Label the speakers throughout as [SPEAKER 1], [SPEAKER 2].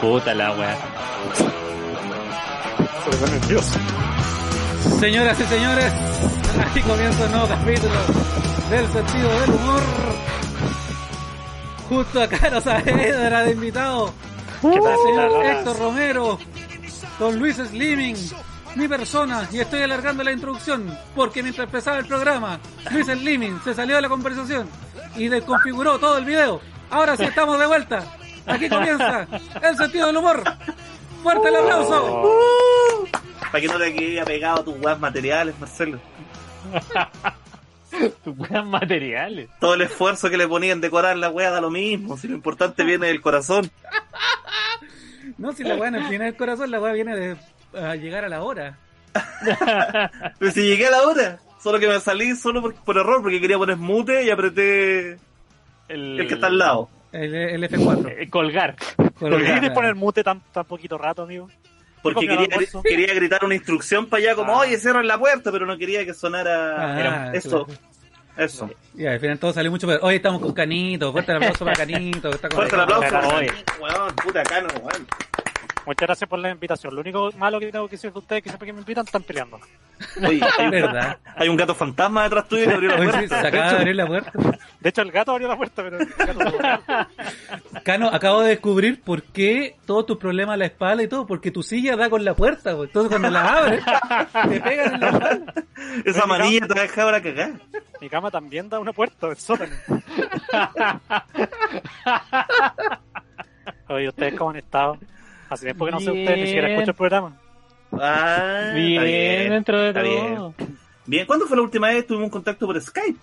[SPEAKER 1] Puta la weá.
[SPEAKER 2] Se pone nervioso.
[SPEAKER 3] Señoras y señores, aquí comienza un nuevo capítulo del sentido del humor. Justo a Caro Saavedra de invitado,
[SPEAKER 2] ¿Qué
[SPEAKER 3] al
[SPEAKER 2] tal? ¿Qué
[SPEAKER 3] señor
[SPEAKER 2] tal?
[SPEAKER 3] Héctor Romero, don Luis Slimming, mi persona, y estoy alargando la introducción porque mientras empezaba el programa, Luis Slimming se salió de la conversación y desconfiguró todo el video. Ahora sí estamos de vuelta. Aquí comienza el sentido del humor. Fuerte el
[SPEAKER 2] Oh.
[SPEAKER 3] aplauso.
[SPEAKER 4] Para que no te quede pegado a tus weas materiales, Marcelo.
[SPEAKER 1] Tus weas materiales.
[SPEAKER 4] Todo el esfuerzo que le ponían en decorar la wea da lo mismo. Si lo importante viene del corazón.
[SPEAKER 3] No, si la weá no viene del corazón, la weá viene de a llegar a la hora.
[SPEAKER 4] Pero si llegué a la hora, solo que me salí solo por, por error, porque quería poner mute y apreté el que está al lado.
[SPEAKER 3] El, el F4.
[SPEAKER 1] Eh, colgar.
[SPEAKER 3] Con
[SPEAKER 2] ¿Por
[SPEAKER 3] la-
[SPEAKER 2] qué quieres poner mute tan, tan poquito rato, amigo?
[SPEAKER 4] Porque
[SPEAKER 2] Comía
[SPEAKER 4] quería,
[SPEAKER 2] almuerzo.
[SPEAKER 4] quería gritar una instrucción para allá, como,
[SPEAKER 2] Ah.
[SPEAKER 4] oye, cierran la puerta, pero no quería que sonara
[SPEAKER 3] Ah,
[SPEAKER 4] era eso.
[SPEAKER 3] claro.
[SPEAKER 4] Eso.
[SPEAKER 3] Y al final todo salió mucho peor. Hoy estamos con Canito. Fuerte el aplauso para Canito. que Está con
[SPEAKER 4] Fuerte el aplauso.
[SPEAKER 2] claro,
[SPEAKER 4] para
[SPEAKER 2] oye.
[SPEAKER 4] mí, Weón, puta cano, weón.
[SPEAKER 2] Muchas gracias por la invitación. Lo único malo que tengo que decir de ustedes es que siempre que me invitan están peleando.
[SPEAKER 4] Oye, hay un,
[SPEAKER 3] ¿Verdad?
[SPEAKER 4] hay un gato fantasma detrás tuyo que abrió la
[SPEAKER 3] Hoy
[SPEAKER 4] puerta.
[SPEAKER 3] sí, se acaba de abrir la puerta.
[SPEAKER 2] De hecho, el gato abrió la puerta, pero el gato se volvió.
[SPEAKER 3] Cano, acabo de descubrir por qué todos tus problemas a la espalda y todo. Porque tu silla da con la puerta. pues. Entonces cuando la abres, te pegan en la espalda.
[SPEAKER 4] Esa manilla te va a dejar ahora cagar.
[SPEAKER 2] Mi cama también da una puerta del sótano. Oye, ¿ustedes cómo han estado? Hace tiempo que no sé ustedes, ni siquiera
[SPEAKER 1] Bien.
[SPEAKER 2] escucho el programa.
[SPEAKER 4] Ah,
[SPEAKER 1] Bien,
[SPEAKER 4] está bien.
[SPEAKER 1] dentro de
[SPEAKER 4] está
[SPEAKER 1] todo.
[SPEAKER 4] Bien, ¿cuándo fue la última vez que tuvimos un contacto por Skype?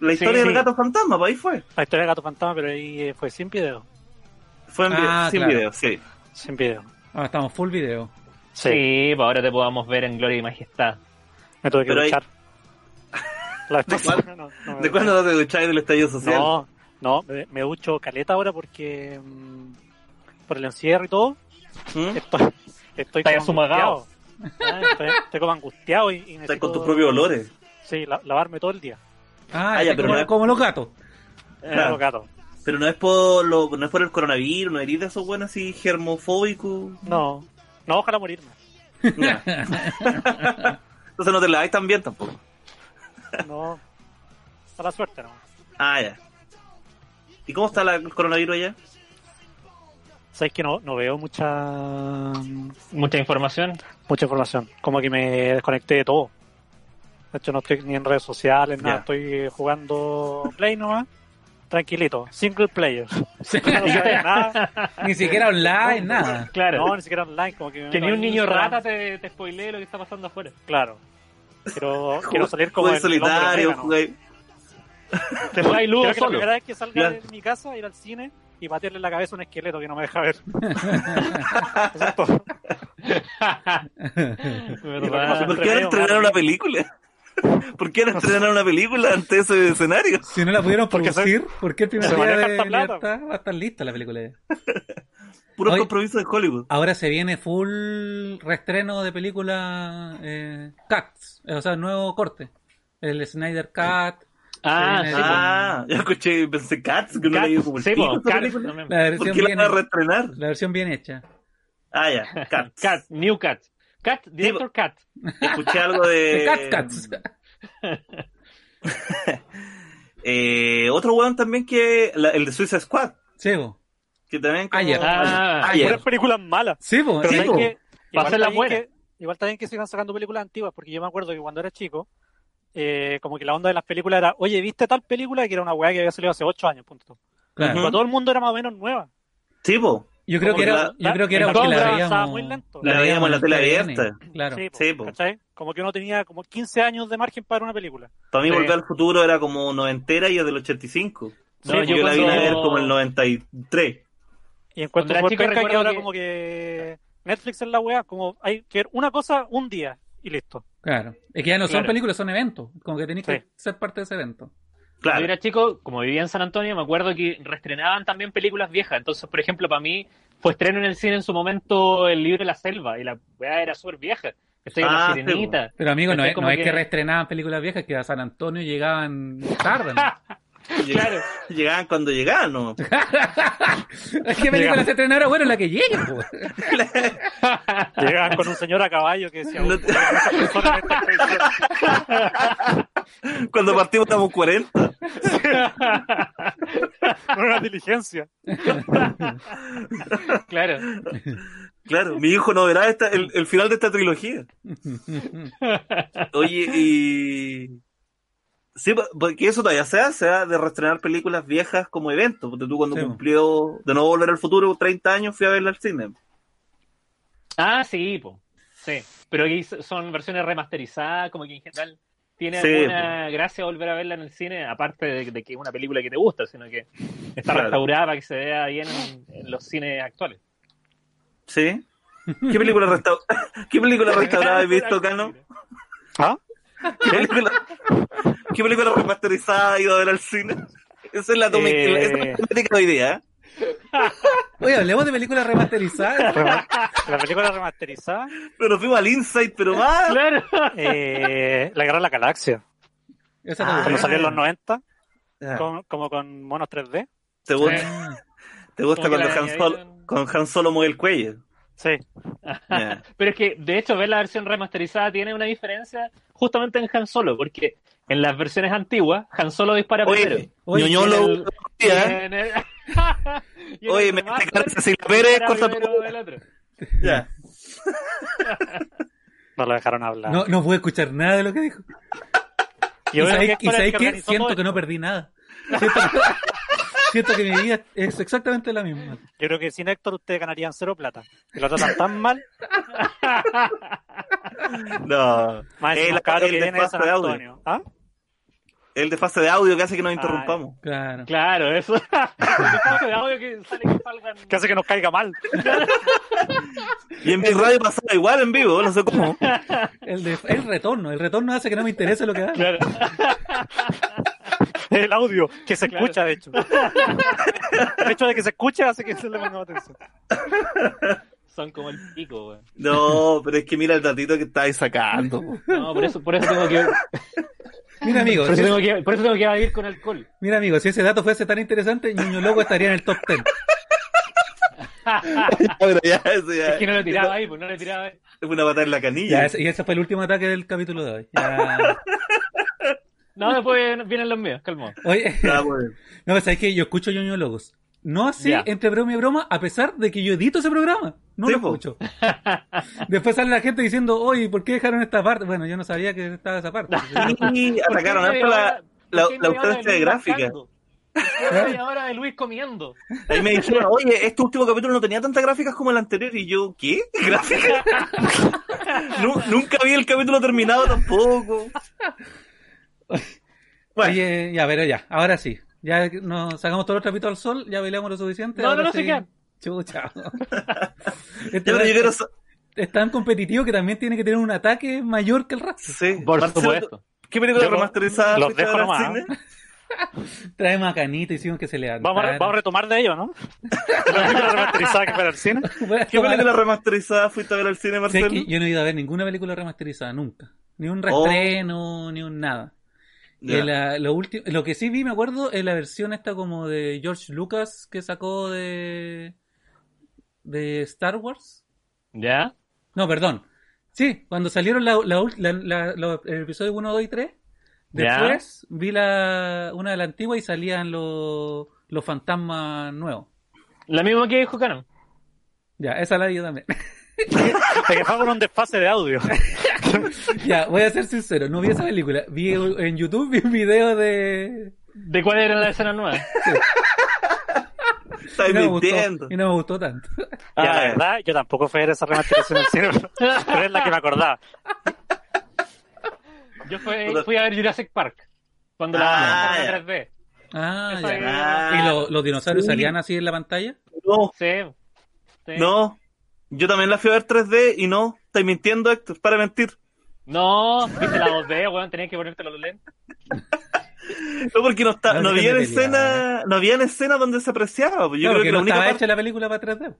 [SPEAKER 4] La
[SPEAKER 2] Sí,
[SPEAKER 4] historia del
[SPEAKER 2] sí.
[SPEAKER 4] gato fantasma, pues ahí fue.
[SPEAKER 2] La historia de Gato Fantasma, pero ahí eh, fue sin video.
[SPEAKER 4] Fue en video,
[SPEAKER 3] Ah,
[SPEAKER 4] sin
[SPEAKER 3] claro.
[SPEAKER 4] video, sí.
[SPEAKER 2] Sin video.
[SPEAKER 3] Ah, estamos full video.
[SPEAKER 1] Sí, pues ahora te podamos ver en gloria y majestad.
[SPEAKER 2] Me tuve que
[SPEAKER 4] Pero ahí-
[SPEAKER 2] duchar. La vez
[SPEAKER 4] ¿De
[SPEAKER 2] pasada
[SPEAKER 4] cuál-
[SPEAKER 2] no- no me
[SPEAKER 4] ¿De
[SPEAKER 2] duché.
[SPEAKER 4] cuándo no te ducháis del estallido social?
[SPEAKER 2] Pues No, no, me, me ducho caleta ahora porque mm, por el encierro y todo,
[SPEAKER 4] ¿Mm?
[SPEAKER 2] estoy, estoy
[SPEAKER 1] Estás
[SPEAKER 2] como
[SPEAKER 1] asumagado.
[SPEAKER 2] angustiado. Ah, Estoy, estoy como angustiado y, y
[SPEAKER 4] Estás
[SPEAKER 2] necesito-
[SPEAKER 4] con tus propios olores.
[SPEAKER 2] Sí, la- lavarme todo el día.
[SPEAKER 3] Ah,
[SPEAKER 4] Ah, ya,
[SPEAKER 3] así
[SPEAKER 4] pero
[SPEAKER 3] como,
[SPEAKER 4] no es-
[SPEAKER 3] como los gatos.
[SPEAKER 4] Claro.
[SPEAKER 2] Los gatos.
[SPEAKER 4] Pero no es por lo, no es por el coronavirus, no herida esos buenos así germofóbicos.
[SPEAKER 2] No, no, ojalá morirme.
[SPEAKER 4] Ya. Entonces no te laváis tan bien tampoco.
[SPEAKER 2] No, a la suerte no.
[SPEAKER 4] Ah, ya. ¿Y cómo está la- el coronavirus allá?
[SPEAKER 2] Sabes que no, no veo mucha mm,
[SPEAKER 1] Mucha información.
[SPEAKER 2] mucha información. Como que me desconecté de todo. De hecho, no estoy ni en redes sociales, nada.
[SPEAKER 4] Ya.
[SPEAKER 2] Estoy jugando Play nomás. Tranquilito, single player.
[SPEAKER 3] Sí.
[SPEAKER 2] No sabía nada.
[SPEAKER 3] Ni siquiera online, nada.
[SPEAKER 1] Claro.
[SPEAKER 2] No, ni siquiera online. Como que me
[SPEAKER 1] que ni
[SPEAKER 2] meto
[SPEAKER 1] un
[SPEAKER 2] en
[SPEAKER 1] niño
[SPEAKER 2] Instagram.
[SPEAKER 1] rata te, te spoilee lo que está pasando afuera.
[SPEAKER 2] Claro. Quiero, quiero
[SPEAKER 4] Jugáis-
[SPEAKER 2] salir como
[SPEAKER 4] jugáis
[SPEAKER 2] el- el hombre
[SPEAKER 4] solitario,
[SPEAKER 2] orégano.
[SPEAKER 4] jugáis-
[SPEAKER 1] Te vas
[SPEAKER 2] Creo
[SPEAKER 1] ludo
[SPEAKER 2] que la
[SPEAKER 1] solo.
[SPEAKER 2] primera vez que salga
[SPEAKER 4] Claro.
[SPEAKER 2] de mi casa, ir al cine y patearle en la cabeza a un esqueleto que no me deja ver. Eso es todo.
[SPEAKER 1] ¿Verdad?
[SPEAKER 4] ¿Por qué van a
[SPEAKER 2] Entreveo,
[SPEAKER 4] estrenar
[SPEAKER 2] madre.
[SPEAKER 4] una película? ¿Por qué van a estrenar una película ante ese escenario?
[SPEAKER 3] Si no la pudieron
[SPEAKER 2] Porque se-
[SPEAKER 3] producir, ¿por qué el primer
[SPEAKER 2] se
[SPEAKER 3] día
[SPEAKER 2] maneja
[SPEAKER 3] de
[SPEAKER 2] esta plata.
[SPEAKER 3] libertad va a estar lista la película?
[SPEAKER 4] Puros
[SPEAKER 3] Oye.
[SPEAKER 4] compromisos de Hollywood.
[SPEAKER 3] Ahora se viene full reestreno de película eh, Cats, eh, o sea, nuevo corte. El Snyder Cat,
[SPEAKER 1] Ah,
[SPEAKER 3] Sí,
[SPEAKER 1] sí.
[SPEAKER 4] Ah, yo escuché, pensé Cats, que no la
[SPEAKER 1] Cats,
[SPEAKER 4] había como el
[SPEAKER 1] sí, pues,
[SPEAKER 4] pico
[SPEAKER 1] po,
[SPEAKER 4] esa
[SPEAKER 1] Cats,
[SPEAKER 4] película.
[SPEAKER 1] no me-
[SPEAKER 3] la
[SPEAKER 4] ¿Por
[SPEAKER 3] versión,
[SPEAKER 4] qué la
[SPEAKER 3] bien,
[SPEAKER 4] van a reestrenar?
[SPEAKER 3] la versión bien hecha.
[SPEAKER 4] Ah, ya, Cats.
[SPEAKER 1] Cat, New Cat. Cat, Director Cat.
[SPEAKER 4] Escuché algo de.
[SPEAKER 3] De Cats Cats.
[SPEAKER 4] Eh, otro weón también que. la- el de Suiza Squad.
[SPEAKER 3] Sebo.
[SPEAKER 4] Que también. como-
[SPEAKER 3] Ayer.
[SPEAKER 1] Ah,
[SPEAKER 4] Ayer.
[SPEAKER 2] Puras películas malas.
[SPEAKER 3] Sebo,
[SPEAKER 2] Pero
[SPEAKER 3] Sebo.
[SPEAKER 2] sabes que, igual,
[SPEAKER 1] hacerla
[SPEAKER 2] está bien
[SPEAKER 1] buena.
[SPEAKER 2] que, igual está bien que sigan sacando películas antiguas, porque yo me acuerdo que cuando era chico, eh, como que la onda de las películas era, oye, ¿viste tal película? Que era una weá que había salido hace 8 años, punto.
[SPEAKER 3] Claro.
[SPEAKER 2] Pero todo el mundo era más o menos nueva.
[SPEAKER 4] Sí, po.
[SPEAKER 3] Yo creo que era, yo creo que era porque la
[SPEAKER 2] Entonces, estaba
[SPEAKER 3] veíamos,
[SPEAKER 2] muy lento.
[SPEAKER 4] La veíamos en la tele
[SPEAKER 3] TVN,
[SPEAKER 4] abierta.
[SPEAKER 3] Claro.
[SPEAKER 2] Sí, po,
[SPEAKER 4] Sí, po.
[SPEAKER 2] ¿cachai? Como que uno tenía como 15 años de margen para ver una película.
[SPEAKER 4] Para mí,
[SPEAKER 1] Sí.
[SPEAKER 4] Volver al Futuro era como noventera y es del 85.
[SPEAKER 1] No,
[SPEAKER 4] Sí,
[SPEAKER 1] yo
[SPEAKER 4] yo, la vine a
[SPEAKER 1] cuando-
[SPEAKER 4] ver como el 93.
[SPEAKER 2] Y encuentro
[SPEAKER 1] Cuando era
[SPEAKER 2] súper
[SPEAKER 1] chico
[SPEAKER 2] penca que
[SPEAKER 1] recuerdo
[SPEAKER 2] ahora
[SPEAKER 1] que-
[SPEAKER 2] como que Netflix es la weá, como hay que ver una cosa un día y listo.
[SPEAKER 3] Claro. Es que ya no son
[SPEAKER 1] Claro.
[SPEAKER 3] películas, son eventos. Como que tenéis
[SPEAKER 2] Sí.
[SPEAKER 3] que ser parte de ese evento.
[SPEAKER 1] Cuando yo
[SPEAKER 4] Claro.
[SPEAKER 1] era chico, como vivía en San Antonio, me acuerdo que reestrenaban también películas viejas. Entonces, por ejemplo, para mí fue estreno en el cine en su momento El libro de la selva y la weá era súper vieja. Estoy en
[SPEAKER 4] Ah,
[SPEAKER 1] la
[SPEAKER 4] sí,
[SPEAKER 1] sirenita.
[SPEAKER 3] Pero amigo, no
[SPEAKER 1] Este,
[SPEAKER 3] es,
[SPEAKER 1] como
[SPEAKER 3] no es
[SPEAKER 1] que-
[SPEAKER 3] que reestrenaban películas viejas que a San Antonio llegaban tarde. ¿no?
[SPEAKER 1] Claro.
[SPEAKER 4] Llegaban cuando llegaban, ¿no?
[SPEAKER 3] ¿Qué película se estrena ahora? Bueno, la que llegue. po.
[SPEAKER 2] Llegaban con un señor a caballo que decía,
[SPEAKER 4] No
[SPEAKER 2] "Uy,
[SPEAKER 4] te-
[SPEAKER 2] esa persona está especial".
[SPEAKER 4] Cuando partimos estamos 40.
[SPEAKER 2] Era una diligencia.
[SPEAKER 1] Claro.
[SPEAKER 4] Claro, mi hijo no verá esta, el, el final de esta trilogía. Oye, y... Sí, po- porque eso todavía se hace, ¿ah? de reestrenar películas viejas como evento. Porque tú cuando
[SPEAKER 3] Sí, po.
[SPEAKER 4] cumplió de no volver al futuro 30 años fui a verla al cine.
[SPEAKER 1] Ah, sí, po. Sí. Pero aquí s- son versiones remasterizadas, como que en general tiene
[SPEAKER 4] Sí,
[SPEAKER 1] alguna gracia volver a verla en el cine, aparte de, de que es una película que te gusta, sino que está
[SPEAKER 4] Claro.
[SPEAKER 1] restaurada para que se vea bien en, en los cines actuales.
[SPEAKER 4] ¿Sí? ¿Qué película, resta... ¿Qué película restaurada has visto, Cano?
[SPEAKER 2] ¿Ah?
[SPEAKER 4] ¿Qué película, ¿Qué película remasterizada has ido a ver al cine? Esa es la toma-
[SPEAKER 1] Eh.
[SPEAKER 4] la- esa es la temática de hoy día, ¿eh?
[SPEAKER 3] Oye, hablemos de películas remasterizadas.
[SPEAKER 2] La película remasterizada,
[SPEAKER 4] Pero nos fuimos al Insight, pero más.
[SPEAKER 1] Claro.
[SPEAKER 2] eh, La Guerra de la Galaxia,
[SPEAKER 3] Esa
[SPEAKER 4] Ah,
[SPEAKER 2] cuando
[SPEAKER 3] también.
[SPEAKER 2] salió en los 90,
[SPEAKER 4] Ah,
[SPEAKER 2] con- como con monos 3D.
[SPEAKER 4] ¿Te gusta, te gusta
[SPEAKER 1] Como que
[SPEAKER 4] cuando
[SPEAKER 1] la
[SPEAKER 4] Han Solo,
[SPEAKER 1] añadieron.
[SPEAKER 4] con Han Solo mueve el cuello?
[SPEAKER 2] Sí,
[SPEAKER 4] Ya.
[SPEAKER 1] Pero es que, de hecho, ver la versión remasterizada tiene una diferencia justamente en Han Solo, porque en las versiones antiguas, Han Solo dispara primero.
[SPEAKER 4] Oye,
[SPEAKER 3] Oye,
[SPEAKER 4] Ñoñolo,
[SPEAKER 1] el- Y
[SPEAKER 4] ¿eh?
[SPEAKER 1] en el- y en
[SPEAKER 4] Oye,
[SPEAKER 1] el
[SPEAKER 4] me mete
[SPEAKER 1] remaster,
[SPEAKER 4] carta Silvia Pérez,
[SPEAKER 1] dispara
[SPEAKER 4] corta tu-
[SPEAKER 1] primero del otro.
[SPEAKER 4] Ya.
[SPEAKER 2] no lo dejaron hablar.
[SPEAKER 3] Ah. No, no pude escuchar nada de lo que dijo.
[SPEAKER 2] Y yo creo
[SPEAKER 3] sabéis-
[SPEAKER 2] que es por el
[SPEAKER 3] sabéis
[SPEAKER 2] que
[SPEAKER 3] qué?
[SPEAKER 2] organizó
[SPEAKER 3] Siento
[SPEAKER 2] todo
[SPEAKER 3] que no
[SPEAKER 2] esto.
[SPEAKER 3] perdí nada. Siento, siento que mi vida es exactamente la misma.
[SPEAKER 2] Yo creo que sin Héctor ustedes ganarían cero plata. Y lo tratan tan mal,
[SPEAKER 4] No.
[SPEAKER 2] más
[SPEAKER 4] Eh,
[SPEAKER 2] encima
[SPEAKER 4] la-
[SPEAKER 2] caro
[SPEAKER 4] el
[SPEAKER 2] que viene de
[SPEAKER 4] desfase
[SPEAKER 2] San
[SPEAKER 4] de audio.
[SPEAKER 2] Antonio. ¿Ah?
[SPEAKER 4] El desfase de audio que hace que nos
[SPEAKER 2] Ah,
[SPEAKER 4] interrumpamos.
[SPEAKER 3] Claro.
[SPEAKER 1] Claro, eso. Porque de audio que sale que salgan.
[SPEAKER 2] Que hace que nos caiga mal.
[SPEAKER 4] Y en mi radio pasaba igual en vivo, no sé cómo.
[SPEAKER 3] El, de- el retorno. El retorno hace que no me interese lo que haga.
[SPEAKER 1] Claro.
[SPEAKER 2] El audio, que se
[SPEAKER 1] Claro.
[SPEAKER 2] escucha, de hecho. El hecho de que se escuche hace que se le ponga más atención.
[SPEAKER 1] Son como el pico, güey.
[SPEAKER 4] No, pero es que mira el datito que estáis sacando.
[SPEAKER 1] No, por eso, por eso tengo que.
[SPEAKER 3] Mira, amigos.
[SPEAKER 1] Por eso tengo que, por eso tengo que evadir con alcohol.
[SPEAKER 3] Mira, amigos, si ese dato fuese tan interesante, Ñuño Loco estaría en el top 10.
[SPEAKER 4] Ya, Ah, pero ya, eso ya.
[SPEAKER 1] Es que no lo tiraba ahí, pues no lo tiraba ahí.
[SPEAKER 4] Es una patada en la canilla.
[SPEAKER 3] Ya, ese- y ese fue el último ataque del capítulo de hoy. Ya.
[SPEAKER 1] No, después vienen los míos, calmó.
[SPEAKER 3] Oye,
[SPEAKER 4] Ya, Ah, bueno.
[SPEAKER 3] no, pues, sabes que yo escucho Ñuño Locos. No así,
[SPEAKER 1] Ya.
[SPEAKER 3] entre broma y broma, a pesar de que yo edito ese programa. No
[SPEAKER 4] Sí,
[SPEAKER 3] lo
[SPEAKER 4] po.
[SPEAKER 3] escucho. Después sale la gente diciendo, oye, ¿por qué dejaron esta parte? Bueno, yo no sabía que estaba esa parte.
[SPEAKER 4] Y atacaron harto la, la, la ausencia de gráfica.
[SPEAKER 1] Y ahora de Luis comiendo.
[SPEAKER 4] Ahí me dijeron, oye, este último capítulo no tenía tantas gráficas como el anterior. Y yo, ¿qué? ¿Gráficas? Nu- nunca vi el capítulo terminado tampoco. Bueno,
[SPEAKER 3] Oye, ya, pero ya, ahora sí. Ya nos sacamos todos los trapitos al sol, ya bailamos lo suficiente.
[SPEAKER 1] No, no,
[SPEAKER 3] ahora
[SPEAKER 1] no,
[SPEAKER 3] sí.
[SPEAKER 1] se quedan.
[SPEAKER 3] Chucha. Este
[SPEAKER 4] ya, pero yo quiero. sa-
[SPEAKER 3] Es tan competitivo que también tiene que tener un ataque mayor que el resto.
[SPEAKER 4] Sí,
[SPEAKER 1] Por
[SPEAKER 4] Marcelo,
[SPEAKER 1] supuesto.
[SPEAKER 4] ¿Qué película
[SPEAKER 2] Yo lo-
[SPEAKER 4] remasterizada
[SPEAKER 2] los
[SPEAKER 4] fuiste a
[SPEAKER 2] dejo
[SPEAKER 4] ver al
[SPEAKER 2] nomás, ¿eh?
[SPEAKER 4] cine?
[SPEAKER 3] Trae macanita, hicimos que se le
[SPEAKER 2] Vamos a, re- vamos a retomar de ello, ¿no? La película remasterizada que para el cine.
[SPEAKER 4] ¿Qué película remasterizada fuiste a ver al cine, Marcelo?
[SPEAKER 3] yo no he ido a ver ninguna película remasterizada, nunca. Ni un restreno, ni un nada.
[SPEAKER 4] Oh. Ya.
[SPEAKER 3] Y la- lo, último, lo que sí vi, me acuerdo, es la versión esta como de George Lucas que sacó de, de Star Wars.
[SPEAKER 1] ¿Ya?
[SPEAKER 3] No, perdón. Sí, cuando salieron la, la ul- la- la- los episodios 1, 2 y 3,
[SPEAKER 1] Ya.
[SPEAKER 3] después vi la, una de la antigua y salían los, los fantasmas nuevos.
[SPEAKER 1] La misma que dijo Canon.
[SPEAKER 3] Ya, esa la vi yo también.
[SPEAKER 2] Te que fue con un desfase de audio.
[SPEAKER 3] ya, voy a ser sincero, no vi esa película. Vi en YouTube vi un video de...
[SPEAKER 1] ¿De cuál era la escena nueva?
[SPEAKER 4] Estás
[SPEAKER 3] y no me gustó,
[SPEAKER 4] mintiendo.
[SPEAKER 3] y no me gustó tanto.
[SPEAKER 2] Ya,
[SPEAKER 4] Ah,
[SPEAKER 2] la
[SPEAKER 4] ya.
[SPEAKER 2] verdad, yo tampoco fui a ver esa remasterización al cine, pero- pero es la que me acordaba.
[SPEAKER 1] Yo fui, fui a ver Jurassic Park. Cuando
[SPEAKER 4] Ah,
[SPEAKER 1] la
[SPEAKER 4] ya.
[SPEAKER 1] pasaron en 3D.
[SPEAKER 3] Ah,
[SPEAKER 1] Esa
[SPEAKER 3] ya.
[SPEAKER 1] era-
[SPEAKER 3] ¿Y lo- los dinosaurios salían así en la pantalla?
[SPEAKER 4] No,
[SPEAKER 1] Sí. Sí.
[SPEAKER 4] no. Yo también la fui a ver 3D y no. Estás mintiendo, Héctor, para mentir.
[SPEAKER 1] No, viste la 2D, weón, tenías que ponerte los lentes.
[SPEAKER 4] No, porque no, está,
[SPEAKER 3] No,
[SPEAKER 4] no,
[SPEAKER 3] sí que
[SPEAKER 4] había
[SPEAKER 3] me
[SPEAKER 4] escena, no había escena donde se apreciaba. pues Yo creo
[SPEAKER 3] Claro, que
[SPEAKER 4] que
[SPEAKER 3] no
[SPEAKER 4] la única
[SPEAKER 3] estaba
[SPEAKER 4] parte-
[SPEAKER 3] hecha la película para 3D.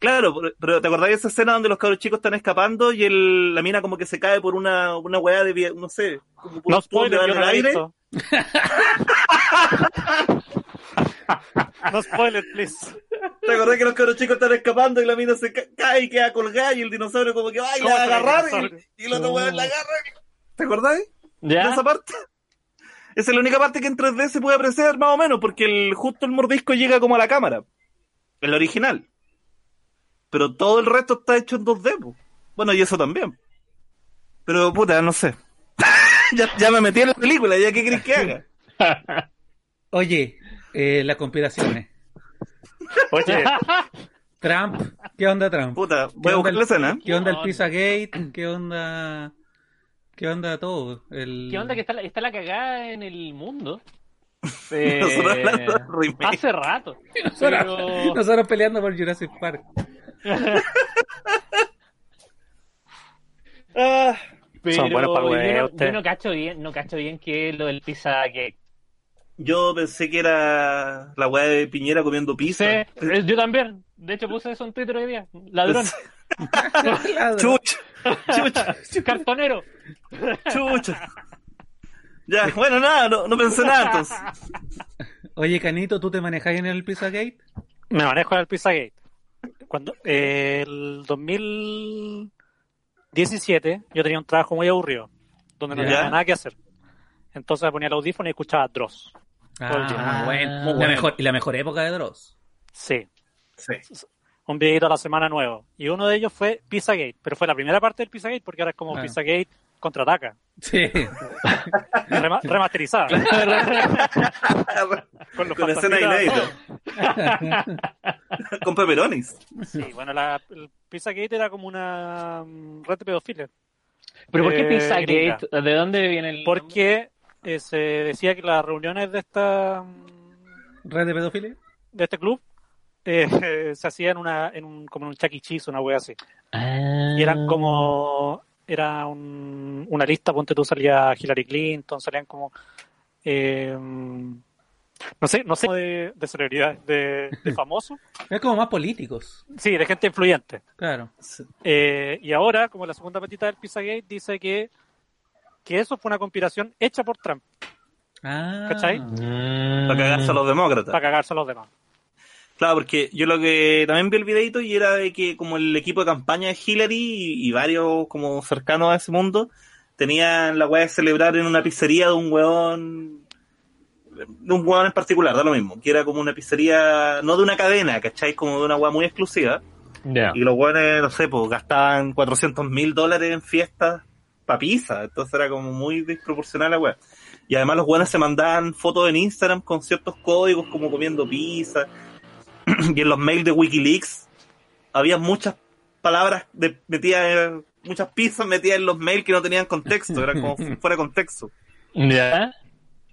[SPEAKER 4] Claro, pero- pero ¿te acordás de esa escena donde los cabros chicos están escapando y el, la mina como que se cae por una, una weá de, vie- no sé, como por
[SPEAKER 2] No
[SPEAKER 4] un tubo que va
[SPEAKER 2] spoiler, yo
[SPEAKER 4] en
[SPEAKER 2] no
[SPEAKER 4] el
[SPEAKER 2] la he
[SPEAKER 4] aire?
[SPEAKER 2] visto. No spoiler, please.
[SPEAKER 4] ¿Te acordás que los cabros chicos están escapando y la mina se ca- cae y queda colgada y el dinosaurio como que va y la va a
[SPEAKER 2] Otro
[SPEAKER 4] agarrar
[SPEAKER 2] dinosaurio.
[SPEAKER 4] y, y el otro weón la agarra? ¿Te acordás? de
[SPEAKER 1] ¿Ya?
[SPEAKER 4] esa parte. Esa es la única parte que en 3D se puede apreciar más o menos, porque el, justo el mordisco llega como a la cámara. El original. Pero todo el resto está hecho en 2D. po. Bueno, y eso también. Pero puta, no sé. ya, ya me metí en la película, ya qué crees que haga.
[SPEAKER 3] Oye, eh, las conspiraciones.
[SPEAKER 4] Oye,
[SPEAKER 3] Trump, ¿qué onda Trump?
[SPEAKER 4] puta,
[SPEAKER 3] ¿Qué
[SPEAKER 4] voy a
[SPEAKER 3] onda
[SPEAKER 4] buscar
[SPEAKER 3] el-
[SPEAKER 4] la escena. ¿eh?
[SPEAKER 3] ¿Qué onda el
[SPEAKER 1] No, no.
[SPEAKER 3] Pizza Gate? ¿Qué onda? ¿Qué onda todo? El...
[SPEAKER 1] ¿Qué onda que está la, está la cagada en el mundo?
[SPEAKER 4] Nosotros
[SPEAKER 1] Eh,
[SPEAKER 4] hablando de remake.
[SPEAKER 1] hace rato.
[SPEAKER 3] Nosotros,
[SPEAKER 1] Pero...
[SPEAKER 3] nosotros peleando por Jurassic Park.
[SPEAKER 4] Ah,
[SPEAKER 1] Pero
[SPEAKER 2] Son buenos para el
[SPEAKER 1] yo
[SPEAKER 2] huevo,
[SPEAKER 1] no- yo,
[SPEAKER 2] usted.
[SPEAKER 1] no cacho bien, no cacho bien que lo del pizza que
[SPEAKER 4] yo pensé que era la weá de Piñera comiendo pizza.
[SPEAKER 1] hice. Yo también. De hecho puse eso en Twitter hoy día. Ladrón,
[SPEAKER 3] Ladra.
[SPEAKER 4] Chucha, chucha.
[SPEAKER 1] cartonero.
[SPEAKER 4] Chucha. Ya, bueno, nada, no, no pensé nada entonces.
[SPEAKER 3] Oye, Canito, ¿tú te manejas en el Pizza Gate?
[SPEAKER 2] Me manejo en el Pizzagate. Cuando, eh, el 2017 yo tenía un trabajo muy aburrido, donde no
[SPEAKER 3] Ya.
[SPEAKER 2] tenía nada que hacer. Entonces me ponía el audífono y escuchaba Dross.
[SPEAKER 3] Ah,
[SPEAKER 1] Oye,
[SPEAKER 3] bueno.
[SPEAKER 1] muy
[SPEAKER 3] La
[SPEAKER 1] bueno.
[SPEAKER 3] mejor, y la mejor época de Dross.
[SPEAKER 2] Sí,
[SPEAKER 4] Sí.
[SPEAKER 2] un videito a la semana nuevo. Y uno de ellos fue Pizzagate, pero fue la primera parte del Pizzagate porque ahora es como
[SPEAKER 3] Ah.
[SPEAKER 2] Pizzagate contraataca,
[SPEAKER 3] Sí.
[SPEAKER 2] rema- remasterizada. con los
[SPEAKER 4] Con escena
[SPEAKER 2] fantasmitas.
[SPEAKER 4] inédita. Con peperonis.
[SPEAKER 2] Sí, bueno, la, el Pizzagate era como una mm, red de pedofilia.
[SPEAKER 1] Pero ¿por qué
[SPEAKER 2] Eh,
[SPEAKER 1] pizza
[SPEAKER 2] gringa.
[SPEAKER 1] gate? ¿De dónde viene el nombre?
[SPEAKER 2] Porque eh, se decía que las reuniones de esta mm,
[SPEAKER 3] ¿Red de pedofilia?
[SPEAKER 2] de este club eh, se hacía en una en un, como en un Chuck E. Cheese, una wea así.
[SPEAKER 1] Ah.
[SPEAKER 2] Y eran como era un- una lista, ponte tú salía Hillary Clinton, salían como eh, no sé, no sé de, de celebridades, de, de famosos,
[SPEAKER 3] Es como más políticos.
[SPEAKER 2] sí, de gente influyente.
[SPEAKER 3] Claro.
[SPEAKER 2] Eh, y ahora, como la segunda patita del Pizzagate dice que que eso fue una conspiración hecha por Trump
[SPEAKER 3] Ah.
[SPEAKER 2] ¿Cachai?
[SPEAKER 1] Mm.
[SPEAKER 4] Para cagarse a los demócratas.
[SPEAKER 2] para cagarse a los demás.
[SPEAKER 4] Claro, porque yo lo que también vi el videito y era de que como el equipo de campaña de Hillary y, y varios como cercanos a ese mundo tenían la weá de celebrar en una pizzería de un weón, de un weón en particular, da lo mismo, que era como una pizzería, no de una cadena, ¿cachai? Como de una weá muy exclusiva.
[SPEAKER 1] Ya.
[SPEAKER 4] Y los weones, no sé, pues gastaban 400 mil dólares en fiestas pa' pizza. Entonces era como muy desproporcional la weá. Y además los weones se mandaban fotos en Instagram con ciertos códigos como comiendo pizza. y en los mails de Wikileaks había muchas palabras de, metidas, en- muchas pizzas metidas en los mails que no tenían contexto. Era como fu- fuera de contexto.
[SPEAKER 1] Ya.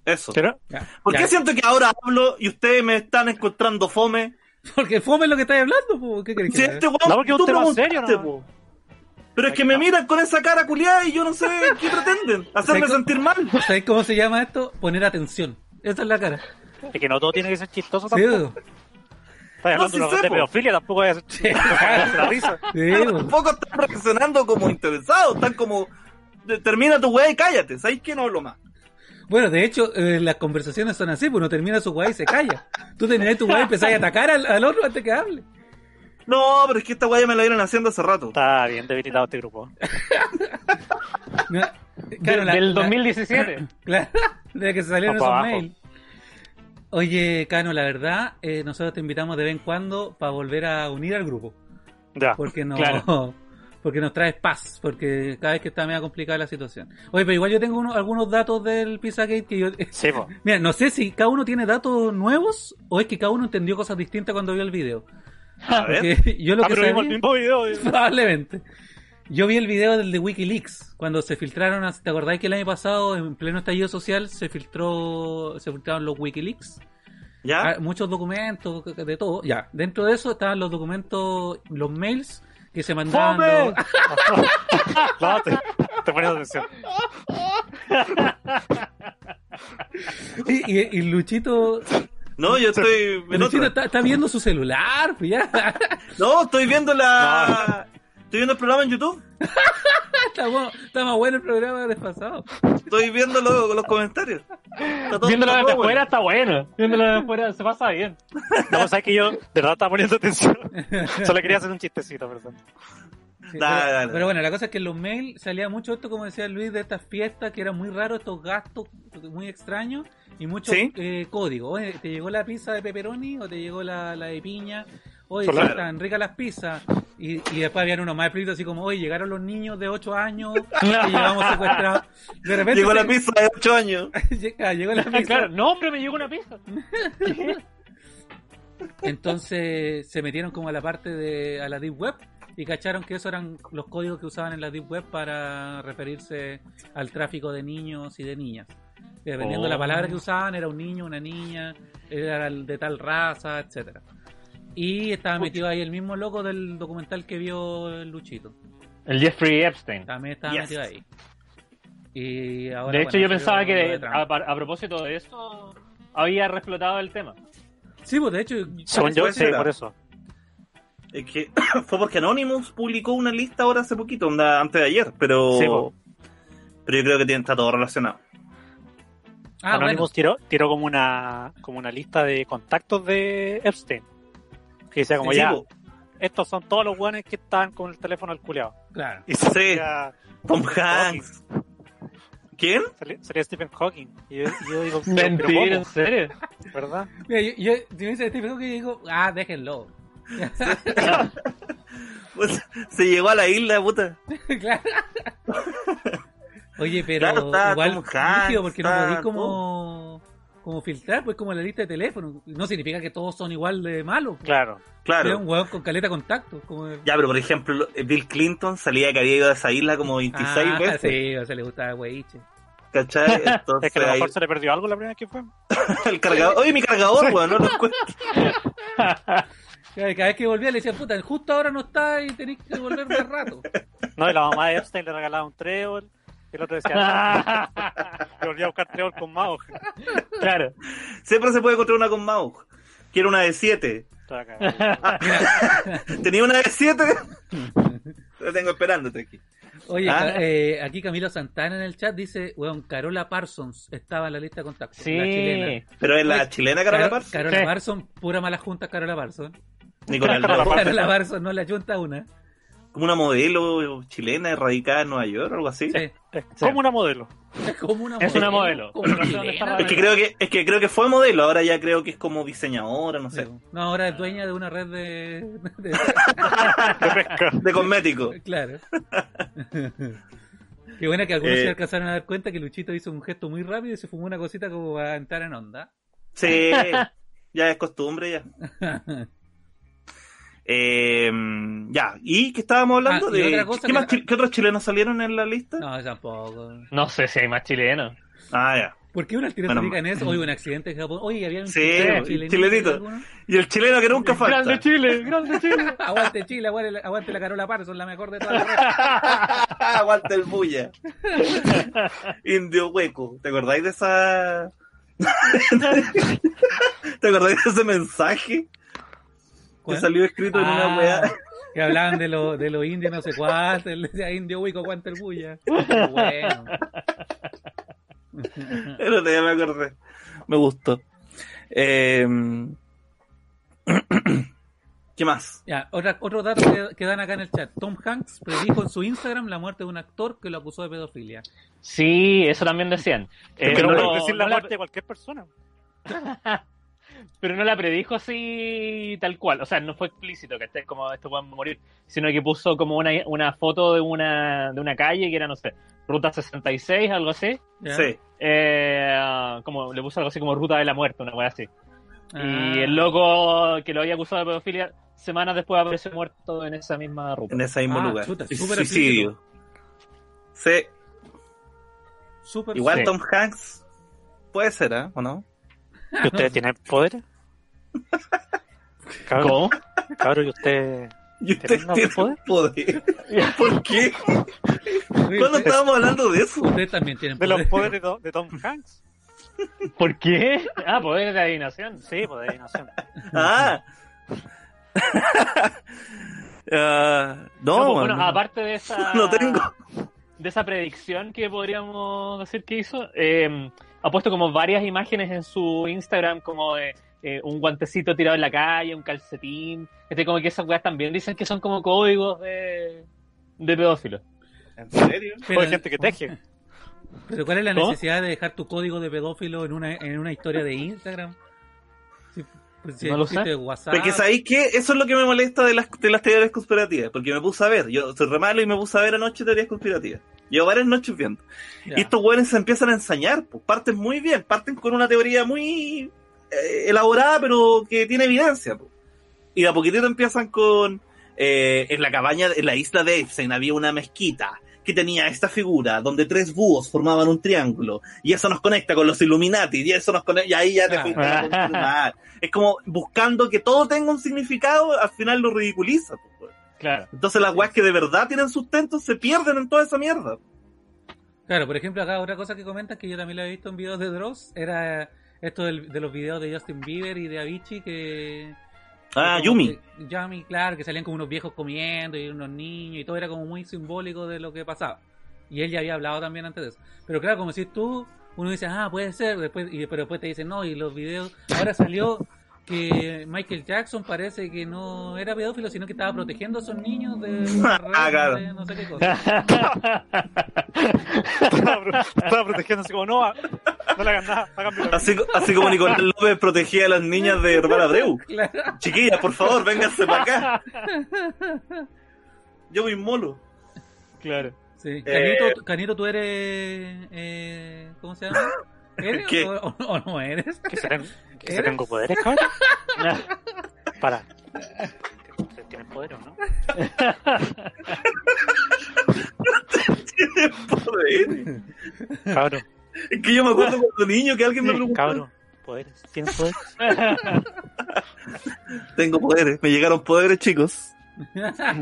[SPEAKER 4] Eso.
[SPEAKER 2] Pero
[SPEAKER 3] Ya,
[SPEAKER 4] ¿Por
[SPEAKER 3] ya.
[SPEAKER 4] qué siento que ahora hablo y ustedes me están encontrando fome?
[SPEAKER 3] Porque fome lo que estás hablando, po. ¿qué crees
[SPEAKER 4] Si
[SPEAKER 3] que
[SPEAKER 4] este weón,
[SPEAKER 2] No, porque es un
[SPEAKER 4] tú
[SPEAKER 2] tema
[SPEAKER 4] preguntaste,
[SPEAKER 2] serio, ¿no?
[SPEAKER 4] po. Pero es que me miran con esa cara culiada y yo no sé qué pretenden. Hacerme
[SPEAKER 3] Seco.
[SPEAKER 4] sentir mal.
[SPEAKER 3] ¿Sabes cómo se llama esto? Poner atención. Esa es la cara.
[SPEAKER 2] es que no todo tiene que ser chistoso
[SPEAKER 3] Sí,
[SPEAKER 2] tampoco.
[SPEAKER 3] po.
[SPEAKER 2] Estás
[SPEAKER 4] No,
[SPEAKER 2] hablando
[SPEAKER 4] sí
[SPEAKER 2] de una
[SPEAKER 4] sé,
[SPEAKER 2] red de
[SPEAKER 4] po.
[SPEAKER 2] pedofilia, tampoco voy a hacer la risa.
[SPEAKER 3] Sí,
[SPEAKER 4] Pero
[SPEAKER 3] po.
[SPEAKER 4] tampoco están reaccionando como interesados. Están como, "De- termina tu weá y cállate. ¿Sabes que no hablo más?
[SPEAKER 3] Bueno, de hecho, eh, las conversaciones son así, pues uno termina su guay y se calla. Tú terminás tu guay y empezás a atacar al, al otro antes que hable.
[SPEAKER 4] No, pero es que esta weá ya me la dieron haciendo hace rato.
[SPEAKER 2] Está bien debilitado este grupo.
[SPEAKER 3] No, eh,
[SPEAKER 1] De-
[SPEAKER 3] claro, la-
[SPEAKER 1] del
[SPEAKER 3] la-
[SPEAKER 1] 2017.
[SPEAKER 3] Claro, desde que se salieron
[SPEAKER 2] Pa'
[SPEAKER 3] esos
[SPEAKER 2] abajo.
[SPEAKER 3] mails. Oye, Cano, la verdad, eh, nosotros te invitamos de vez en cuando para volver a unir al grupo.
[SPEAKER 2] Ya.
[SPEAKER 3] Porque no,
[SPEAKER 1] Claro.
[SPEAKER 3] porque nos traes paz, porque cada vez que está medio complicada la situación. Oye, pero igual yo tengo uno- algunos datos del Pizzagate que yo...
[SPEAKER 2] Sí, po.
[SPEAKER 3] Mira, no sé si cada uno tiene datos nuevos o es que cada uno entendió cosas distintas cuando vio el video.
[SPEAKER 4] A ver.
[SPEAKER 3] Porque yo lo
[SPEAKER 2] Ah,
[SPEAKER 3] que
[SPEAKER 2] pero vimos el
[SPEAKER 3] sabía-
[SPEAKER 2] mismo video. eh.
[SPEAKER 3] Probablemente. Yo vi el video del de Wikileaks, cuando se filtraron, ¿te acordáis que el año pasado, en pleno estallido social, se filtró, se filtraron los Wikileaks?
[SPEAKER 4] ¿Ya?
[SPEAKER 3] Ah, Muchos documentos, de todo, ya. Dentro de eso estaban los documentos, los mails que se mandaban.
[SPEAKER 4] ¡Fome!
[SPEAKER 3] los-
[SPEAKER 2] No, te, te pones atención.
[SPEAKER 3] Y, y- y Luchito,
[SPEAKER 4] No, yo estoy. en
[SPEAKER 3] Luchito
[SPEAKER 4] otra.
[SPEAKER 3] está, está viendo su celular, pues ya.
[SPEAKER 4] No, estoy viendo la. Estoy viendo el programa en YouTube.
[SPEAKER 3] Está, bueno- está más bueno el programa del pasado.
[SPEAKER 4] Estoy viendo lo- los comentarios. Está todo-
[SPEAKER 1] Viéndolo
[SPEAKER 4] está
[SPEAKER 1] desde
[SPEAKER 4] todo bueno.
[SPEAKER 1] afuera está bueno. Viéndolo desde afuera se pasa bien.
[SPEAKER 2] No, pues, sabes que yo de verdad estaba poniendo atención. Solo quería hacer un chistecito, perdón.
[SPEAKER 3] Sí,
[SPEAKER 4] Dale,
[SPEAKER 3] pero,
[SPEAKER 4] dale.
[SPEAKER 3] pero bueno, la cosa es que en los mails salía mucho esto, como decía Luis, de estas fiestas que eran muy raros, estos gastos muy extraños y muchos
[SPEAKER 4] ¿Sí?
[SPEAKER 3] eh, códigos. Oye, ¿te llegó la pizza de pepperoni o te llegó la, la de piña? Oye,
[SPEAKER 2] Claro.
[SPEAKER 3] sí, están ricas las pizzas. Y, y después habían unos más explícitos así como, oye, llegaron los niños de 8 años que llevamos secuestrados. De repente
[SPEAKER 4] Llegó la
[SPEAKER 3] se-
[SPEAKER 4] pizza de 8 años.
[SPEAKER 3] llega- llegó la
[SPEAKER 1] Ah,
[SPEAKER 3] pizza.
[SPEAKER 1] claro, no, pero me llegó una pizza.
[SPEAKER 3] Entonces se metieron como a la parte de a la deep web y cacharon que esos eran los códigos que usaban en la deep web para referirse al tráfico de niños y de niñas. Y Dependiendo de la
[SPEAKER 1] Oh.
[SPEAKER 3] palabra que usaban, era un niño, una niña, era el de tal raza, etcétera. Y estaba
[SPEAKER 1] Pucha.
[SPEAKER 3] metido ahí el mismo loco del documental que vio el Luchito.
[SPEAKER 1] El Jeffrey Epstein.
[SPEAKER 3] También estaba
[SPEAKER 4] Yes.
[SPEAKER 3] metido ahí. Y ahora,
[SPEAKER 1] De hecho,
[SPEAKER 3] bueno,
[SPEAKER 1] yo pensaba
[SPEAKER 3] salió
[SPEAKER 1] que
[SPEAKER 3] lo de
[SPEAKER 1] de-
[SPEAKER 3] Trump.
[SPEAKER 1] a, a propósito de esto había reflotado el tema.
[SPEAKER 3] Sí, pues de hecho,
[SPEAKER 2] Según yo,
[SPEAKER 4] Puede
[SPEAKER 2] sí,
[SPEAKER 4] ser.
[SPEAKER 2] por eso.
[SPEAKER 4] Es que fue porque Anonymous publicó una lista ahora hace poquito, onda, antes de ayer, pero.
[SPEAKER 2] Sí, po.
[SPEAKER 4] pero yo creo que tiene- está todo relacionado.
[SPEAKER 3] ah, bueno,
[SPEAKER 2] Anonymous tiró, tiró como una como una lista de contactos de Epstein. Que decía como
[SPEAKER 4] Sí, pues.
[SPEAKER 2] ya,
[SPEAKER 4] po.
[SPEAKER 2] estos son todos los guanes que están con el teléfono al culeado.
[SPEAKER 3] claro.
[SPEAKER 2] Y
[SPEAKER 4] Sí,
[SPEAKER 2] salía,
[SPEAKER 4] Tom Hanks. ¿Quién?
[SPEAKER 2] salía- salía Stephen Hawking. Y yo, y yo digo, pero- pero
[SPEAKER 1] Mentira, en
[SPEAKER 2] ¿cómo?
[SPEAKER 1] serio.
[SPEAKER 2] ¿verdad?
[SPEAKER 3] Mira, yo, yo, si me dice este pedo que yo digo, ah, déjenlo.
[SPEAKER 4] Pues, se llegó a la isla, puta.
[SPEAKER 3] claro. Oye, pero
[SPEAKER 4] Claro, está
[SPEAKER 3] igual
[SPEAKER 4] Tom Hanks,
[SPEAKER 3] rígido, porque no
[SPEAKER 4] está
[SPEAKER 3] podéis como, como filtrar, pues como la lista de teléfono. No significa que todos son igual de malos.
[SPEAKER 2] Claro.
[SPEAKER 3] Era
[SPEAKER 4] Claro.
[SPEAKER 3] un hueón con caleta de contacto. Como el-
[SPEAKER 4] Ya, pero por ejemplo, eh, Bill Clinton salía que había ido a esa isla como 26
[SPEAKER 3] ah,
[SPEAKER 4] veces.
[SPEAKER 3] sí, o sea, le gustaba hueiche.
[SPEAKER 4] ¿Cachai? Entonces,
[SPEAKER 2] Es que a lo
[SPEAKER 4] ahí-
[SPEAKER 2] mejor se le perdió algo la primera vez que fue.
[SPEAKER 4] el cargador. Oye, mi cargador, weón, no lo encuentro.
[SPEAKER 3] Cada cada vez que volvía le decía, puta, justo ahora no está y tenéis que volver más rato.
[SPEAKER 2] No, y la mamá de Epstein le regalaba un trébol. Y el otro decía, le volvía a buscar trébol con más hojas.
[SPEAKER 1] claro.
[SPEAKER 4] Siempre se puede encontrar una con Mau. Quiero una de 7.
[SPEAKER 2] Toda cagada.
[SPEAKER 4] ¿Tenía una de 7? Lo tengo esperándote aquí.
[SPEAKER 3] Oye,
[SPEAKER 4] Ah.
[SPEAKER 3] ca- eh, aquí Camilo Santana en el chat dice, weón, Carola Parsons estaba en la lista de contacto. La chilena.
[SPEAKER 1] Sí.
[SPEAKER 4] Pero es la
[SPEAKER 3] Oye,
[SPEAKER 4] chilena, Carola
[SPEAKER 3] Caro-
[SPEAKER 4] Parson.
[SPEAKER 3] Carola
[SPEAKER 1] Sí.
[SPEAKER 3] Parsons, pura mala junta Carola Parsons.
[SPEAKER 4] Ni con el
[SPEAKER 2] Carola
[SPEAKER 4] dedo.
[SPEAKER 2] Parson.
[SPEAKER 3] Carola Parsons no le ayunta una.
[SPEAKER 4] como una modelo chilena radicada en Nueva York o algo así.
[SPEAKER 3] Sí.
[SPEAKER 2] Es como una modelo.
[SPEAKER 3] Es como una
[SPEAKER 1] Es una modelo,
[SPEAKER 3] como
[SPEAKER 1] pero
[SPEAKER 3] chilena.
[SPEAKER 1] no sé dónde está la-
[SPEAKER 4] Es que creo que es que creo que fue modelo, ahora ya creo que es como diseñadora, no sé,
[SPEAKER 3] No, ahora es dueña de una red de... de-
[SPEAKER 4] de cosméticos.
[SPEAKER 3] claro. Qué buena que algunos
[SPEAKER 4] Eh.
[SPEAKER 3] se alcanzaron a dar cuenta que Luchito hizo un gesto muy rápido y se fumó una cosita como a entrar en onda.
[SPEAKER 4] Sí, ya es costumbre ya. Eh, ya, y que estábamos hablando
[SPEAKER 3] Ah, y
[SPEAKER 4] de
[SPEAKER 3] otra cosa
[SPEAKER 4] ¿qué,
[SPEAKER 3] que-
[SPEAKER 4] más chi- qué otros chilenos salieron en la lista?
[SPEAKER 3] No, tampoco.
[SPEAKER 1] No sé si hay más chilenos.
[SPEAKER 4] Ah, ya.
[SPEAKER 3] ¿Por qué una tira
[SPEAKER 4] Bueno, mm.
[SPEAKER 3] en eso? Oye, un accidente en Japón. Oye, había un
[SPEAKER 4] Sí,
[SPEAKER 3] chileno,
[SPEAKER 4] un
[SPEAKER 3] chilenito,
[SPEAKER 4] chilenito.
[SPEAKER 3] alguno.
[SPEAKER 4] Y el chileno que nunca falta.
[SPEAKER 1] Grande Chile, grande Chile.
[SPEAKER 3] Aguante Chile, aguante, aguante la Carola Parsons, la mejor de todas las redes.
[SPEAKER 4] Aguanta el bulla. Indio hueco. ¿Te acordáis de esa? ¿Te acordáis de ese mensaje que
[SPEAKER 3] ¿Cuál?
[SPEAKER 4] salió escrito en
[SPEAKER 3] Ah,
[SPEAKER 4] una weá?
[SPEAKER 3] Que hablaban de los de los indios, no sé cuántos, le decía "Ah, indio huico, aguanta el bulla. Bueno.
[SPEAKER 4] El otro día me acordé. Me gustó. Eh, ¿Qué más?
[SPEAKER 3] Ya, otra, otro dato que, que dan acá en el chat. Tom Hanks predijo en su Instagram la muerte de un actor que lo acusó de pedofilia.
[SPEAKER 1] Sí, eso también decían. Eh,
[SPEAKER 2] Pero
[SPEAKER 4] no,
[SPEAKER 2] puedes decir la
[SPEAKER 1] no la-
[SPEAKER 2] muerte de cualquier persona.
[SPEAKER 1] pero no la predijo así tal cual. O sea, no fue explícito que esté como este esto pueden morir, sino que puso como una, una foto de una, de una calle que era, no sé, Ruta 66, algo así.
[SPEAKER 3] ¿ya?
[SPEAKER 4] Sí.
[SPEAKER 1] Eh, como le puso algo así como Ruta de la Muerte, una cosa así.
[SPEAKER 3] Ah,
[SPEAKER 1] Y el loco que lo había acusado de pedofilia, semanas después apareció muerto en esa misma ruta.
[SPEAKER 4] En ese mismo
[SPEAKER 3] Ah,
[SPEAKER 4] lugar.
[SPEAKER 3] chuta, súper
[SPEAKER 4] Suicidio. Sí.
[SPEAKER 3] súper-
[SPEAKER 4] Igual
[SPEAKER 1] Sí.
[SPEAKER 4] Tom Hanks puede ser, ¿eh? ¿O no?
[SPEAKER 2] ¿Y ustedes tienen poderes? Cabrón,
[SPEAKER 1] ¿Cómo?
[SPEAKER 2] cabrón, ¿y ustedes
[SPEAKER 4] ¿Y usted
[SPEAKER 2] ¿Tenemos
[SPEAKER 4] tiene
[SPEAKER 2] poder?
[SPEAKER 4] poder? ¿Por qué? ¿Cuándo
[SPEAKER 3] Ustedes-
[SPEAKER 4] estábamos hablando de eso?
[SPEAKER 3] Ustedes también tienen
[SPEAKER 2] De los
[SPEAKER 3] poder.
[SPEAKER 2] poderes do- de Tom Hanks.
[SPEAKER 1] ¿Por qué? Ah, poder de adivinación.
[SPEAKER 2] Sí, pues de adivinación.
[SPEAKER 4] Ah. Ah, no,
[SPEAKER 1] No, pues, bueno,
[SPEAKER 4] no.
[SPEAKER 1] aparte de esa
[SPEAKER 4] No tengo.
[SPEAKER 1] de esa predicción que podríamos decir que hizo, eh, ha puesto como varias imágenes en su Instagram, como de eh, un guantecito tirado en la calle, un calcetín. Este, como que esas weas también dicen que son como códigos de, de pedófilos.
[SPEAKER 4] ¿En serio?
[SPEAKER 2] Hay gente que teje.
[SPEAKER 3] Pero ¿cuál es la
[SPEAKER 1] ¿Cómo?
[SPEAKER 3] necesidad de dejar tu código de pedófilo en una, en una historia de Instagram? Si- pues, si
[SPEAKER 1] No lo
[SPEAKER 3] existe
[SPEAKER 1] sé.
[SPEAKER 3] WhatsApp.
[SPEAKER 4] Porque sabéis que eso es lo que me molesta de las, de las teorías conspirativas, porque me puse a ver, yo soy re malo y me puse a ver anoche teorías conspirativas. Llevo varias noches viendo.
[SPEAKER 3] Ya.
[SPEAKER 4] Y estos güeyes se empiezan a ensañar, pues parten muy bien, parten con una teoría muy eh, elaborada, pero que tiene evidencia. pues. Y de a poquitito empiezan con, eh, en la cabaña, en la isla de Epstein había una mezquita que tenía esta figura, donde tres búhos formaban un triángulo, y eso nos conecta con los Illuminati, y eso nos conecta, y ahí ya te
[SPEAKER 3] Ah.
[SPEAKER 4] fuiste a la concha de tu madre. Es como buscando que todo tenga un significado, al final lo ridiculiza. pues, güey.
[SPEAKER 1] Claro.
[SPEAKER 4] Entonces las weas que de verdad tienen sustento se pierden en toda esa mierda.
[SPEAKER 3] Claro, por ejemplo, acá otra cosa que comentan que yo también lo he visto en videos de Dross era esto del- de los videos de Justin Bieber y de Avicii que.
[SPEAKER 4] Ah,
[SPEAKER 3] que como
[SPEAKER 4] Yumi.
[SPEAKER 3] que- Yumi, claro, que salían como unos viejos comiendo y unos niños y todo era como muy simbólico de lo que pasaba. Y él ya había hablado también antes de eso. Pero claro, como si tú, uno dice, ah, puede ser, después y, pero después te dicen, no, y los videos. Ahora salió que Michael Jackson parece que no era pedófilo, sino que estaba protegiendo a esos niños de. una red
[SPEAKER 4] Ah, claro.
[SPEAKER 3] de No sé qué cosa.
[SPEAKER 2] Estaba, pro- estaba protegiéndose como no, ah, no le hagan nada, hagan mi-
[SPEAKER 4] Así, así como Nicolás López protegía a las niñas de Hermana Abreu.
[SPEAKER 3] Claro.
[SPEAKER 4] Chiquillas, por favor, vénganse para acá. Yo me inmolo.
[SPEAKER 1] claro.
[SPEAKER 3] Sí.
[SPEAKER 4] Eh,
[SPEAKER 3] Canito, tú- Canito, tú eres. Eh, ¿Cómo se llama? ¿Eres
[SPEAKER 4] ¿Qué?
[SPEAKER 3] O, o- o no eres?
[SPEAKER 2] ¿Qué serán? ¿Qué
[SPEAKER 3] ¿Eres?
[SPEAKER 2] serán con poderes, cabrón? Para. ¿Ustedes tienen poder o no?
[SPEAKER 4] Joder.
[SPEAKER 2] Cabrón,
[SPEAKER 4] Es que yo me acuerdo cuando niño que alguien me preguntó.
[SPEAKER 2] cabrón, poderes. ¿Tienen poderes?
[SPEAKER 4] Tengo poderes, me llegaron poderes, chicos.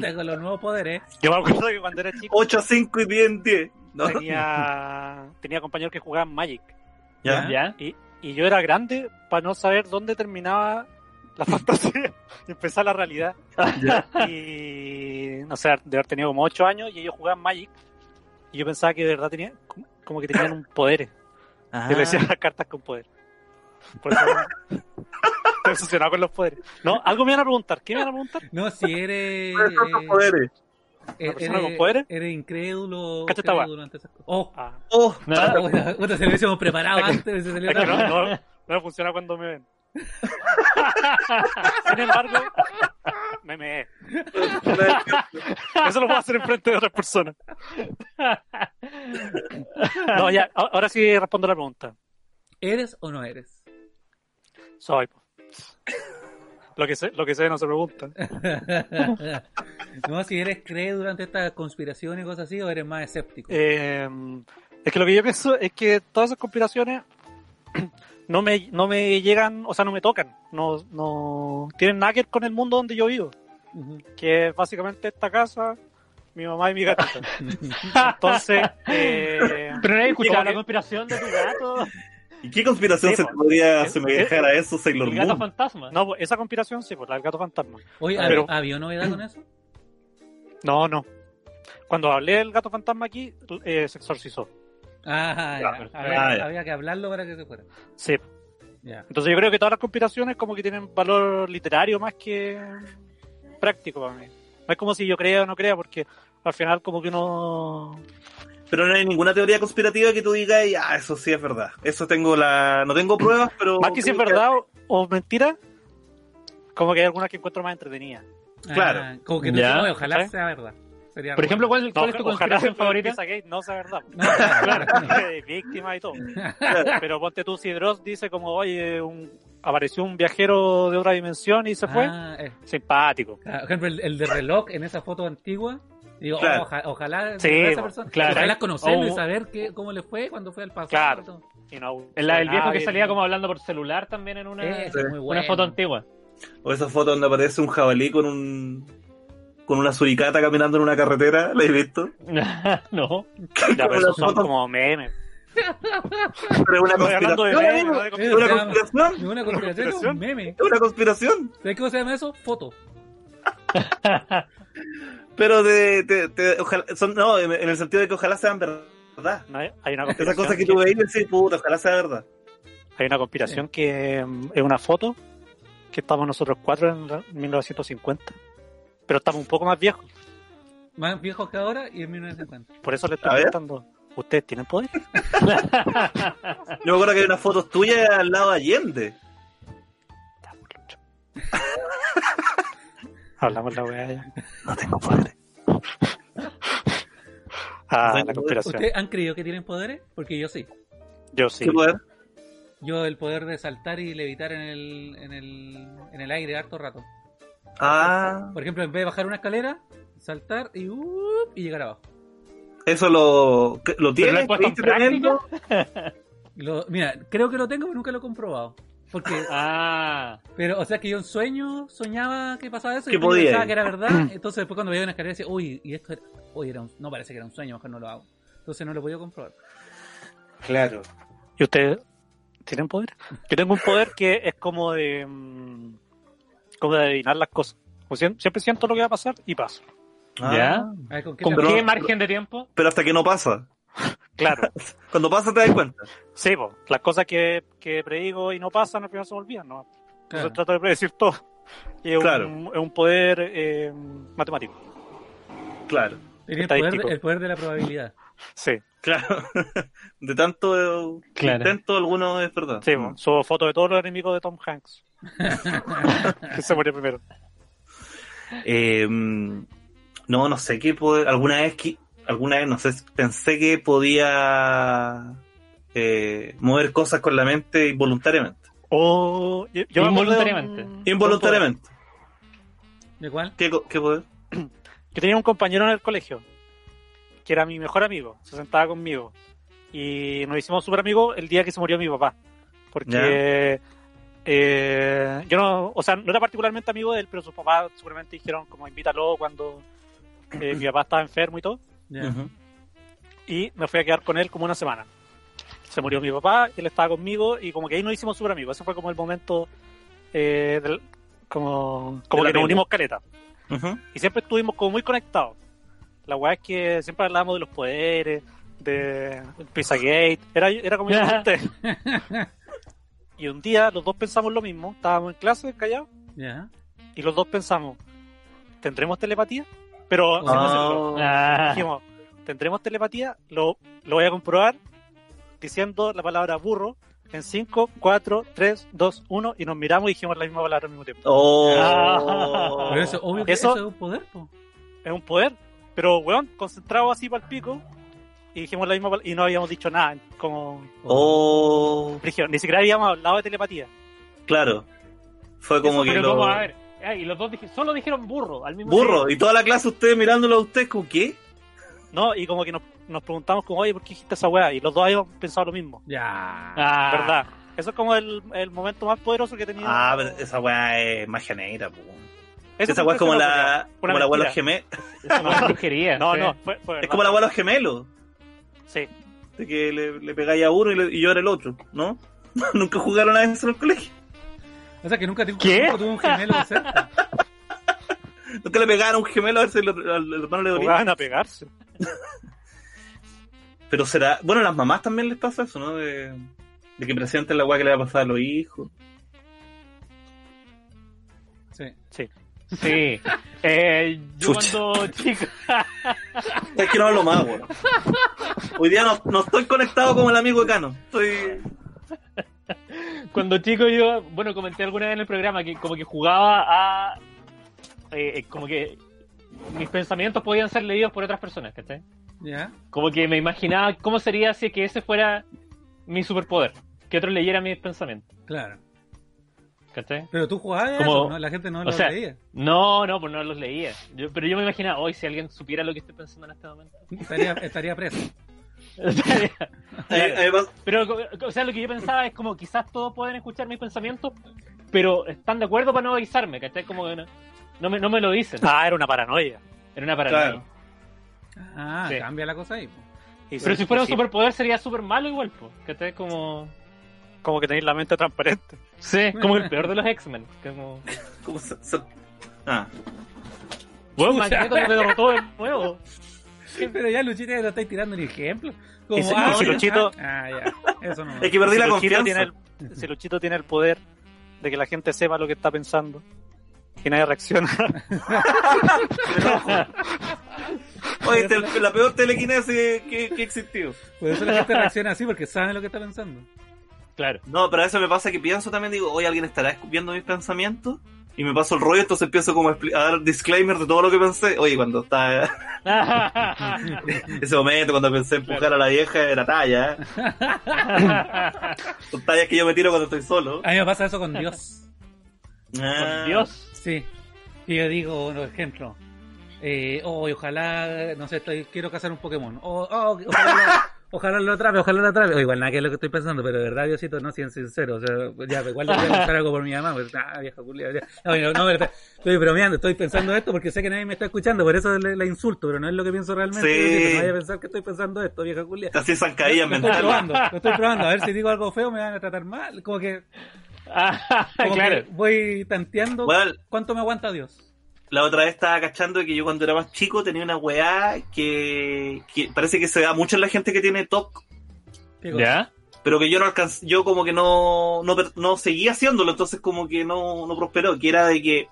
[SPEAKER 3] Tengo los nuevos poderes.
[SPEAKER 2] Yo me acuerdo que cuando era chico
[SPEAKER 4] 8 a 5 y 10 en 10. ¿no?
[SPEAKER 2] tenía, tenía compañeros que jugaban Magic.
[SPEAKER 4] ¿Ya?
[SPEAKER 1] ¿Ya?
[SPEAKER 2] Y, y yo era grande para no saber dónde terminaba la fantasía y empezaba la realidad. Y no sé, de haber tenido como 8 años y ellos jugaban Magic. Y yo pensaba que de verdad tenían como- como que tenían un poder.
[SPEAKER 3] Ah.
[SPEAKER 2] Y le decían las cartas con poder. Por eso estoy obsesionado con los poderes. No, algo me iban a preguntar. ¿Qué me iban a preguntar?
[SPEAKER 3] No, si eres.
[SPEAKER 4] ¿Cuáles son tus poderes?
[SPEAKER 3] eh,
[SPEAKER 2] persona
[SPEAKER 3] eres-
[SPEAKER 2] con poderes?
[SPEAKER 3] Eres incrédulo.
[SPEAKER 2] Cacha esta
[SPEAKER 3] crédulo ante esas cosas. Oh,
[SPEAKER 2] Ah,
[SPEAKER 4] Oh,
[SPEAKER 1] Nada.
[SPEAKER 3] puta, puta, se lo hubiésemos preparado antes. se le
[SPEAKER 2] es que
[SPEAKER 3] hubiera-
[SPEAKER 2] no, no, no funciona cuando me ven. Sin embargo, me meé. Eso lo puedo hacer enfrente de otras personas. No, ya, a- ahora sí respondo la pregunta.
[SPEAKER 3] ¿Eres o no eres?
[SPEAKER 2] Soy. po. Lo que sé, lo que sé no se pregunta.
[SPEAKER 3] no, si eres crédulo ante estas conspiraciones y cosas así, o eres más escéptico.
[SPEAKER 2] Eh, es que lo que yo pienso es que todas esas conspiraciones no me, no me llegan, o sea, no me tocan. No, no tienen nada que ver con el mundo donde yo vivo.
[SPEAKER 3] Ujú.
[SPEAKER 2] Que es básicamente esta casa, mi mamá y mi gatita. Entonces, eh,
[SPEAKER 1] Pero no he
[SPEAKER 2] Como
[SPEAKER 1] escuchado la
[SPEAKER 2] que-
[SPEAKER 1] conspiración de tu gato,
[SPEAKER 4] ¿Y qué conspiración
[SPEAKER 2] Sí,
[SPEAKER 4] se
[SPEAKER 2] po.
[SPEAKER 4] podría
[SPEAKER 2] Es-
[SPEAKER 4] asemejar a eso, Sailor
[SPEAKER 1] el gato
[SPEAKER 4] Moon?
[SPEAKER 1] fantasma.
[SPEAKER 2] no, pues, esa conspiración sí, por la del gato fantasma.
[SPEAKER 3] Oye, ¿hab-
[SPEAKER 2] Pero-
[SPEAKER 3] ¿había novedad con eso?
[SPEAKER 2] No, no. Cuando hablé del gato fantasma aquí, eh, se exorcizó.
[SPEAKER 3] Ah,
[SPEAKER 4] Ya,
[SPEAKER 3] ya.
[SPEAKER 4] perfecto.
[SPEAKER 3] Había,
[SPEAKER 4] Ah, ya.
[SPEAKER 3] había que hablarlo para que se fuera.
[SPEAKER 2] Sí.
[SPEAKER 3] Ya.
[SPEAKER 2] Entonces yo creo que todas las conspiraciones como que tienen valor literario más que práctico para mí. No es como si yo crea o no crea, porque al final como que uno...
[SPEAKER 4] Pero no hay ninguna teoría conspirativa que tú digas, ah, eso sí es verdad. Eso tengo la... No tengo pruebas, pero...
[SPEAKER 2] Más que si es
[SPEAKER 4] creo
[SPEAKER 2] verdad o, o mentira, como que hay algunas que encuentro más entretenidas.
[SPEAKER 4] Claro.
[SPEAKER 3] Ah, como que no
[SPEAKER 1] Ya.
[SPEAKER 3] sé, oye, ojalá
[SPEAKER 2] ¿Sabes?
[SPEAKER 3] sea verdad. Sería
[SPEAKER 1] Por
[SPEAKER 3] re
[SPEAKER 1] ejemplo,
[SPEAKER 3] bueno.
[SPEAKER 1] ¿cuál, cuál es tu
[SPEAKER 2] Ojalá
[SPEAKER 1] conspiración
[SPEAKER 2] que
[SPEAKER 1] favorita?
[SPEAKER 2] Pizzagate no sea verdad.
[SPEAKER 3] No, claro, claro, no.
[SPEAKER 2] Eh, víctima y todo. Pero ponte tú, si Dross dice como, oye, un- apareció un viajero de otra dimensión y se fue.
[SPEAKER 3] Ah, eh,
[SPEAKER 2] Simpático.
[SPEAKER 3] claro, Por ejemplo, el, el de reloj en esa foto antigua. Digo, oh,
[SPEAKER 4] Claro.
[SPEAKER 3] oja- ojalá, ojalá esa
[SPEAKER 2] Sí, bueno,
[SPEAKER 3] persona-
[SPEAKER 1] claro.
[SPEAKER 3] ojalá conocerlo y
[SPEAKER 1] O-
[SPEAKER 3] saber qué, cómo le fue cuando fue al pasado.
[SPEAKER 2] Claro.
[SPEAKER 3] y todo.
[SPEAKER 2] Y no-
[SPEAKER 1] El, el viejo que
[SPEAKER 2] nadie-
[SPEAKER 1] salía como hablando por celular también en una,
[SPEAKER 3] Ese es muy bueno.
[SPEAKER 1] una foto antigua.
[SPEAKER 4] O esa foto donde aparece un jabalí con un con una suricata caminando en una carretera, ¿la he visto?
[SPEAKER 1] no.
[SPEAKER 2] Ya, pero esos son
[SPEAKER 4] Foto-
[SPEAKER 2] como memes.
[SPEAKER 4] Pero es una
[SPEAKER 2] Estoy hablando de
[SPEAKER 4] conspiración.
[SPEAKER 2] memes,
[SPEAKER 4] amigo.
[SPEAKER 2] no de
[SPEAKER 4] Es una conspiración.
[SPEAKER 3] conspiración. Es una conspiración, es un meme.
[SPEAKER 4] Es una conspiración.
[SPEAKER 3] ¿Sabes cómo se llama eso? Foto.
[SPEAKER 4] Pero de, te- te- ojalá, son, no, en en el sentido de que ojalá sean verdad. verdad.
[SPEAKER 2] No hay, hay una
[SPEAKER 4] Esa
[SPEAKER 2] conspiración
[SPEAKER 4] cosa que tú veis y decís, puta, ojalá sea verdad.
[SPEAKER 2] Hay una conspiración que mm, es una foto que estamos nosotros cuatro en la- 1950. Pero estamos un poco más viejos.
[SPEAKER 3] Más viejos que ahora y en 1950.
[SPEAKER 2] Por eso le
[SPEAKER 4] A
[SPEAKER 2] estoy
[SPEAKER 4] ver.
[SPEAKER 2] preguntando. ¿Ustedes tienen poder?
[SPEAKER 4] Yo me acuerdo que hay unas fotos tuyas al lado de Allende.
[SPEAKER 2] Ya, por lo mucho. Hablamos la weá ya. No tengo poder.
[SPEAKER 4] No tengo
[SPEAKER 2] Ah, la
[SPEAKER 4] poder.
[SPEAKER 2] conspiración.
[SPEAKER 3] ¿Ustedes han creído que tienen poderes? Porque yo sí.
[SPEAKER 2] Yo sí.
[SPEAKER 4] ¿Qué poder?
[SPEAKER 3] Yo el poder de saltar y levitar en el, en el, en el aire harto rato.
[SPEAKER 4] Ah,
[SPEAKER 3] Por ejemplo, en vez de bajar una escalera, saltar y, ¡up! y llegar abajo.
[SPEAKER 4] eso lo, que- lo
[SPEAKER 1] ¿Pero lo
[SPEAKER 4] tienes.
[SPEAKER 1] has puesto en
[SPEAKER 4] ¿Viste
[SPEAKER 1] práctica?
[SPEAKER 4] tremendo?
[SPEAKER 3] Lo- mira, creo que lo tengo, pero nunca lo he comprobado. Porque,
[SPEAKER 1] Ah,
[SPEAKER 3] pero, o sea, que yo en sueño soñaba que pasaba eso y
[SPEAKER 4] Que
[SPEAKER 3] después
[SPEAKER 4] podía
[SPEAKER 3] pensaba
[SPEAKER 4] ir.
[SPEAKER 3] que era verdad. Entonces, después cuando veía una escalera decía, uy, y esto era, uy, era un- no parece que era un sueño, mejor no lo hago. Entonces no lo podía comprobar.
[SPEAKER 4] Claro.
[SPEAKER 2] ¿Y ustedes tienen poder? Yo tengo un poder que es como de. mm, como de adivinar las cosas. Como siem- siempre siento lo que va a pasar y paso.
[SPEAKER 4] Ah,
[SPEAKER 1] ¿ya?
[SPEAKER 3] A ver, ¿con qué
[SPEAKER 1] ¿Con
[SPEAKER 3] te-
[SPEAKER 4] Pero-
[SPEAKER 1] qué margen de tiempo?
[SPEAKER 4] Pero hasta que no pasa.
[SPEAKER 2] Claro.
[SPEAKER 4] Cuando pasa te das cuenta.
[SPEAKER 2] sí, po, las cosas que, que predigo y no pasan, al final se me olvidan, ¿no?
[SPEAKER 3] claro.
[SPEAKER 2] Entonces trato de predecir todo. Y es,
[SPEAKER 4] Claro.
[SPEAKER 2] un, es un poder eh, matemático.
[SPEAKER 4] Claro.
[SPEAKER 3] Tenía el
[SPEAKER 2] estadístico.
[SPEAKER 3] poder, de- el poder de la probabilidad.
[SPEAKER 2] Sí.
[SPEAKER 4] Claro. De tanto eh,
[SPEAKER 1] Claro.
[SPEAKER 4] intento, algunos es verdad.
[SPEAKER 2] Sí, po, subo fotos de todos los enemigos de Tom Hanks. que se murió primero.
[SPEAKER 4] Eh, mm, no, no sé qué poder. Alguna vez, qui- alguna vez, no sé, pensé que podía eh, mover cosas con la mente involuntariamente.
[SPEAKER 2] O Oh, yo, yo me acuerdo de un-
[SPEAKER 1] Involuntariamente.
[SPEAKER 4] Involuntariamente.
[SPEAKER 3] ¿De cuál?
[SPEAKER 4] ¿Qué, co- qué poder?
[SPEAKER 2] Yo tenía un compañero en el colegio que era mi mejor amigo, se sentaba conmigo y nos hicimos súper amigos el día que se murió mi papá. Porque eh, yo no, o sea, no era particularmente amigo de él, pero sus papás seguramente dijeron como invítalo cuando eh, mi papá estaba enfermo y todo.
[SPEAKER 3] Ya.
[SPEAKER 4] Ujú.
[SPEAKER 2] Y me fui a quedar con él como una semana. Se murió mi papá, él estaba conmigo y como que ahí nos hicimos súper amigos. Ese fue como el momento eh, del- como, como
[SPEAKER 4] De la
[SPEAKER 2] que nos
[SPEAKER 4] pena.
[SPEAKER 2] unimos caleta
[SPEAKER 4] Ujú.
[SPEAKER 2] y siempre estuvimos como muy conectados. La weá es que siempre hablábamos de los poderes, de Pizzagate, era, era como yo conté. Y un día los dos pensamos lo mismo, estábamos en clase callados,
[SPEAKER 3] Ya.
[SPEAKER 2] y los dos pensamos, ¿tendremos telepatía? Pero sin
[SPEAKER 3] Ah.
[SPEAKER 2] hacerlo.
[SPEAKER 1] Ah,
[SPEAKER 2] dijimos, ¿tendremos telepatía? Lo, lo voy a comprobar diciendo la palabra burro en 5, 4, 3, 2, 1 y nos miramos y dijimos la misma palabra al mismo tiempo.
[SPEAKER 4] Oh.
[SPEAKER 3] Pero eso, obvio que
[SPEAKER 2] Eso-
[SPEAKER 3] eso, es un poder, po.
[SPEAKER 2] es un poder. Pero, weón, concentrado así para el pico. Y dijimos la misma pal- y no habíamos dicho nada. Como,
[SPEAKER 4] Oh.
[SPEAKER 2] Brigio, ni siquiera habíamos hablado de telepatía.
[SPEAKER 4] Claro. Fue como que
[SPEAKER 1] pero
[SPEAKER 4] lo...
[SPEAKER 1] como, a ver, ah, y los dos dije- solo dijeron burro al mismo
[SPEAKER 4] Burro.
[SPEAKER 1] tiempo.
[SPEAKER 4] Y toda la clase ustedes mirándolo a ustedes como, ¿qué?
[SPEAKER 2] No, y como que nos, nos preguntamos, como, oye, ¿por qué dijiste esa weá? Y los dos habíamos pensado lo mismo.
[SPEAKER 3] Ya.
[SPEAKER 1] Ah,
[SPEAKER 2] ¿Verdad? Eso es como el, el momento más poderoso que he tenido.
[SPEAKER 4] Ah, pero esa weá es magia negra, po.
[SPEAKER 2] Eso
[SPEAKER 4] Esa
[SPEAKER 2] fue
[SPEAKER 4] weá es como
[SPEAKER 2] una
[SPEAKER 4] la,
[SPEAKER 2] Una
[SPEAKER 4] como la weá de
[SPEAKER 2] mentira.
[SPEAKER 4] los gemelos.
[SPEAKER 1] Eso no es brujería.
[SPEAKER 2] No,
[SPEAKER 1] sí.
[SPEAKER 2] no, fue, fue
[SPEAKER 4] Es
[SPEAKER 2] verdad.
[SPEAKER 4] como la weá de los gemelos.
[SPEAKER 2] Sí.
[SPEAKER 4] De que le, le pegáis a uno y, le- y yo era el otro, ¿no? Nunca jugaron a eso en el colegio.
[SPEAKER 3] O sea, que nunca tuvo
[SPEAKER 1] ¿Qué?
[SPEAKER 3] nunca tuvo un gemelo de cerca.
[SPEAKER 4] Nunca le pegaron a un gemelo a ver si el otro- al al hermano le dolía.
[SPEAKER 2] Jugaban a pegarse.
[SPEAKER 4] Pero será. Bueno, a las mamás también les pasa eso, ¿no? De, de que presienten la weá que le va a pasar a los hijos.
[SPEAKER 3] Sí.
[SPEAKER 1] Sí. Eh, yo
[SPEAKER 4] Chucha.
[SPEAKER 1] cuando chico.
[SPEAKER 4] Es que no hablo más, weón. Hoy día no, no estoy conectado como el amigo Cano. Estoy.
[SPEAKER 1] Cuando chico yo, bueno, comenté alguna vez en el programa que como que jugaba a... eh, eh, como que mis pensamientos podían ser leídos por otras personas, ¿cachai?
[SPEAKER 3] Ya.
[SPEAKER 1] Como que me imaginaba cómo sería si es que ese fuera mi superpoder, que otro leyera mis pensamientos,
[SPEAKER 3] Claro.
[SPEAKER 1] ¿cachai?
[SPEAKER 3] Pero tú jugabas a
[SPEAKER 1] Como-
[SPEAKER 3] eso, ¿no? La gente no
[SPEAKER 1] o
[SPEAKER 3] lo
[SPEAKER 1] sea-
[SPEAKER 3] veía.
[SPEAKER 1] No, no, pues no los leía. Yo- pero yo me imaginaba, hoy si alguien supiera lo que estoy pensando en este momento.
[SPEAKER 3] Estaría, estaría preso.
[SPEAKER 4] a mí- a mí me pasa-
[SPEAKER 1] Pero, co- o sea, lo que yo pensaba es como quizás todos pueden escuchar mis pensamientos, pero están de acuerdo para no avisarme, ¿cachai? Como que no, no, me, no me lo dicen.
[SPEAKER 2] Ah, era una paranoia.
[SPEAKER 1] Era una paranoia.
[SPEAKER 4] Claro.
[SPEAKER 3] Ah,
[SPEAKER 1] Sí.
[SPEAKER 3] cambia la cosa ahí. po.
[SPEAKER 2] Y
[SPEAKER 1] Pero
[SPEAKER 2] sí,
[SPEAKER 1] si fuera un
[SPEAKER 2] sí,
[SPEAKER 1] superpoder sería súper malo igual, po. ¿Cachai? Como...
[SPEAKER 2] Como que tenéis la mente transparente.
[SPEAKER 1] Sí, como el peor de los X-Men. Como...
[SPEAKER 4] ¿Cómo se- se- Ah.
[SPEAKER 1] Bueno, Magneto lo derrotó de nuevo.
[SPEAKER 3] Pero ya, Luchita, ya lo estáis tirando un ejemplo. Como,
[SPEAKER 2] Ese-
[SPEAKER 3] ah,
[SPEAKER 2] ese
[SPEAKER 3] ya,
[SPEAKER 2] Luchito-
[SPEAKER 3] Ah, ya. Eso no.
[SPEAKER 4] Es que perdí
[SPEAKER 2] Si
[SPEAKER 4] la
[SPEAKER 2] Luchito
[SPEAKER 4] confianza.
[SPEAKER 2] tiene el- si Luchito tiene el poder de que la gente sepa lo que está pensando y nadie reacciona.
[SPEAKER 4] Oye, te- la peor telequinesis que, que existió.
[SPEAKER 3] Por eso la gente reacciona así, porque saben lo que está pensando.
[SPEAKER 1] Claro.
[SPEAKER 4] No, pero a veces me pasa que pienso también, digo, oye, alguien estará escupiendo mis pensamientos. Y me paso el rollo, entonces empiezo como a, expli- a dar disclaimer de todo lo que pensé. Oye, cuando está ese momento, cuando pensé en empujar a la vieja, era talla. ¿eh? Son tallas que yo me tiro cuando estoy solo.
[SPEAKER 3] A mí me pasa eso con Dios.
[SPEAKER 4] Ah,
[SPEAKER 1] Por Dios.
[SPEAKER 3] Sí. Y yo digo, por ejemplo, eh, oh, y ojalá, no sé, estoy- quiero cazar un Pokémon. Oh, oh, ojalá, lo- ojalá lo atrape, ojalá lo atrape. O igual nada que es lo que estoy pensando, pero de verdad, Diosito, no, si es sincero. O sea, ya, pero igual le voy a pensar algo por mi mamá. Pues, ah, vieja culia. ya. No, no, no, pero estoy bromeando, estoy pensando esto porque sé que nadie me está escuchando, por eso le- la insulto, pero no es lo que pienso realmente.
[SPEAKER 4] Sí.
[SPEAKER 3] Diosito, no vaya a pensar que estoy pensando esto, vieja culia.
[SPEAKER 4] Así zancadillas
[SPEAKER 3] Lo estoy
[SPEAKER 4] mentales.
[SPEAKER 3] probando, lo estoy probando. A ver si digo algo feo me van a tratar mal. Como que, como
[SPEAKER 1] claro.
[SPEAKER 3] que voy tanteando
[SPEAKER 4] Bueno,
[SPEAKER 3] cuánto me aguanta Dios.
[SPEAKER 4] La otra vez estaba cachando que yo cuando era más chico tenía una weá que, que parece que se da mucho en la gente que tiene TOC,
[SPEAKER 3] ¿Qué cosa?
[SPEAKER 1] ¿Ya?
[SPEAKER 4] pero que yo no alcancé, yo como que no, no, per- no seguía haciéndolo, entonces como que no, no prosperó, que era de que,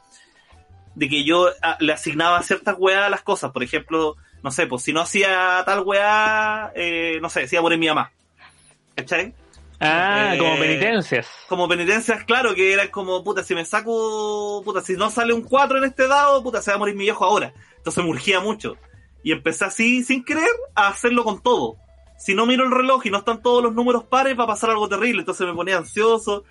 [SPEAKER 4] de que yo ah, le asignaba ciertas weá a las cosas, por ejemplo, no sé, pues si no hacía tal weá, eh, no sé, decía por mi mamá. ¿Cachai?
[SPEAKER 1] Ah,
[SPEAKER 4] Eh,
[SPEAKER 1] como penitencias.
[SPEAKER 4] como penitencias, claro, que eran como, puta, si me saco, puta, si no sale un 4 en este dado, puta, se va a morir mi viejo ahora. Entonces me urgía mucho. Y empecé así, sin querer, a hacerlo con todo. Si no miro el reloj y no están todos los números pares, va a pasar algo terrible. Entonces me ponía ansioso.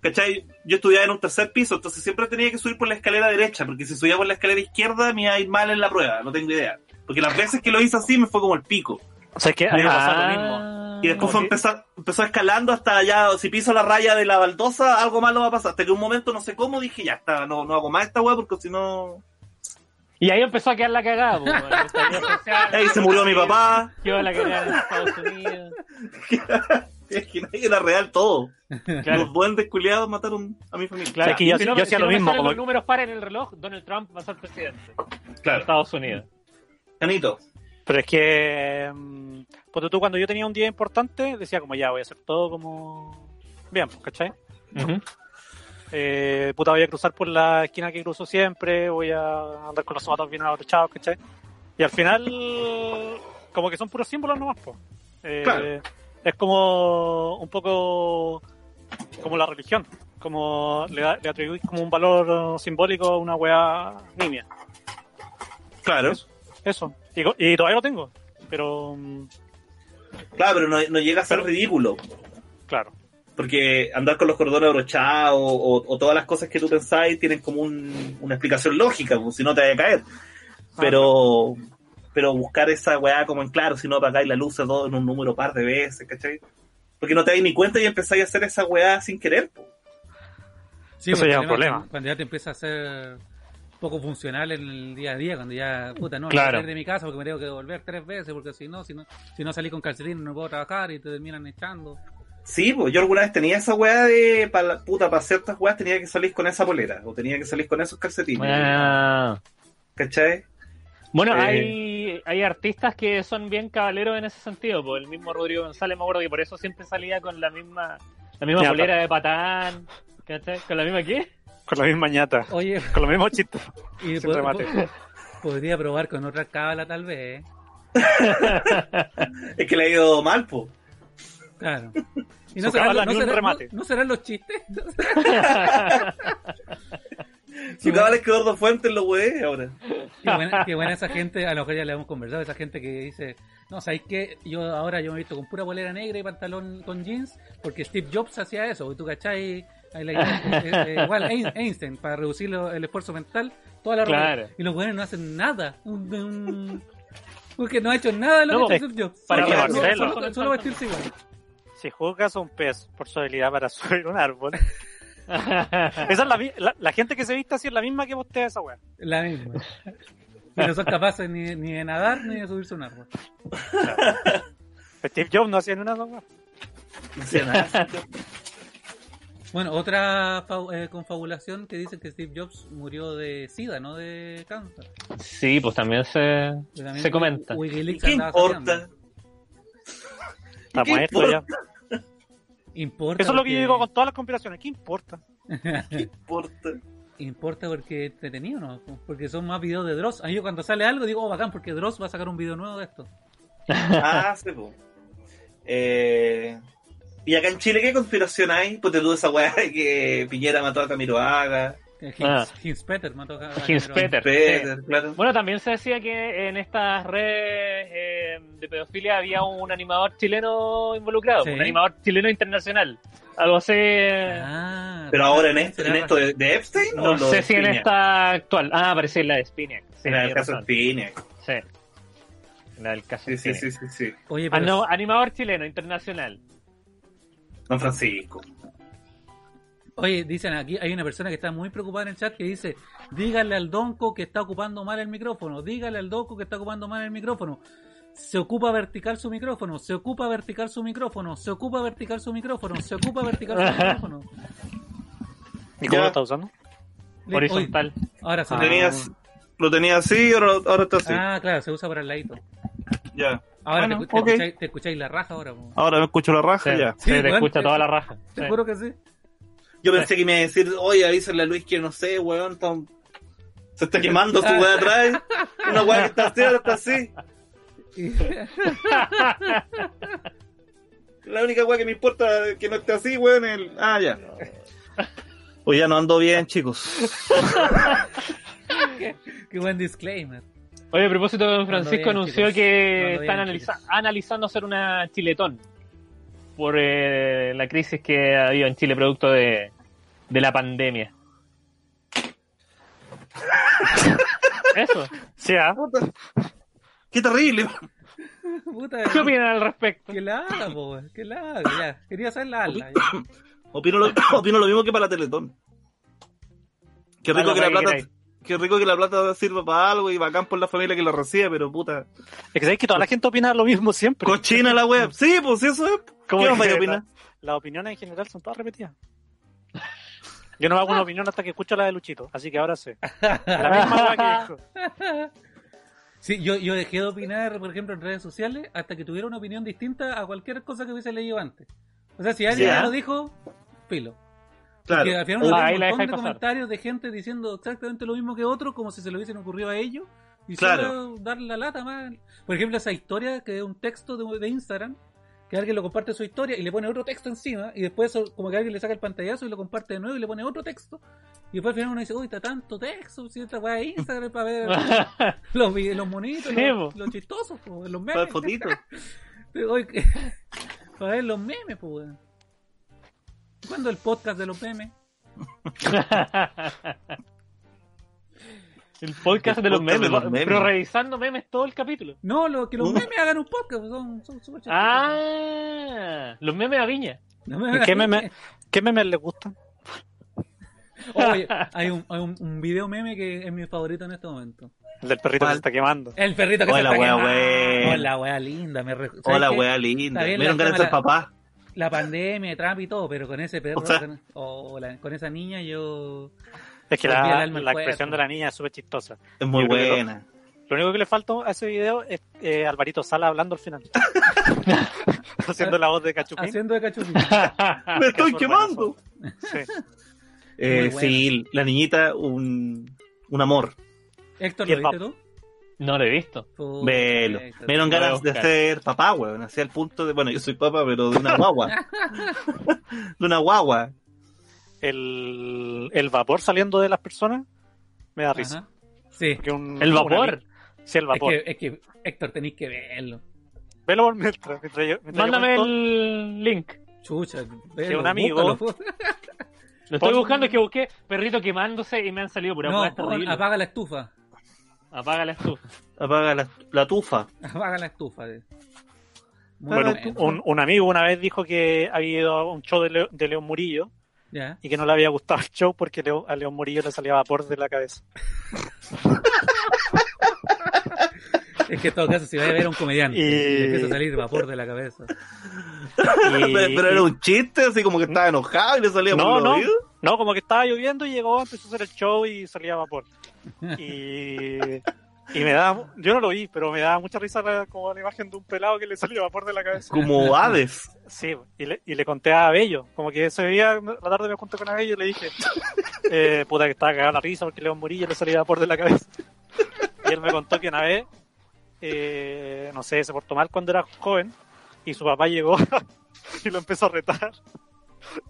[SPEAKER 4] ¿Cachai? Yo estudiaba en un tercer piso, entonces siempre tenía que subir por la escalera derecha, porque si subía por la escalera izquierda me iba a ir mal en la prueba, no tengo idea. Porque las veces que lo hice así me fue como el pico.
[SPEAKER 2] O sea, es que a mí me pasa lo
[SPEAKER 1] Ah.
[SPEAKER 2] mismo.
[SPEAKER 4] Y después fue
[SPEAKER 1] Como que-
[SPEAKER 4] empezar- empezó escalando hasta allá, si piso la raya de la baldosa, algo malo va a pasar. Hasta que un momento, no sé cómo, dije, ya está, no, no hago más esta weá porque si no...
[SPEAKER 1] Y ahí empezó a quedar la cagada. po, weón. Esta vida social,
[SPEAKER 4] Ahí se murió mi papá,
[SPEAKER 1] Quedó la cagada en Estados Unidos.
[SPEAKER 4] es que nadie era real todo. Los
[SPEAKER 1] Claro.
[SPEAKER 4] duendes culiados mataron a mi familia.
[SPEAKER 1] Claro,
[SPEAKER 2] Es que yo-
[SPEAKER 1] si no,
[SPEAKER 2] yo hacía
[SPEAKER 1] si
[SPEAKER 2] lo
[SPEAKER 1] no me
[SPEAKER 2] mismo,
[SPEAKER 1] salen
[SPEAKER 2] como-
[SPEAKER 1] los números pares en el reloj, Donald Trump va a ser presidente de
[SPEAKER 4] claro.
[SPEAKER 1] Estados Unidos.
[SPEAKER 4] Canito.
[SPEAKER 2] Pero es que, mm, ponte tú, cuando yo tenía un día importante, decía como ya voy a hacer todo como bien, pues, ¿cachai? Eh, puta, voy a cruzar por la esquina que cruzo siempre, voy a andar con los zapatos bien abrochados, ¿cachai? Y al final, como que son puros símbolos nomás, po. Eh,
[SPEAKER 4] Claro.
[SPEAKER 2] Es como un poco como la religión, como le, da- le atribuís como un valor simbólico a una weá nimia.
[SPEAKER 4] Claro.
[SPEAKER 2] Eso. Y, co- y todavía lo tengo. Pero, mm,
[SPEAKER 4] Claro, pero no, no llega a ser
[SPEAKER 2] Pero-
[SPEAKER 4] ridículo.
[SPEAKER 2] claro.
[SPEAKER 4] Porque andar con los cordones abrochados o, o todas las cosas que tú pensáis tienen como un- una explicación lógica, pues, si no te vaya a caer. Pero, pero buscar esa weá como en claro, si no apagáis la luz a todo en un número par de veces, ¿cachai? Porque no te dais ni cuenta y empezáis a hacer esa weá sin querer. po.
[SPEAKER 3] Sí,
[SPEAKER 2] Eso
[SPEAKER 3] pues, el
[SPEAKER 2] ya es un
[SPEAKER 3] tema es
[SPEAKER 2] problema.
[SPEAKER 3] Cuando, cuando ya te empieza a ser poco funcional en el día a día, cuando ya, puta, no,
[SPEAKER 1] Claro.
[SPEAKER 3] voy a salir de mi casa porque me tengo que volver tres veces, porque si no, si no, si no salí con calcetín no puedo trabajar y te terminan echando.
[SPEAKER 4] Sí, pues yo alguna vez tenía esa weá de, pa la- puta, para ciertas weas tenía que salir con esa polera o tenía que salir con esos calcetines,
[SPEAKER 1] Ah.
[SPEAKER 4] ¿cachai?
[SPEAKER 1] Bueno,
[SPEAKER 4] Eh.
[SPEAKER 1] hay, hay artistas que son bien caballeros en ese sentido. Por el mismo Rodrigo González, me acuerdo que por eso siempre salía con la misma, la misma
[SPEAKER 2] Ya,
[SPEAKER 1] polera de patán. ¿cachai? ¿Con la misma qué?
[SPEAKER 2] Con la misma ñata.
[SPEAKER 3] Oye,
[SPEAKER 2] Con los mismos chistes.
[SPEAKER 3] y
[SPEAKER 2] Sin
[SPEAKER 3] pod-
[SPEAKER 2] remate.
[SPEAKER 3] po- podría probar con otra cábala tal vez, ¿eh?
[SPEAKER 4] Es que le ha ido mal, pues.
[SPEAKER 3] claro. Y
[SPEAKER 2] Su
[SPEAKER 3] serán
[SPEAKER 2] cábala
[SPEAKER 3] los-
[SPEAKER 2] ni un
[SPEAKER 3] serán-
[SPEAKER 2] remate.
[SPEAKER 3] no- no serán los chistes.
[SPEAKER 4] Si cada vez que Gordo Fuentes lo weé ahora.
[SPEAKER 3] Qué buena, qué buena esa gente, a lo mejor ya le hemos conversado, esa gente que dice, no, ¿sabéis qué? Yo ahora yo me he visto con pura bolera negra y pantalón con jeans, porque Steve Jobs hacía eso, y tú cachai, Ahí la idea, eh, eh, igual Ein- Einstein, para reducir lo- el esfuerzo mental, toda la ropa.
[SPEAKER 1] Claro.
[SPEAKER 3] Y los buenos no hacen nada, un, un- porque no ha hecho nada de lo
[SPEAKER 1] No,
[SPEAKER 3] que ha hecho Steve Jobs.
[SPEAKER 2] para
[SPEAKER 3] Solo-
[SPEAKER 4] que
[SPEAKER 3] solo-
[SPEAKER 2] Marcelo.
[SPEAKER 3] solo, solo vestirse igual.
[SPEAKER 2] Si juzgas a un pez por su habilidad para subir un árbol. Esa es la, mi- la, la gente que se viste así es la misma que postea esa weá.
[SPEAKER 3] La misma. Y no son capaces ni, ni de nadar ni de subirse a un árbol.
[SPEAKER 2] Pues Steve Jobs no hacía ni una de esas weas.
[SPEAKER 4] No hacía nada.
[SPEAKER 3] Bueno, otra fa- eh, confabulación que dicen que Steve Jobs murió de SIDA, no de cáncer.
[SPEAKER 1] sí, pues también se,
[SPEAKER 3] Pero también
[SPEAKER 1] se comenta.
[SPEAKER 3] Wikileaks
[SPEAKER 4] ¿Qué
[SPEAKER 3] andaba
[SPEAKER 4] importa?
[SPEAKER 3] saqueando.
[SPEAKER 2] está
[SPEAKER 4] ¿Qué
[SPEAKER 2] muerto
[SPEAKER 4] importa?
[SPEAKER 2] ya.
[SPEAKER 3] Importa
[SPEAKER 2] Eso es lo que
[SPEAKER 3] porque-
[SPEAKER 2] yo digo con todas las conspiraciones. ¿Qué importa?
[SPEAKER 4] Importa.
[SPEAKER 3] Importa porque es entretenido, ¿no? Porque son más videos de Dross. A mí yo cuando sale algo digo, oh, bacán, porque Dross va a sacar un video nuevo de esto.
[SPEAKER 4] Ah, sí, po. Eh, y acá en Chile, ¿qué conspiración hay? Pues te dudo esa weá de que Piñera mató a Camiroaga,
[SPEAKER 3] Hins,
[SPEAKER 1] Ah.
[SPEAKER 3] Hinspeter mató a- a-
[SPEAKER 1] Hinspeter.
[SPEAKER 4] Peter, claro.
[SPEAKER 1] Bueno, también se decía que en estas redes eh, de pedofilia había un animador chileno involucrado,
[SPEAKER 3] Sí.
[SPEAKER 1] un animador chileno internacional. Algo así. eh,
[SPEAKER 3] Ah,
[SPEAKER 4] Pero ahora en, este-
[SPEAKER 3] será
[SPEAKER 4] en esto de, de Epstein,
[SPEAKER 1] no
[SPEAKER 4] o lo
[SPEAKER 1] sé
[SPEAKER 4] de
[SPEAKER 1] si en
[SPEAKER 4] Piñera?
[SPEAKER 1] esta actual. Ah, parecía la de Spinac. Sí,
[SPEAKER 4] en el
[SPEAKER 1] tenía
[SPEAKER 4] caso de
[SPEAKER 1] razón.
[SPEAKER 4] Piñera.
[SPEAKER 1] Sí. La del caso
[SPEAKER 4] Sí, sí,
[SPEAKER 1] Spinac.
[SPEAKER 4] sí, sí, sí.
[SPEAKER 3] Oye,
[SPEAKER 1] Ah,
[SPEAKER 3] pero
[SPEAKER 1] no, animador chileno internacional.
[SPEAKER 4] Don Francisco.
[SPEAKER 3] Oye, dicen aquí, hay una persona que está muy preocupada en el chat que dice, dígale al Donco que está ocupando mal el micrófono, dígale al Donco que está ocupando mal el micrófono. Se ocupa vertical su micrófono, se ocupa vertical su micrófono, se ocupa vertical su micrófono, se ocupa vertical su micrófono.
[SPEAKER 2] ¿Y cómo
[SPEAKER 4] Ya.
[SPEAKER 2] lo está usando?
[SPEAKER 3] Le-
[SPEAKER 1] Horizontal.
[SPEAKER 3] oye, ahora se
[SPEAKER 2] Ah.
[SPEAKER 4] Lo tenías- Lo tenía así, ahora, ahora está así.
[SPEAKER 3] Ah, claro, se usa para el ladito.
[SPEAKER 4] Ya.
[SPEAKER 3] Ahora
[SPEAKER 4] Bueno,
[SPEAKER 3] te, escu- te
[SPEAKER 4] ok.
[SPEAKER 3] escucháis, te escucháis la raja ahora. po.
[SPEAKER 4] Ahora me escucho la
[SPEAKER 1] Sí,
[SPEAKER 4] raja, ya.
[SPEAKER 1] sí, te
[SPEAKER 3] bueno,
[SPEAKER 1] escucha
[SPEAKER 3] sí.
[SPEAKER 1] toda la raja. Sí.
[SPEAKER 3] Te juro que sí.
[SPEAKER 4] Yo pensé que me iba a decir, oye, avísale a Luis que no sé, weón, está un- se está quemando su weá atrás. Una weá que está así, ahora está así. La única weá que me importa que no esté así, weón, es el... Ah, ya. Oye, ya no ando bien, chicos.
[SPEAKER 3] Qué buen disclaimer.
[SPEAKER 1] Oye, a propósito, don Francisco
[SPEAKER 3] bien,
[SPEAKER 1] anunció
[SPEAKER 3] chicos.
[SPEAKER 1] que
[SPEAKER 3] Cuando
[SPEAKER 1] están
[SPEAKER 3] bien,
[SPEAKER 1] analiza-
[SPEAKER 3] chicos.
[SPEAKER 1] analizando hacer una chiletón por eh, la crisis que ha habido en Chile producto de, de la pandemia. Eso.
[SPEAKER 2] Sí, ah.
[SPEAKER 4] Qué terrible.
[SPEAKER 3] Puta,
[SPEAKER 1] ¿Qué opinan al respecto?
[SPEAKER 3] que la haga, po, weón, que la haga, ya. Quería hacer la ala. ya.
[SPEAKER 4] Opino lo, opino lo mismo que para la Teletón. Qué
[SPEAKER 1] Para lo
[SPEAKER 4] rico que la
[SPEAKER 1] que
[SPEAKER 4] plata...
[SPEAKER 1] queráis.
[SPEAKER 4] Qué rico que la plata sirva para algo y bacán por la familia que la recibe, pero puta.
[SPEAKER 2] Es que sabéis que toda la gente opina lo mismo siempre.
[SPEAKER 4] Cochina la web. Sí, pues eso es.
[SPEAKER 2] Como
[SPEAKER 4] ¿Qué
[SPEAKER 2] que
[SPEAKER 4] más vaya a
[SPEAKER 2] la-
[SPEAKER 4] opinar?
[SPEAKER 2] Las opiniones en general son todas repetidas. Yo no hago una opinión hasta que escucho la de Luchito, así que ahora sé. La misma hueá que dijo.
[SPEAKER 3] Sí, yo, yo dejé de opinar, por ejemplo, en redes sociales hasta que tuviera una opinión distinta a cualquier cosa que hubiese leído antes. O sea, si alguien
[SPEAKER 4] Ya.
[SPEAKER 3] ya lo dijo, filo.
[SPEAKER 4] Claro.
[SPEAKER 3] Que al final
[SPEAKER 1] Ah,
[SPEAKER 3] uno ve
[SPEAKER 1] ahí
[SPEAKER 3] un
[SPEAKER 1] la
[SPEAKER 3] montón de
[SPEAKER 1] dejáis pasar.
[SPEAKER 3] comentarios de gente diciendo exactamente lo mismo que otro, como si se lo hubiesen ocurrido a ellos. Y
[SPEAKER 4] Claro.
[SPEAKER 3] solo dar la lata más. Por ejemplo, esa historia que es un texto de, de Instagram, que alguien lo comparte su historia y le pone otro texto encima, y después eso, como que alguien le saca el pantallazo y lo comparte de nuevo y le pone otro texto. Y después al final uno dice, uy, está tanto texto, si esta weá de Instagram es para ver los, vi- los monitos,
[SPEAKER 1] Sí,
[SPEAKER 3] los,
[SPEAKER 1] po.
[SPEAKER 3] los chistosos, po, los
[SPEAKER 4] Para el
[SPEAKER 3] memes.
[SPEAKER 4] fotito.
[SPEAKER 3] Oye, que- para ver los memes, po, weón. ¿Cuándo el podcast de los memes?
[SPEAKER 1] el podcast de los memes,
[SPEAKER 4] podcast de los memes.
[SPEAKER 1] pero revisando memes todo el capítulo.
[SPEAKER 3] No, lo, que los
[SPEAKER 4] Uh.
[SPEAKER 3] memes hagan un podcast, son, son súper chistosos.
[SPEAKER 1] Ah, los memes a viña.
[SPEAKER 3] No me-
[SPEAKER 2] ¿Qué meme? ¿Qué memes les gustan?
[SPEAKER 3] Oye, hay un, hay un, un video meme que es mi favorito en este momento.
[SPEAKER 2] El del perrito que
[SPEAKER 4] ¿Cuál?
[SPEAKER 2] se está quemando.
[SPEAKER 3] El perrito que
[SPEAKER 4] Hola,
[SPEAKER 3] se está
[SPEAKER 4] wea,
[SPEAKER 3] quemando.
[SPEAKER 4] wea.
[SPEAKER 3] Hola, wea linda. Me re- ¿sabes
[SPEAKER 4] Hola,
[SPEAKER 3] qué?
[SPEAKER 4] weá linda.
[SPEAKER 3] Está bien,
[SPEAKER 4] Vieron
[SPEAKER 3] la
[SPEAKER 4] ganas de ser
[SPEAKER 3] cámara-
[SPEAKER 4] papá.
[SPEAKER 3] La pandemia, Trump y todo, pero con ese perro,
[SPEAKER 4] O sea-
[SPEAKER 3] con, o la- con esa niña yo...
[SPEAKER 2] Es que
[SPEAKER 3] Rompí el
[SPEAKER 2] la,
[SPEAKER 3] alma al
[SPEAKER 2] la expresión
[SPEAKER 3] cuerpo.
[SPEAKER 2] de la niña es súper chistosa.
[SPEAKER 4] Es muy
[SPEAKER 2] Yo creo que no.
[SPEAKER 4] buena.
[SPEAKER 2] Lo único que le falta a ese video es eh, Alvarito Sala hablando al final. Haciendo la voz de Cachupín.
[SPEAKER 3] Haciendo de cachupín.
[SPEAKER 4] ¡Me
[SPEAKER 2] estoy
[SPEAKER 4] estoy
[SPEAKER 2] Caso quemando!
[SPEAKER 4] quemando!
[SPEAKER 2] Sí.
[SPEAKER 3] Ah, Muy
[SPEAKER 4] Eh,
[SPEAKER 3] buena.
[SPEAKER 4] sí, la niñita, un, un amor.
[SPEAKER 3] Héctor,
[SPEAKER 2] Y
[SPEAKER 3] ¿lo
[SPEAKER 2] el
[SPEAKER 3] viste tú?
[SPEAKER 1] No lo he visto.
[SPEAKER 3] Puta,
[SPEAKER 4] Velo.
[SPEAKER 3] Héctor.
[SPEAKER 4] Me dieron
[SPEAKER 1] Lo voy a
[SPEAKER 4] ganas de
[SPEAKER 1] buscar.
[SPEAKER 4] ser papá, weón. Hacia el punto de. Bueno, yo soy papá, pero de una guagua. de una guagua.
[SPEAKER 2] El, el vapor saliendo de las personas me da risa.
[SPEAKER 3] Ajá. Sí.
[SPEAKER 2] Porque un-
[SPEAKER 1] El
[SPEAKER 2] una
[SPEAKER 1] vapor.
[SPEAKER 2] niña- Sí, el
[SPEAKER 3] Es
[SPEAKER 2] vapor.
[SPEAKER 3] que, es que, Héctor, tenéis que verlo.
[SPEAKER 2] Velo por mientras. mientras yo- mientras yo
[SPEAKER 1] Mándame
[SPEAKER 2] cuento.
[SPEAKER 1] el link.
[SPEAKER 3] Chucha, velo,
[SPEAKER 2] un amigo-
[SPEAKER 3] búscalo.
[SPEAKER 1] Lo estoy
[SPEAKER 2] Pon-
[SPEAKER 1] buscando, es que busqué perrito quemándose y me han salido puras
[SPEAKER 3] No,
[SPEAKER 1] hueás terribles.
[SPEAKER 3] apaga la estufa.
[SPEAKER 1] Apaga la estufa.
[SPEAKER 4] Apaga la, la tufa.
[SPEAKER 3] Apaga la estufa. eh. Muy
[SPEAKER 2] Bueno,
[SPEAKER 3] bien.
[SPEAKER 2] un, un amigo una vez dijo que había ido a un show de, Leo- de León Murillo
[SPEAKER 3] Ya.
[SPEAKER 2] y que no le había gustado el show porque Leo- a León Murillo le salía vapor de la cabeza.
[SPEAKER 3] Es que en todo caso, si vas a ver a un comediante,
[SPEAKER 2] Y-
[SPEAKER 3] le empieza a salir vapor de la cabeza.
[SPEAKER 2] Y-
[SPEAKER 4] pero era un chiste, así como que estaba enojado y le salía
[SPEAKER 2] No,
[SPEAKER 4] por los
[SPEAKER 2] no.
[SPEAKER 4] oídos.
[SPEAKER 2] No, como que estaba lloviendo y llegó, empezó a hacer el show y salía vapor. Y Y me daba, yo no lo vi, pero me daba mucha risa la- como la imagen de un pelado que le salía vapor de la cabeza.
[SPEAKER 4] Como Hades.
[SPEAKER 2] Sí, y le, y le conté a Bello, como que se veía, la tarde me junté con Bello y le dije, eh, puta que estaba cagada la risa porque León Murillo le salía por de la cabeza. Y él me contó que una vez, eh, no sé, se portó mal cuando era joven y su papá llegó y lo empezó a retar.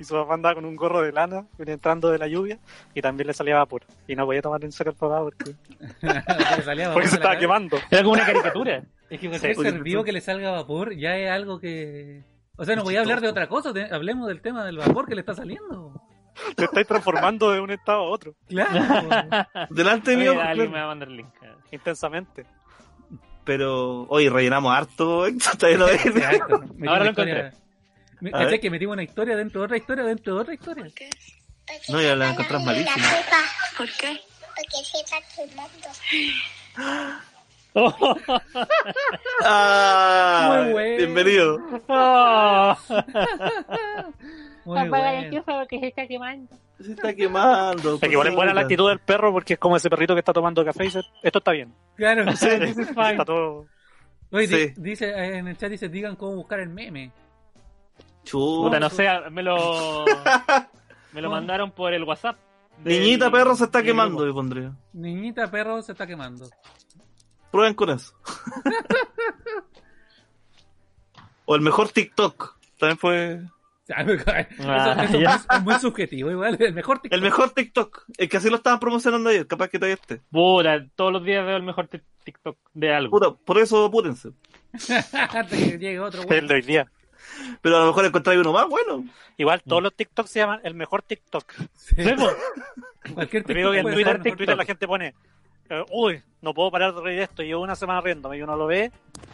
[SPEAKER 2] Y su papá andaba con un gorro de lana, venía entrando de la lluvia y también le salía vapor. Y no podía tomar en serio el papá porque,
[SPEAKER 3] Porque salía vapor
[SPEAKER 2] porque se
[SPEAKER 3] de la
[SPEAKER 2] estaba
[SPEAKER 3] cabeza.
[SPEAKER 2] quemando.
[SPEAKER 1] Era como una caricatura.
[SPEAKER 3] Es que cualquier
[SPEAKER 2] Sí.
[SPEAKER 3] ser vivo que le salga vapor ya es algo que... O sea, no voy a hablar de otra cosa, te- hablemos del tema del vapor que le está saliendo.
[SPEAKER 2] Te estáis transformando de un estado a otro,
[SPEAKER 3] Claro.
[SPEAKER 4] Delante
[SPEAKER 1] Oye,
[SPEAKER 4] mío.
[SPEAKER 1] alguien
[SPEAKER 4] claro.
[SPEAKER 1] me va a mandar el link.
[SPEAKER 2] intensamente.
[SPEAKER 4] Pero hoy rellenamos harto. Héctor, todavía no es.
[SPEAKER 3] Exacto. Metí
[SPEAKER 1] Ahora
[SPEAKER 3] una
[SPEAKER 1] lo
[SPEAKER 3] historia- Me-
[SPEAKER 4] A ver.
[SPEAKER 3] ¿Cachai que metimos una historia dentro de otra historia dentro de otra historia?
[SPEAKER 4] No, ya la encontrás malísima.
[SPEAKER 5] ¿Por qué? Porque se está quemando.
[SPEAKER 1] Oh,
[SPEAKER 4] Ah,
[SPEAKER 3] Muy bueno.
[SPEAKER 4] Bienvenido.
[SPEAKER 1] Oh.
[SPEAKER 3] Muy bueno.
[SPEAKER 6] que se está quemando.
[SPEAKER 4] Se está quemando.
[SPEAKER 2] Pero igual es buena la actitud del perro porque es como ese perrito que está tomando café y dice, esto está bien.
[SPEAKER 3] Claro.
[SPEAKER 1] This is fine.
[SPEAKER 2] Está todo...
[SPEAKER 3] Oye, di-
[SPEAKER 4] Sí.
[SPEAKER 3] dice, eh, en el chat dice, digan cómo buscar el meme.
[SPEAKER 1] Puta,
[SPEAKER 4] Chuta.
[SPEAKER 1] no sé, me lo. Me lo mandaron por el WhatsApp. del-
[SPEAKER 4] Niñita perro se está
[SPEAKER 1] del
[SPEAKER 4] quemando,
[SPEAKER 1] grupo.
[SPEAKER 4] yo pondría.
[SPEAKER 3] Niñita perro se está quemando.
[SPEAKER 4] Prueben con eso. o el mejor TikTok. También fue.
[SPEAKER 3] Eso, eso
[SPEAKER 1] ya.
[SPEAKER 3] es, muy, es muy subjetivo, igual. El mejor
[SPEAKER 4] El
[SPEAKER 3] TikTok.
[SPEAKER 4] mejor TikTok. El que así lo estaban promocionando ayer. Capaz que todavía esté.
[SPEAKER 1] Puta, todos los días veo el mejor tic- TikTok de algo.
[SPEAKER 4] Puta, por eso apúrense.
[SPEAKER 3] Hasta que llegue otro. güey.
[SPEAKER 2] El de hoy día.
[SPEAKER 4] Pero a lo mejor encontráis uno más bueno.
[SPEAKER 2] Igual todos los TikToks se llaman el mejor TikTok.
[SPEAKER 3] Sí.
[SPEAKER 1] Sí, pues. po.
[SPEAKER 3] Cualquier
[SPEAKER 2] Te digo
[SPEAKER 3] TikTok
[SPEAKER 2] que en
[SPEAKER 3] puede
[SPEAKER 2] Twitter,
[SPEAKER 3] ser mejor
[SPEAKER 2] en Twitter la gente pone, eh, uy, no puedo parar de reír de esto. Y yo una semana riéndome y uno lo ve.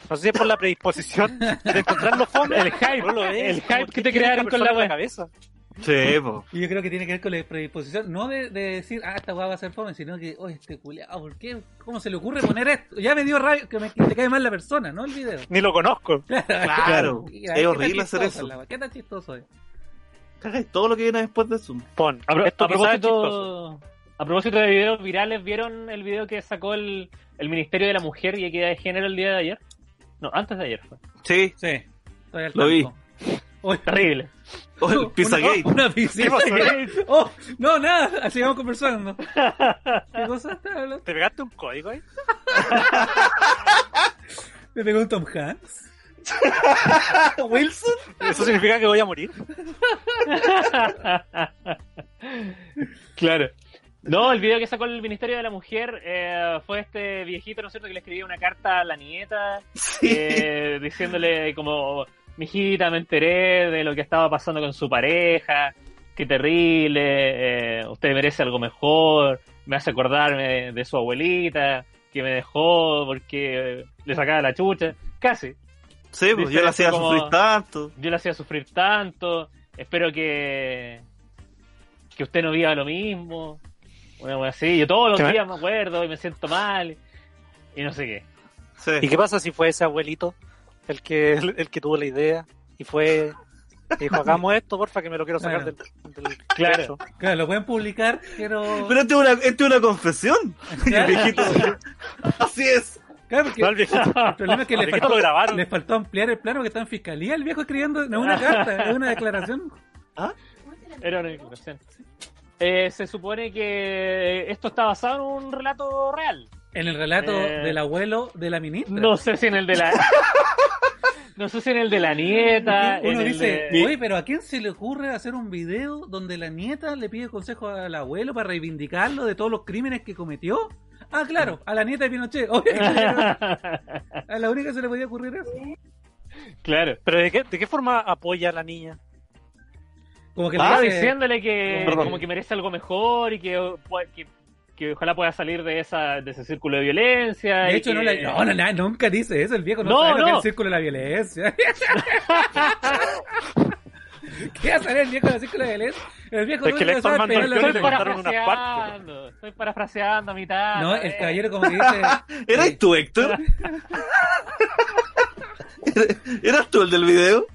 [SPEAKER 2] No sé si es por la predisposición de encontrar los fondos.
[SPEAKER 1] El hype,
[SPEAKER 2] uno lo ve,
[SPEAKER 1] el
[SPEAKER 2] es como,
[SPEAKER 1] hype que te
[SPEAKER 2] ¿qué tiene
[SPEAKER 1] crearon
[SPEAKER 2] esta
[SPEAKER 1] con la
[SPEAKER 2] persona
[SPEAKER 1] wea?
[SPEAKER 2] en cabeza.
[SPEAKER 4] Sí, po.
[SPEAKER 3] Y yo creo que tiene que ver con la predisposición, no de, de decir, ah, esta weá va a ser fome, sino que, oye, este culeado, ¿por qué? ¿Cómo se le ocurre poner esto? Ya me dio rabia, que me, que te cae mal la persona, no el video.
[SPEAKER 2] Ni lo conozco.
[SPEAKER 4] Claro.
[SPEAKER 3] Mira, ¿qué
[SPEAKER 4] Es
[SPEAKER 3] tan
[SPEAKER 4] horrible hacer
[SPEAKER 3] chistoso
[SPEAKER 4] eso.
[SPEAKER 3] la weá? ¿Qué tan chistoso es?
[SPEAKER 4] Cagáis todo lo que viene después de eso.
[SPEAKER 2] Pon,
[SPEAKER 1] A, pro-
[SPEAKER 2] esto
[SPEAKER 1] a
[SPEAKER 2] que sabe chistoso.
[SPEAKER 1] propósito, a propósito de videos virales, ¿vieron el video que sacó el, el Ministerio de la Mujer y Equidad de Género el día de ayer? No, antes de ayer fue.
[SPEAKER 4] Sí.
[SPEAKER 3] Sí, estoy al
[SPEAKER 4] Lo vi.
[SPEAKER 3] tanto. Oye,
[SPEAKER 1] Terrible.
[SPEAKER 4] O el
[SPEAKER 3] una-
[SPEAKER 4] Pizzagate.
[SPEAKER 3] Una, piscina.
[SPEAKER 2] pasó?
[SPEAKER 3] Oh, no, nada, así vamos conversando. ¿Qué cosa estás hablando?
[SPEAKER 2] ¿Te pegaste un código ahí?
[SPEAKER 3] Me pegó un Tom Hanks.
[SPEAKER 4] Wilson.
[SPEAKER 2] ¿Eso significa que voy a morir?
[SPEAKER 1] claro. No, el video que sacó el Ministerio de la Mujer eh, fue este viejito, ¿no es cierto?, que le escribía una carta a la nieta eh, diciéndole como, mijita, me enteré de lo que estaba pasando con su pareja, qué terrible, eh, usted merece algo mejor, me hace acordarme de, de su abuelita, que me dejó porque eh, le sacaba la chucha, casi.
[SPEAKER 4] Sí, pues yo la hacía
[SPEAKER 1] Como-
[SPEAKER 4] sufrir tanto.
[SPEAKER 1] yo la hacía sufrir tanto, espero que que usted no viva lo mismo, una wea así, yo todos
[SPEAKER 2] ¿Qué?
[SPEAKER 1] los días me acuerdo y me siento mal, y no sé qué.
[SPEAKER 4] Sí.
[SPEAKER 2] ¿Y qué pasa si fue ese abuelito el que, el, que tuvo la idea y fue... y Dijo, hagamos esto, porfa, que me lo quiero sacar
[SPEAKER 3] Claro.
[SPEAKER 2] del, del
[SPEAKER 1] Claro.
[SPEAKER 2] pecho".
[SPEAKER 3] Claro, lo pueden publicar, pero...
[SPEAKER 4] Pero esto es una, esto es una confesión. Y el
[SPEAKER 3] Claro.
[SPEAKER 4] viejito- Así es.
[SPEAKER 3] Claro, porque
[SPEAKER 2] No, el viejito-
[SPEAKER 3] el problema es que
[SPEAKER 2] al
[SPEAKER 3] le
[SPEAKER 2] viejito
[SPEAKER 3] faltó,
[SPEAKER 2] lo grabaron.
[SPEAKER 3] le faltó ampliar el plano que está en fiscalía el viejo escribiendo, no es una carta, es una declaración.
[SPEAKER 1] Era una equivocación. Eh, se supone que esto está basado en un relato real.
[SPEAKER 3] En el relato
[SPEAKER 1] Eh,
[SPEAKER 3] del abuelo de la ministra.
[SPEAKER 1] No sé si en el de la... No sé si en el de la nieta. en
[SPEAKER 3] Uno
[SPEAKER 1] el eh,
[SPEAKER 3] dice,
[SPEAKER 1] de-
[SPEAKER 3] oye, pero ¿a quién se le ocurre hacer un video donde la nieta le pide consejo al abuelo para reivindicarlo de todos los crímenes que cometió? Ah, claro, a la nieta de Pinochet. Oye, a la única que se le podía ocurrir eso.
[SPEAKER 1] claro.
[SPEAKER 2] ¿Pero de qué, de qué forma apoya a la niña?
[SPEAKER 3] Como que le
[SPEAKER 1] Estaba
[SPEAKER 3] dice-
[SPEAKER 1] diciéndole que
[SPEAKER 4] Perdón.
[SPEAKER 1] como que merece algo mejor y que, pue- que, que ojalá pueda salir de esa de ese círculo de violencia.
[SPEAKER 3] De
[SPEAKER 1] y
[SPEAKER 3] hecho,
[SPEAKER 1] que-
[SPEAKER 3] no,
[SPEAKER 2] eh.
[SPEAKER 3] la- no, no, no, nunca dice eso. El viejo no,
[SPEAKER 1] No,
[SPEAKER 3] sabe lo que es
[SPEAKER 1] no.
[SPEAKER 3] el círculo de la violencia. ¿Qué va a saber el viejo del círculo de la violencia? El viejo
[SPEAKER 2] Es que
[SPEAKER 3] no
[SPEAKER 2] le
[SPEAKER 3] sabe
[SPEAKER 2] están mandando
[SPEAKER 3] pegar
[SPEAKER 2] el
[SPEAKER 3] la
[SPEAKER 2] Yo
[SPEAKER 1] Estoy
[SPEAKER 2] le
[SPEAKER 3] violencia.
[SPEAKER 2] contaron una
[SPEAKER 1] parafraseando, pues. estoy parafraseando a eh. mitad.
[SPEAKER 3] No,
[SPEAKER 2] Eh.
[SPEAKER 3] el caballero como que dice...
[SPEAKER 4] ¿Eras tú, Héctor? ¿Eras tú el del video?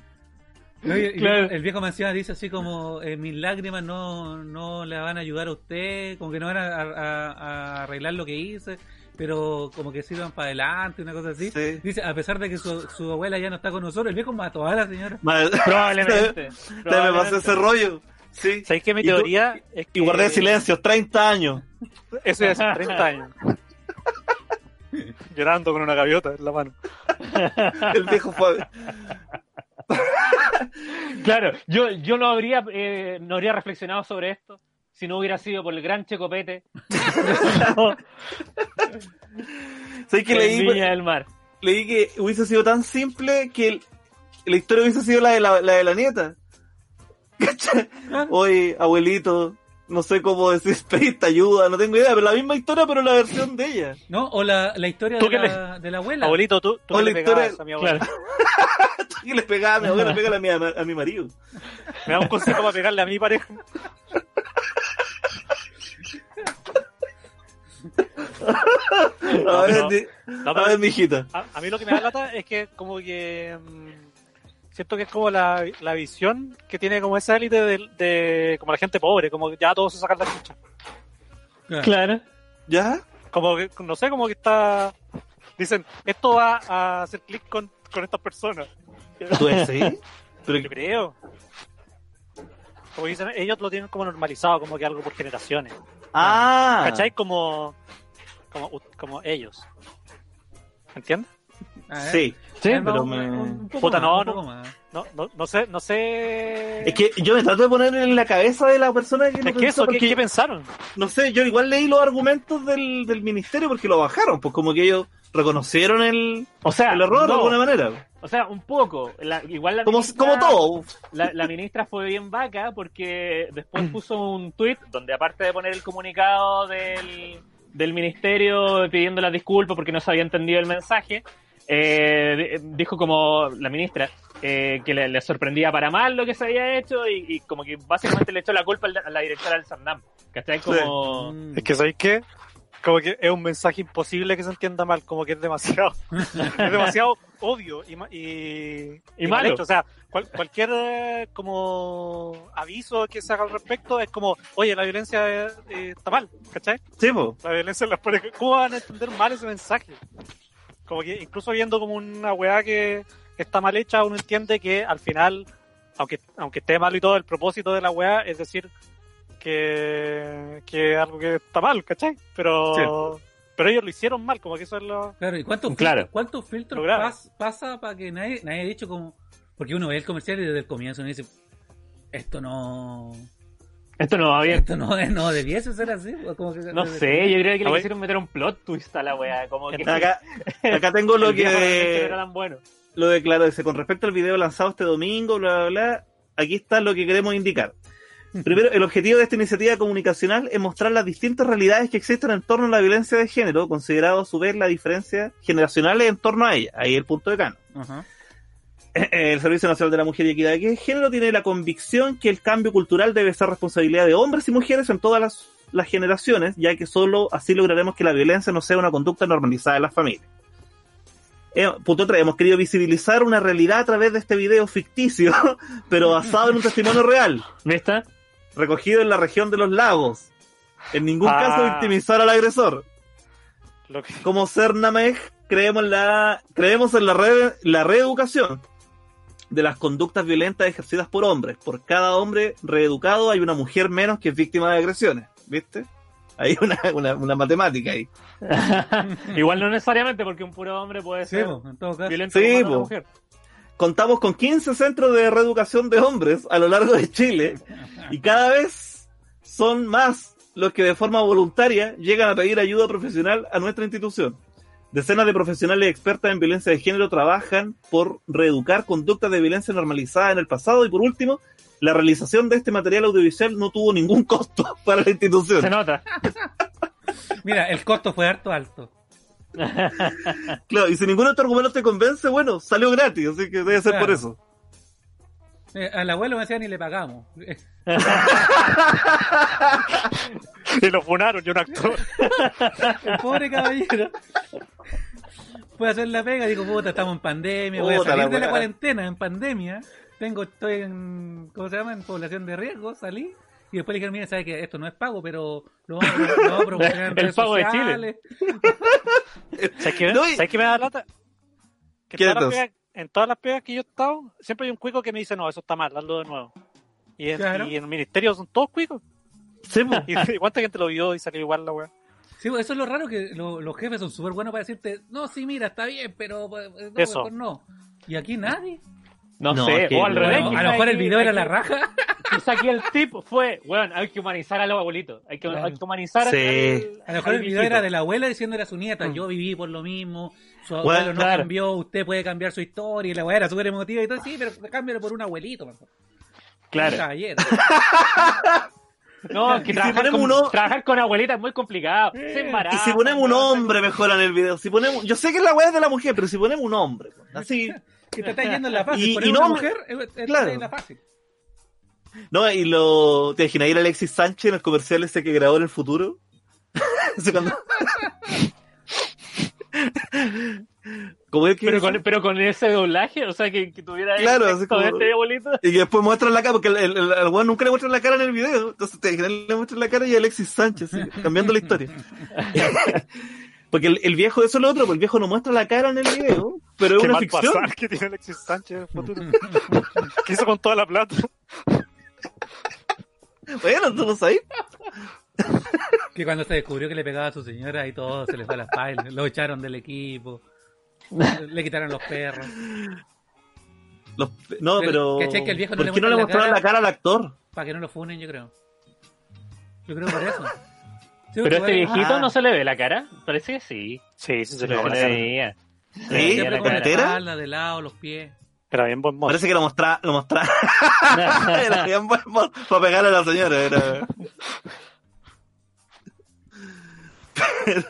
[SPEAKER 3] No, y- y
[SPEAKER 1] Claro.
[SPEAKER 3] El viejo Mancilla dice así como, eh, mis lágrimas no, no le van a ayudar a usted, como que no van a, a- a- a arreglar lo que hice. pero como que sirvan para adelante, una cosa así.
[SPEAKER 4] Sí.
[SPEAKER 3] Dice, a pesar de que su, su abuela ya no está con nosotros, el viejo mató a la señora.
[SPEAKER 4] Mal-
[SPEAKER 1] Probablemente.
[SPEAKER 4] Te me pasó
[SPEAKER 1] probablemente.
[SPEAKER 4] ese rollo. Sí.
[SPEAKER 2] ¿Sabéis que mi
[SPEAKER 4] Y tú-
[SPEAKER 2] teoría es
[SPEAKER 4] Y
[SPEAKER 2] que...
[SPEAKER 4] guardé silencio, 30 años.
[SPEAKER 2] Eso ya es 30 años. Llorando con una gaviota en la mano.
[SPEAKER 4] El viejo fue.
[SPEAKER 1] Claro, yo, yo no, habría, eh, no habría reflexionado sobre esto si no hubiera sido por el gran Checopete
[SPEAKER 4] ¿Sabes que pues.
[SPEAKER 1] en
[SPEAKER 4] leí,
[SPEAKER 1] Viña del Mar.
[SPEAKER 4] leí que hubiese sido tan simple que el- la historia hubiese sido la de la, la de la nieta? ¿Cachai?
[SPEAKER 3] Ah.
[SPEAKER 4] Oye, abuelito, no sé cómo decir, pediste ayuda, no tengo idea, pero la misma historia, pero la versión de ella.
[SPEAKER 3] ¿No? O la, la historia
[SPEAKER 2] ¿Tú
[SPEAKER 3] de
[SPEAKER 2] qué
[SPEAKER 3] la, de la abuela.
[SPEAKER 2] Abuelito, tú, tú
[SPEAKER 4] O
[SPEAKER 2] que le
[SPEAKER 4] la historia-
[SPEAKER 2] pegabas a mi abuela.
[SPEAKER 1] Claro.
[SPEAKER 4] Y le pegaba a mi abuela, le pegaba a mi, a mi marido.
[SPEAKER 2] Me da un consejo para pegarle a mi pareja.
[SPEAKER 4] a, ver,
[SPEAKER 2] no.
[SPEAKER 4] di-
[SPEAKER 2] No,
[SPEAKER 4] a
[SPEAKER 2] pero- ah,
[SPEAKER 4] ver, mijita.
[SPEAKER 2] A, a mí lo que me da lata es que como que mm, siento que es como la, la visión que tiene como esa élite de, de- como la gente pobre, como que ya todos se sacan la chucha.
[SPEAKER 3] Ah.
[SPEAKER 1] Claro.
[SPEAKER 4] ¿Ya?
[SPEAKER 2] Como que, no sé, como que está dicen, esto va a hacer clic con, con estas personas.
[SPEAKER 4] ¿Tú decís?
[SPEAKER 2] Yo
[SPEAKER 4] Pero,
[SPEAKER 2] creo. Como dicen, ellos lo tienen como normalizado, como que algo por generaciones.
[SPEAKER 4] ah,
[SPEAKER 2] ¿Cachai? Como, como, ut- como ellos. ¿Entiendes?
[SPEAKER 3] A ver.
[SPEAKER 4] Sí.
[SPEAKER 1] Sí,
[SPEAKER 3] A ver,
[SPEAKER 4] pero
[SPEAKER 3] vamos,
[SPEAKER 4] me-
[SPEAKER 3] un- ¿eh? un poco
[SPEAKER 2] Puta,
[SPEAKER 3] más,
[SPEAKER 2] no,
[SPEAKER 3] un poco
[SPEAKER 2] no.
[SPEAKER 3] más.
[SPEAKER 2] No, no, no sé, no sé.
[SPEAKER 4] Es que yo me trato de poner en la cabeza de la persona que lo
[SPEAKER 2] Es que
[SPEAKER 4] pensó,
[SPEAKER 2] eso, ¿qué,
[SPEAKER 4] porque-
[SPEAKER 2] qué pensaron?
[SPEAKER 4] no sé, yo igual leí los argumentos del, del ministerio porque lo bajaron, pues como que ellos reconocieron el,
[SPEAKER 1] O
[SPEAKER 2] Ah,
[SPEAKER 1] sea,
[SPEAKER 4] el error de
[SPEAKER 1] no.
[SPEAKER 4] alguna manera.
[SPEAKER 1] o sea, un poco. La- igual la
[SPEAKER 4] Como,
[SPEAKER 1] ministra-
[SPEAKER 4] como todo.
[SPEAKER 1] La, la ministra fue bien vaca porque después puso un tuit donde aparte de poner el comunicado del, del ministerio pidiendo las disculpas porque no se había entendido el mensaje, eh, di- dijo como la ministra eh, que le, le sorprendía para mal lo que se había hecho y, y como que básicamente le echó la culpa a la, a la directora del Sandam. ¿Cachai? Como...
[SPEAKER 3] Mm.
[SPEAKER 2] Es que, ¿sabéis qué? Como que es un mensaje imposible que se entienda mal, como que es demasiado, es demasiado obvio y, ma- y,
[SPEAKER 1] Y malo.
[SPEAKER 2] O sea, cual- cualquier eh, como aviso que se haga al respecto es como, oye, la violencia eh, está mal, ¿cachai?
[SPEAKER 4] Sí, pues. po.
[SPEAKER 2] La violencia en las parejas. ¿Cómo van a entender mal ese mensaje? Como que incluso viendo como una weá que está mal hecha, uno entiende que al final, aunque, aunque esté malo y todo, el propósito de la weá es decir que, que es algo que está mal, ¿cachai? Pero, pero ellos lo hicieron mal, como que eso es lo...
[SPEAKER 3] Claro, ¿y cuántos fil-
[SPEAKER 1] Claro.
[SPEAKER 3] cuántos filtros
[SPEAKER 2] Lo grave.
[SPEAKER 3] pas- pasa para que nadie, nadie haya dicho como... Porque uno ve el comercial y desde el comienzo uno dice, esto no...
[SPEAKER 1] Esto no va bien.
[SPEAKER 3] Esto no, no debiese ser así. o Como que,
[SPEAKER 1] No sé, yo creo que
[SPEAKER 2] A
[SPEAKER 1] le
[SPEAKER 2] ver.
[SPEAKER 1] quisieron meter un plot twist a la wea. Como que...
[SPEAKER 4] Acá, acá tengo lo
[SPEAKER 1] el viejo realmente no
[SPEAKER 4] que
[SPEAKER 1] era tan bueno.
[SPEAKER 4] lo de claro, dice, con respecto al video lanzado este domingo, bla, bla, bla, aquí está lo que queremos indicar. Primero, el objetivo de esta iniciativa comunicacional es mostrar las distintas realidades que existen en torno a la violencia de género, considerado a su vez las diferencias generacionales en torno a ella. Ahí el punto de Cano.
[SPEAKER 3] Ajá.
[SPEAKER 4] El Servicio Nacional de la Mujer y Equidad de Género tiene la convicción que el cambio cultural debe ser responsabilidad de hombres y mujeres en todas las, las generaciones, ya que solo así lograremos que la violencia no sea una conducta normalizada en las familias. Eh, punto 3. Hemos querido visibilizar una realidad a través de este video ficticio, pero basado en un testimonio real,
[SPEAKER 1] ¿Viste?
[SPEAKER 4] recogido en la región de los lagos. En ningún
[SPEAKER 2] Ah.
[SPEAKER 4] caso victimizar al agresor
[SPEAKER 2] lo que-
[SPEAKER 4] como Cernamej creemos en la creemos en la re- la reeducación de las conductas violentas ejercidas por hombres. Por cada hombre reeducado hay una mujer menos que es víctima de agresiones, ¿viste? Hay una, una, una matemática ahí.
[SPEAKER 1] Igual no necesariamente porque un puro hombre puede
[SPEAKER 3] Sí,
[SPEAKER 1] ser
[SPEAKER 3] po, pues, en todo caso.
[SPEAKER 1] violento
[SPEAKER 4] Sí,
[SPEAKER 1] como una
[SPEAKER 4] po.
[SPEAKER 1] mujer.
[SPEAKER 4] Contamos con 15 centros de reeducación de hombres a lo largo de Chile y cada vez son más los que de forma voluntaria llegan a pedir ayuda profesional a nuestra institución. Decenas de profesionales expertas en violencia de género trabajan por reeducar conductas de violencia normalizada en el pasado y por último, la realización de este material audiovisual no tuvo ningún costo para la
[SPEAKER 1] Se
[SPEAKER 4] institución.
[SPEAKER 1] nota.
[SPEAKER 3] Mira, el costo fue harto alto.
[SPEAKER 4] Claro, y si ninguno de estos argumentos te convence, bueno, salió gratis, así que debe ser
[SPEAKER 3] Claro.
[SPEAKER 4] por eso.
[SPEAKER 3] Eh, al abuelo me decían y le pagamos.
[SPEAKER 2] Y lo funaron, yo un actor.
[SPEAKER 3] El pobre caballero. Puede hacer la pega, digo, puta, estamos en pandemia, voy a
[SPEAKER 4] Puta
[SPEAKER 3] salir
[SPEAKER 4] la
[SPEAKER 3] de la
[SPEAKER 4] weá.
[SPEAKER 3] cuarentena en pandemia. Tengo, estoy en, ¿cómo se llama? En población de riesgo, salí. Y después le dijeron, mira, ¿sabes qué? Esto no es pago, pero lo vamos a, lo vamos a promocionar en
[SPEAKER 1] El
[SPEAKER 3] redes
[SPEAKER 1] pago de
[SPEAKER 3] sociales".
[SPEAKER 2] ¿Sabes qué,
[SPEAKER 4] No, y-
[SPEAKER 2] ¿sabes qué me da lata? Que en
[SPEAKER 4] ¿Qué
[SPEAKER 2] todas las
[SPEAKER 4] dos?
[SPEAKER 2] pegas- en todas las pegas que yo he estado, siempre hay un cuico que me dice, no, eso está mal, hazlo de nuevo. Y en,
[SPEAKER 3] Claro.
[SPEAKER 2] y en el ministerio son todos cuicos.
[SPEAKER 4] Sí, po.
[SPEAKER 2] Y cuánta gente lo vio y salió igual la weá.
[SPEAKER 3] Sí, pues, eso es lo raro, que lo- los jefes son súper buenos para decirte, no, sí, mira, está bien, pero eh, no,
[SPEAKER 2] Eso.
[SPEAKER 3] mejor no. Y aquí nadie.
[SPEAKER 1] No,
[SPEAKER 4] No,
[SPEAKER 1] sé,
[SPEAKER 4] es que,
[SPEAKER 1] o al
[SPEAKER 4] bueno,
[SPEAKER 1] revés.
[SPEAKER 3] Bueno,
[SPEAKER 1] quizá
[SPEAKER 3] a lo mejor el
[SPEAKER 1] aquí-
[SPEAKER 3] video era
[SPEAKER 1] aquí-
[SPEAKER 3] la raja.
[SPEAKER 1] Quizá aquí el tip fue, bueno, hay que humanizar a los abuelitos. Hay que,
[SPEAKER 3] Claro.
[SPEAKER 1] hay que humanizar
[SPEAKER 4] Sí.
[SPEAKER 1] al-
[SPEAKER 3] A lo mejor
[SPEAKER 1] al
[SPEAKER 3] el video
[SPEAKER 1] viejito.
[SPEAKER 3] era de la abuela diciéndole a su nieta, yo viví por lo mismo, su abuelo no
[SPEAKER 1] claro.
[SPEAKER 3] cambió, usted puede cambiar su historia, y la abuela era súper emotiva y todo, sí, pero cámbialo por un abuelito, mejor. Un
[SPEAKER 1] Claro.
[SPEAKER 3] caballero.
[SPEAKER 1] No, es que
[SPEAKER 4] Y si
[SPEAKER 1] trabajar,
[SPEAKER 4] ponemos
[SPEAKER 1] con,
[SPEAKER 4] uno-
[SPEAKER 1] trabajar con abuelitas es muy complicado. Se
[SPEAKER 4] Y
[SPEAKER 1] embaraza.
[SPEAKER 4] si ponemos un hombre, mejoran el video. Si ponemos, yo sé que la weá es de la mujer, pero si ponemos un hombre, po. así.
[SPEAKER 3] Que te está yendo en la
[SPEAKER 4] Y-
[SPEAKER 3] fácil. por
[SPEAKER 4] y
[SPEAKER 3] una
[SPEAKER 4] no-
[SPEAKER 3] mujer, eh, eh, te
[SPEAKER 4] Claro.
[SPEAKER 3] está en la fácil.
[SPEAKER 4] No, y lo. ¿Te imaginas ir a Alexis Sánchez en el comercial ese que grabó en el futuro? Ese cuando- Como es que.
[SPEAKER 1] Pero con, pero con ese doblaje, o sea, que, que tuviera
[SPEAKER 4] Claro,
[SPEAKER 1] el
[SPEAKER 4] así
[SPEAKER 1] texto
[SPEAKER 4] como-
[SPEAKER 1] de este abuelito.
[SPEAKER 4] Y que después muestran la cara, porque el, el, el- al weón nunca le muestran la cara en el video. Entonces te imaginas, le muestran la cara y a Alexis Sánchez, sí, cambiando la historia. porque el, el viejo, eso es lo otro, porque el viejo no muestra la cara en el video, pero es
[SPEAKER 2] Qué
[SPEAKER 4] una
[SPEAKER 2] mal
[SPEAKER 4] ficción.
[SPEAKER 2] pasar que tiene Alexis Sánchez en el futuro. ¿Qué hizo con toda la plata?
[SPEAKER 4] Bueno, tú no sabes.
[SPEAKER 3] Que cuando se descubrió que le pegaba a su señora y todo, se le fue a las pailas, lo echaron del equipo, le quitaron los perros.
[SPEAKER 4] Los- no, pero.
[SPEAKER 3] Pero, ¿cachai que al viejo no
[SPEAKER 4] ¿Por
[SPEAKER 3] le
[SPEAKER 4] qué no le
[SPEAKER 3] muestran la
[SPEAKER 4] mostraron la cara al actor?
[SPEAKER 3] Para que no lo funen, yo creo. Yo creo por eso. Sí,
[SPEAKER 1] Pero
[SPEAKER 3] porque
[SPEAKER 1] este
[SPEAKER 3] igual-
[SPEAKER 1] viejito
[SPEAKER 4] Ah.
[SPEAKER 1] no se le ve la cara. Parece que sí.
[SPEAKER 2] Sí, sí, se le
[SPEAKER 1] No,
[SPEAKER 2] ve la
[SPEAKER 1] se le
[SPEAKER 2] cara.
[SPEAKER 1] veía. Se le
[SPEAKER 4] Sí,
[SPEAKER 1] veía la
[SPEAKER 3] Siempre con la
[SPEAKER 1] cara.
[SPEAKER 4] ¿Carretera?
[SPEAKER 3] espalda, de lado, los pies.
[SPEAKER 2] Era bien buen mozo.
[SPEAKER 4] Parece que lo mostraba. Lo mostraba. Era bien buen mozo para pegarle a la señora. Era...
[SPEAKER 3] Pero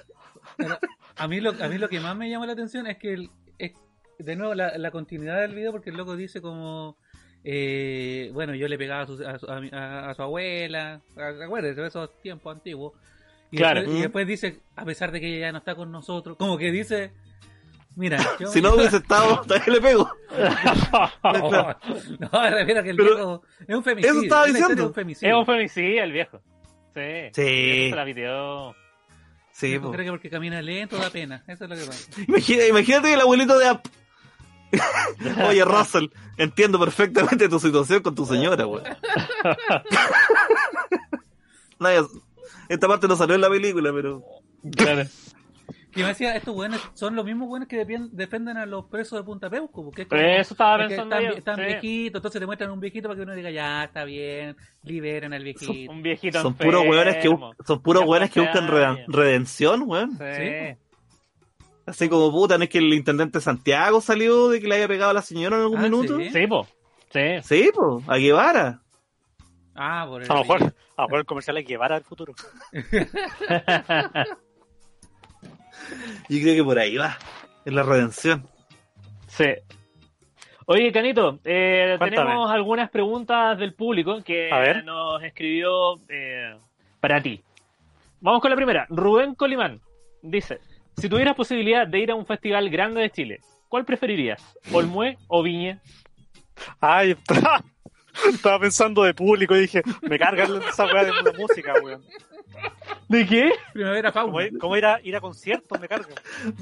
[SPEAKER 3] a, mí lo, a mí lo que más me llama la atención es que, el- es, de nuevo, la, la continuidad del video, porque el loco dice como, eh, bueno, yo le pegaba a su, a su, a mi- a- a su abuela, a- acuérdense de esos tiempos antiguos. Y,
[SPEAKER 1] Claro.
[SPEAKER 3] después, y
[SPEAKER 4] Mm.
[SPEAKER 3] después dice, a pesar de que ella ya no está con nosotros, como que dice, mira, yo...
[SPEAKER 4] Si no hubiese estado, todavía le pego.
[SPEAKER 3] no, no, me refiero a que el
[SPEAKER 4] Pero-
[SPEAKER 3] viejo es un femicidio.
[SPEAKER 4] Eso estaba
[SPEAKER 3] es la historia
[SPEAKER 4] diciendo.
[SPEAKER 3] de un femicidio.
[SPEAKER 1] Es un femicida el viejo. Sí.
[SPEAKER 4] Sí.
[SPEAKER 1] Se la videó.
[SPEAKER 4] Sí,
[SPEAKER 3] Yo
[SPEAKER 4] po.
[SPEAKER 3] creo que porque camina lento da pena. Eso es lo que pasa.
[SPEAKER 4] Imagina- imagínate el abuelito de App. Oye, Russell, entiendo perfectamente tu situación con tu señora, güey. Nadie- esta parte no salió en la película, pero.
[SPEAKER 1] Claro.
[SPEAKER 3] Y me decía, estos buenos son los mismos buenos que depien- defienden a los presos de Punta Peuco. Porque es como-
[SPEAKER 1] Pero eso estaba
[SPEAKER 3] es que
[SPEAKER 1] pensando
[SPEAKER 3] están,
[SPEAKER 1] yo,
[SPEAKER 3] vie- están
[SPEAKER 1] sí.
[SPEAKER 3] viejitos, entonces le muestran un viejito para que uno diga, ya, está bien, liberen al viejito.
[SPEAKER 1] Un viejito
[SPEAKER 4] Son puros hueones que,
[SPEAKER 1] enfermo.
[SPEAKER 4] bus- son puros
[SPEAKER 1] Ya
[SPEAKER 4] hueones que buscan
[SPEAKER 1] pasaron.
[SPEAKER 4] reden- redención, weón.
[SPEAKER 1] Sí.
[SPEAKER 4] Así como puta, ¿no es que el intendente Santiago salió de que le haya pegado a la señora en algún
[SPEAKER 3] Ah,
[SPEAKER 4] minuto?
[SPEAKER 3] ¿sí?
[SPEAKER 4] Sí,
[SPEAKER 1] Sí, po. Sí.
[SPEAKER 4] po, a Guevara.
[SPEAKER 3] Ah, por el
[SPEAKER 2] A lo mejor, a lo mejor el comercial es llevar al futuro.
[SPEAKER 4] Yo creo que por ahí va, en la redención.
[SPEAKER 1] Sí. Oye, Canito, eh,
[SPEAKER 2] Cuéntame.
[SPEAKER 1] tenemos algunas preguntas del público que
[SPEAKER 2] A ver.
[SPEAKER 1] nos escribió eh, para ti. Vamos con la primera. Rubén Colimán dice, si tuvieras posibilidad de ir a un festival grande de Chile, ¿cuál preferirías? ¿Olmué o Viña?
[SPEAKER 2] Ay, estaba, estaba pensando de público y dije, me cargan esa weá de la música, weón.
[SPEAKER 1] ¿De qué?
[SPEAKER 3] Primavera
[SPEAKER 2] ¿Cómo,
[SPEAKER 3] Fauna.
[SPEAKER 2] ir- cómo ir, a, ir a conciertos? Me cargan.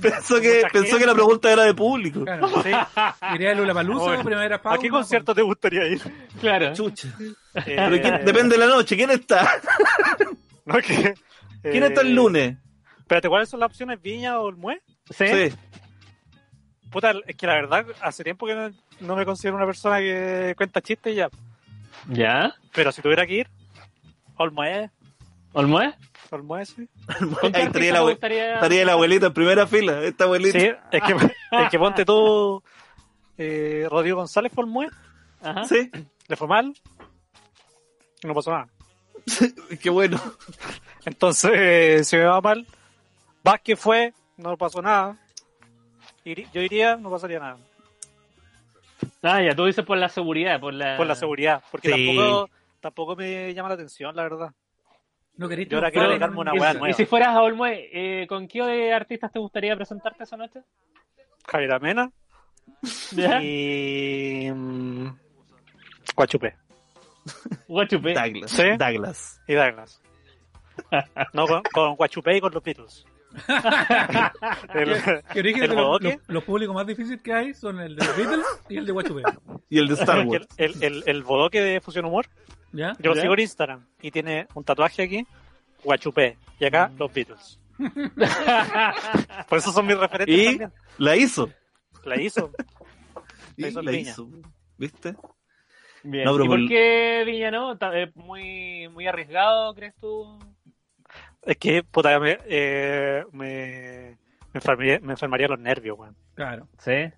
[SPEAKER 4] Pensó que,
[SPEAKER 2] Mucha
[SPEAKER 4] pensó que
[SPEAKER 2] gente.
[SPEAKER 4] la pregunta era de público.
[SPEAKER 3] Claro, sí. Iría a Lula Palusa
[SPEAKER 2] Bueno,
[SPEAKER 3] o Primavera Fauna.
[SPEAKER 2] ¿A qué concierto te gustaría ir?
[SPEAKER 1] Claro.
[SPEAKER 4] Chucha.
[SPEAKER 2] Eh,
[SPEAKER 4] Pero ¿quién- depende de la noche, ¿quién está?
[SPEAKER 2] no, que-
[SPEAKER 4] ¿Quién
[SPEAKER 2] eh,
[SPEAKER 4] está el lunes?
[SPEAKER 2] Espérate, ¿cuáles son las opciones? ¿Viña o el Mue?
[SPEAKER 1] ¿Sí?
[SPEAKER 4] Sí.
[SPEAKER 2] Puta, es que la verdad, hace tiempo que no, no me considero una persona que cuenta chistes ya.
[SPEAKER 1] ¿Ya?
[SPEAKER 2] Pero si tuviera que ir, Olmoé,
[SPEAKER 1] ¿Olmué?
[SPEAKER 2] Olmoé, sí.
[SPEAKER 1] ¿Con qué
[SPEAKER 4] Ahí estaría
[SPEAKER 1] artista
[SPEAKER 4] el,
[SPEAKER 1] te
[SPEAKER 4] abue-
[SPEAKER 1] gustaría-
[SPEAKER 4] estaría el abuelito en primera fila, esta abuelita.
[SPEAKER 2] Sí, es que, es que ponte tú, eh, Rodrigo González por Olmoé,
[SPEAKER 1] Ajá.
[SPEAKER 4] Sí,
[SPEAKER 2] le fue mal, y no pasó nada.
[SPEAKER 4] qué bueno.
[SPEAKER 2] Entonces, eh, si me va mal, Vázquez fue, no pasó nada. Iri- yo iría, no pasaría nada.
[SPEAKER 1] Ah, ya, tú dices por la seguridad, por la...
[SPEAKER 2] Por la seguridad, porque
[SPEAKER 4] Sí.
[SPEAKER 2] tampoco, tampoco me llama la atención, la verdad.
[SPEAKER 3] No querís
[SPEAKER 2] Yo ahora
[SPEAKER 3] triunfar
[SPEAKER 1] quiero
[SPEAKER 3] en
[SPEAKER 2] dejarme
[SPEAKER 3] un-
[SPEAKER 2] una hueá
[SPEAKER 1] ¿Y
[SPEAKER 2] nueva.
[SPEAKER 1] si fueras a Olmué, eh, con qué de artistas te gustaría presentarte esa noche?
[SPEAKER 2] Javier Amena
[SPEAKER 1] ¿Ya?
[SPEAKER 2] y. mm, Guachupé.
[SPEAKER 1] Guachupé.
[SPEAKER 4] Douglas.
[SPEAKER 2] ¿Sí?
[SPEAKER 4] Douglas.
[SPEAKER 2] Y Douglas. No, con, con Guachupé y con los Beatles. El-
[SPEAKER 3] Que origen
[SPEAKER 2] el
[SPEAKER 3] de los,
[SPEAKER 2] bodoque.
[SPEAKER 3] los- los públicos más difíciles que hay son el de los Beatles y el de Guachupé.
[SPEAKER 4] Y el de Star Wars.
[SPEAKER 2] El, el, el, el bodoque de Fusión Humor,
[SPEAKER 3] ¿Ya?
[SPEAKER 2] yo lo
[SPEAKER 1] ¿Ya?
[SPEAKER 2] sigo en Instagram y tiene un tatuaje aquí, Guachupé, y acá
[SPEAKER 1] Mm.
[SPEAKER 2] los Beatles. Por eso son mis referentes
[SPEAKER 4] Y
[SPEAKER 2] también.
[SPEAKER 4] la hizo.
[SPEAKER 2] La hizo.
[SPEAKER 4] Y
[SPEAKER 2] La hizo el
[SPEAKER 4] la
[SPEAKER 2] Piña.
[SPEAKER 4] hizo. ¿Viste?
[SPEAKER 1] Bien.
[SPEAKER 4] No, pero
[SPEAKER 1] ¿Y por
[SPEAKER 4] por-
[SPEAKER 1] qué Viña no? Ta- eh, Muy, muy arriesgado, ¿crees tú?
[SPEAKER 2] Es que, puta, me, eh, me, me, enfermaría, me enfermaría los nervios, weón.
[SPEAKER 3] Claro.
[SPEAKER 1] Sí.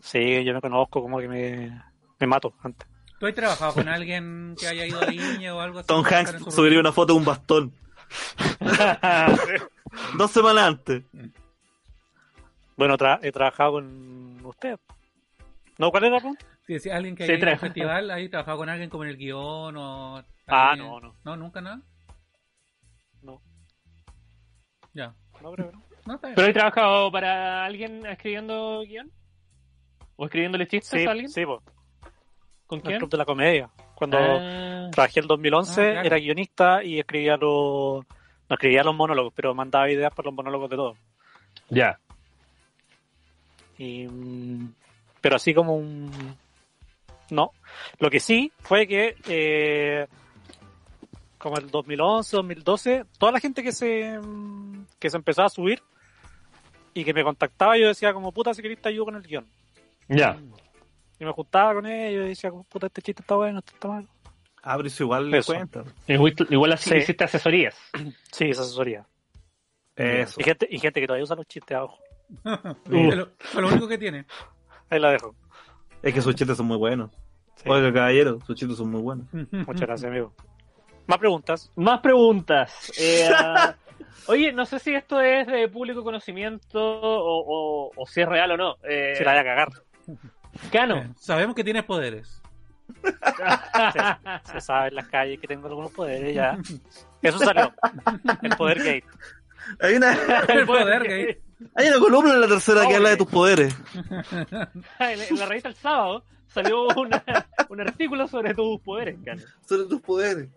[SPEAKER 2] Sí, yo me conozco como que me, me mato antes.
[SPEAKER 3] ¿Tú has trabajado con alguien que haya ido a Viña o algo así?
[SPEAKER 4] Tom Hanks subiría una foto de un bastón. Dos semanas antes.
[SPEAKER 2] Bueno, tra- he trabajado con usted. ¿No? ¿Cuál era la pregunta?
[SPEAKER 3] Si decía alguien que
[SPEAKER 1] Sí,
[SPEAKER 3] haya ido a un
[SPEAKER 1] tra-
[SPEAKER 3] festival, ¿hay trabajado con alguien como en el guión o...?
[SPEAKER 2] Ah,
[SPEAKER 3] alguien?
[SPEAKER 2] no, no.
[SPEAKER 3] ¿No? ¿Nunca nada?
[SPEAKER 2] No.
[SPEAKER 3] Ya.
[SPEAKER 2] No, creo que no.
[SPEAKER 3] No, está bien.
[SPEAKER 1] ¿Pero he trabajado para alguien escribiendo guión? ¿O escribiéndole chistes
[SPEAKER 2] Sí,
[SPEAKER 1] a ¿Este alguien?
[SPEAKER 2] sí, po,
[SPEAKER 1] ¿Con
[SPEAKER 2] el
[SPEAKER 1] quién?
[SPEAKER 2] Club de la Comedia. Cuando
[SPEAKER 1] Ah,
[SPEAKER 2] trabajé el 2011,
[SPEAKER 3] Ah, claro.
[SPEAKER 2] era guionista y escribía los... No escribía los monólogos, pero mandaba ideas para los monólogos de todos.
[SPEAKER 1] ya.
[SPEAKER 2] Y, mm, pero así como un... No. Lo que sí fue que eh, como el 2011, 2012, toda la gente que se, mm, que se empezaba a subir y que me contactaba, yo decía como, puta, si querés te ayudo con el guión.
[SPEAKER 1] Ya.
[SPEAKER 2] Y me juntaba con ellos y decía como, puta, este chiste está bueno, este está malo.
[SPEAKER 4] Abre su igual
[SPEAKER 2] Eso.
[SPEAKER 4] cuenta.
[SPEAKER 1] Igual, igual así
[SPEAKER 2] Sí.
[SPEAKER 1] hiciste asesorías.
[SPEAKER 2] Sí, esa asesoría.
[SPEAKER 4] Eso.
[SPEAKER 2] Y gente, y gente que todavía usa los chistes, ah, ojo.
[SPEAKER 3] Es lo- es lo único que tiene.
[SPEAKER 2] Ahí la dejo.
[SPEAKER 4] Es que sus chistes son muy buenos.
[SPEAKER 2] Sí.
[SPEAKER 4] Oiga, caballero, sus chistes son muy buenos.
[SPEAKER 2] Muchas gracias, amigo. Más preguntas.
[SPEAKER 1] Más preguntas. Eh, ah, oye, no sé si esto es de público conocimiento o, o- o si es real o no. Eh,
[SPEAKER 2] Se la voy a cagar.
[SPEAKER 1] Cano.
[SPEAKER 3] Bien, Sabemos que tienes poderes.
[SPEAKER 2] se sabe en las calles que tengo algunos poderes ya. Eso salió. El poder gate.
[SPEAKER 4] Hay una,
[SPEAKER 3] El poder gay.
[SPEAKER 4] hay una columna en la tercera que habla de tus poderes.
[SPEAKER 1] En la revista El Sábado salió una- un artículo sobre tus poderes, Cano.
[SPEAKER 4] Sobre tus poderes.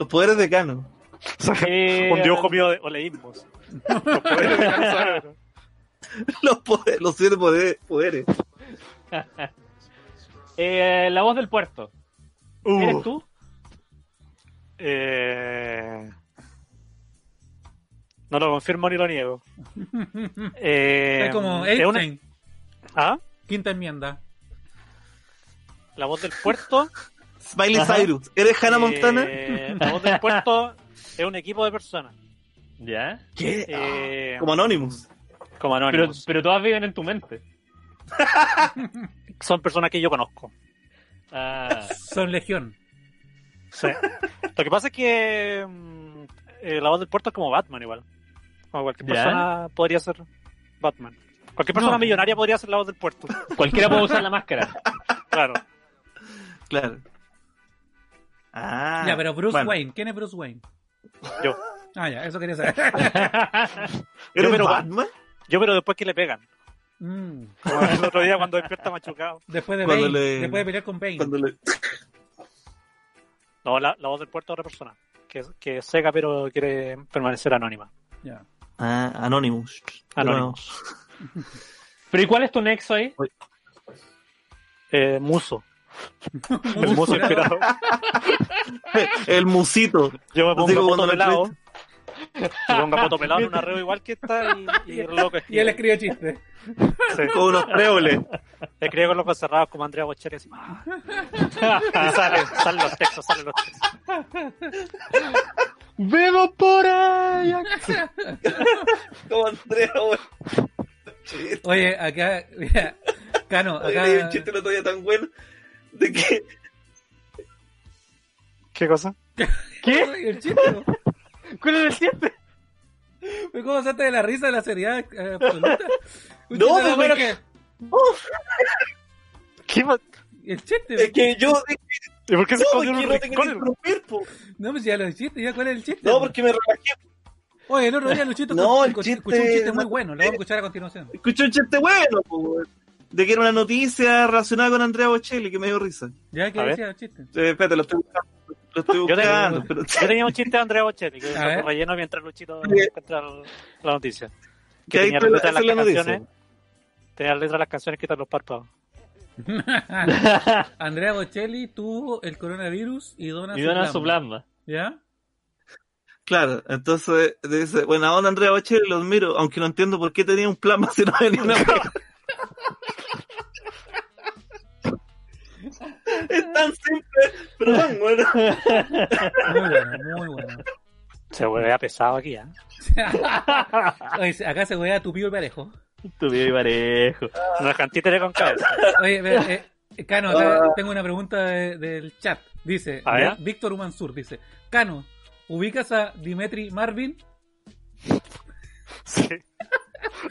[SPEAKER 4] Los poderes de Cano.
[SPEAKER 1] Eh,
[SPEAKER 2] Un dibujo mío de oleísmos. Los poderes de Gonzalo.
[SPEAKER 4] Los poderes, los siete poderes. poderes.
[SPEAKER 1] eh, la voz del puerto.
[SPEAKER 2] Uh,
[SPEAKER 1] ¿Eres tú?
[SPEAKER 2] eh, No lo confirmo ni lo niego. Eh,
[SPEAKER 3] es como
[SPEAKER 2] es una-
[SPEAKER 3] Einstein,
[SPEAKER 2] ¿Ah?
[SPEAKER 3] quinta enmienda.
[SPEAKER 2] La voz del puerto.
[SPEAKER 4] Smiley
[SPEAKER 1] Ajá.
[SPEAKER 4] Cyrus. ¿Eres Hannah
[SPEAKER 2] eh,
[SPEAKER 4] Montana?
[SPEAKER 2] La voz del puerto es un equipo de personas.
[SPEAKER 1] Ya.
[SPEAKER 4] ¿Qué?
[SPEAKER 2] eh,
[SPEAKER 4] Como Anonymous.
[SPEAKER 2] como
[SPEAKER 1] Pero,
[SPEAKER 2] anónimos.
[SPEAKER 1] pero todas viven en tu mente.
[SPEAKER 2] Son personas que yo conozco.
[SPEAKER 1] Ah,
[SPEAKER 3] Son legión.
[SPEAKER 2] Sí. Lo que pasa es que mm, eh, la voz del puerto es como Batman igual. Como cualquier
[SPEAKER 1] ¿Ya?
[SPEAKER 2] persona podría ser Batman. Cualquier persona
[SPEAKER 3] No.
[SPEAKER 2] millonaria podría ser la voz del puerto.
[SPEAKER 1] cualquiera puede usar la máscara.
[SPEAKER 2] Claro.
[SPEAKER 4] Claro. Ah.
[SPEAKER 3] ya, pero Bruce
[SPEAKER 4] bueno.
[SPEAKER 3] Wayne. ¿Quién es Bruce Wayne?
[SPEAKER 2] Yo.
[SPEAKER 3] Ah, ya, eso quería saber.
[SPEAKER 4] ¿Eres
[SPEAKER 2] Yo, pero-
[SPEAKER 4] Batman?
[SPEAKER 2] Yo pero después que le pegan.
[SPEAKER 3] Mm,
[SPEAKER 2] Como el otro día cuando despierta machucado.
[SPEAKER 3] Después de
[SPEAKER 4] Cuando
[SPEAKER 3] Bane,
[SPEAKER 4] le-
[SPEAKER 3] después de pelear con Bane.
[SPEAKER 4] Cuando le-
[SPEAKER 2] No, la, la voz del puerto es otra persona. Que, que es seca pero quiere permanecer anónima.
[SPEAKER 3] Ya.
[SPEAKER 4] Ah, Anonymous.
[SPEAKER 2] Anonymous.
[SPEAKER 1] Pero ¿y cuál es tu nexo ahí?
[SPEAKER 2] Eh, muso. El muso
[SPEAKER 3] Musculado.
[SPEAKER 2] inspirado.
[SPEAKER 4] Bueno, El musito.
[SPEAKER 2] Yo me
[SPEAKER 4] Así como
[SPEAKER 2] pongo a poto
[SPEAKER 4] cuando
[SPEAKER 2] pelado.
[SPEAKER 4] lo
[SPEAKER 2] Me pongo a poto pelado en una red igual que esta y, y el loco
[SPEAKER 3] Y él
[SPEAKER 2] escribe.
[SPEAKER 3] escribe chistes.
[SPEAKER 2] Sí.
[SPEAKER 4] Con unos tréboles.
[SPEAKER 2] Escribe con los ojos cerrados como Andrea Bocelli así. ¡ah! Y sale, salen los textos, salen los textos.
[SPEAKER 1] ¡Vemos por ahí!
[SPEAKER 4] Como Andrea, güey. Chiste.
[SPEAKER 3] Oye, acá, mira, Cano,
[SPEAKER 4] Oye, leí
[SPEAKER 3] acá
[SPEAKER 4] un chiste el otro día tan bueno de que
[SPEAKER 2] ¿Qué cosa?
[SPEAKER 1] ¿Qué?
[SPEAKER 3] el chiste.
[SPEAKER 1] ¿Cuál es el chiste?
[SPEAKER 3] Fue como salta de la risa de la seriedad eh, absoluta. Un
[SPEAKER 4] No, pues, pero
[SPEAKER 3] chiste tan bueno
[SPEAKER 4] es
[SPEAKER 2] ¿Qué va-
[SPEAKER 3] que- El chiste.
[SPEAKER 4] es que yo dije,
[SPEAKER 2] ¿Y por qué se
[SPEAKER 4] no, es
[SPEAKER 2] escondió en
[SPEAKER 4] que
[SPEAKER 2] un
[SPEAKER 4] no tengo que
[SPEAKER 2] rincón?
[SPEAKER 4] interrumpir, po.
[SPEAKER 3] No, pues ya lo chiste, ya cuál es el chiste.
[SPEAKER 4] No, porque me relajé.
[SPEAKER 3] Oye, el otro día Luchito
[SPEAKER 4] No, el
[SPEAKER 3] escuchó
[SPEAKER 4] chiste-
[SPEAKER 3] escuchó un chiste muy bueno, lo vamos a escuchar a continuación.
[SPEAKER 4] Escuché un chiste bueno, po, güey. De que era una noticia relacionada con Andrea Bocelli que me dio risa.
[SPEAKER 3] Ya que
[SPEAKER 2] A ver.
[SPEAKER 3] decía el chiste.
[SPEAKER 4] Eh, espérate, lo estoy buscando. Lo estoy
[SPEAKER 2] Yo tenía,
[SPEAKER 4] buscando, pero...
[SPEAKER 2] yo tenía un chiste de Andrea Bocelli que
[SPEAKER 3] A ver.
[SPEAKER 2] lo relleno mientras Luchito
[SPEAKER 4] Bien.
[SPEAKER 2] encuentra la noticia.
[SPEAKER 4] ¿Qué
[SPEAKER 2] Que
[SPEAKER 4] hay
[SPEAKER 2] tenía
[SPEAKER 4] tú-
[SPEAKER 2] la letra de
[SPEAKER 4] esa es la
[SPEAKER 2] las
[SPEAKER 4] noticia?
[SPEAKER 2] canciones. Tenía la letra de las canciones que están los párpados.
[SPEAKER 3] Andrea Bocelli tuvo el coronavirus y dona,
[SPEAKER 1] Y donan su plasma.
[SPEAKER 3] ¿Ya?
[SPEAKER 4] Claro, entonces dice, bueno, onda Andrea Bocelli, los miro, aunque no entiendo por qué tenía un plasma si no venía una wea". Es tan simple, pero tan bueno.
[SPEAKER 3] Muy bueno, muy bueno.
[SPEAKER 2] Se vuelve a pesado aquí, ¿eh?
[SPEAKER 3] Oye, acá se voy a tu y parejo.
[SPEAKER 1] Tu y parejo.
[SPEAKER 2] No dejan títere con cabeza.
[SPEAKER 3] Oye, ve, eh, Cano, acá
[SPEAKER 4] Ah.
[SPEAKER 3] tengo una pregunta de- del chat. Dice,
[SPEAKER 2] A ver.
[SPEAKER 3] Víctor Mansur dice, Cano, ¿ubicas a Dimitri Marvin?
[SPEAKER 2] Sí.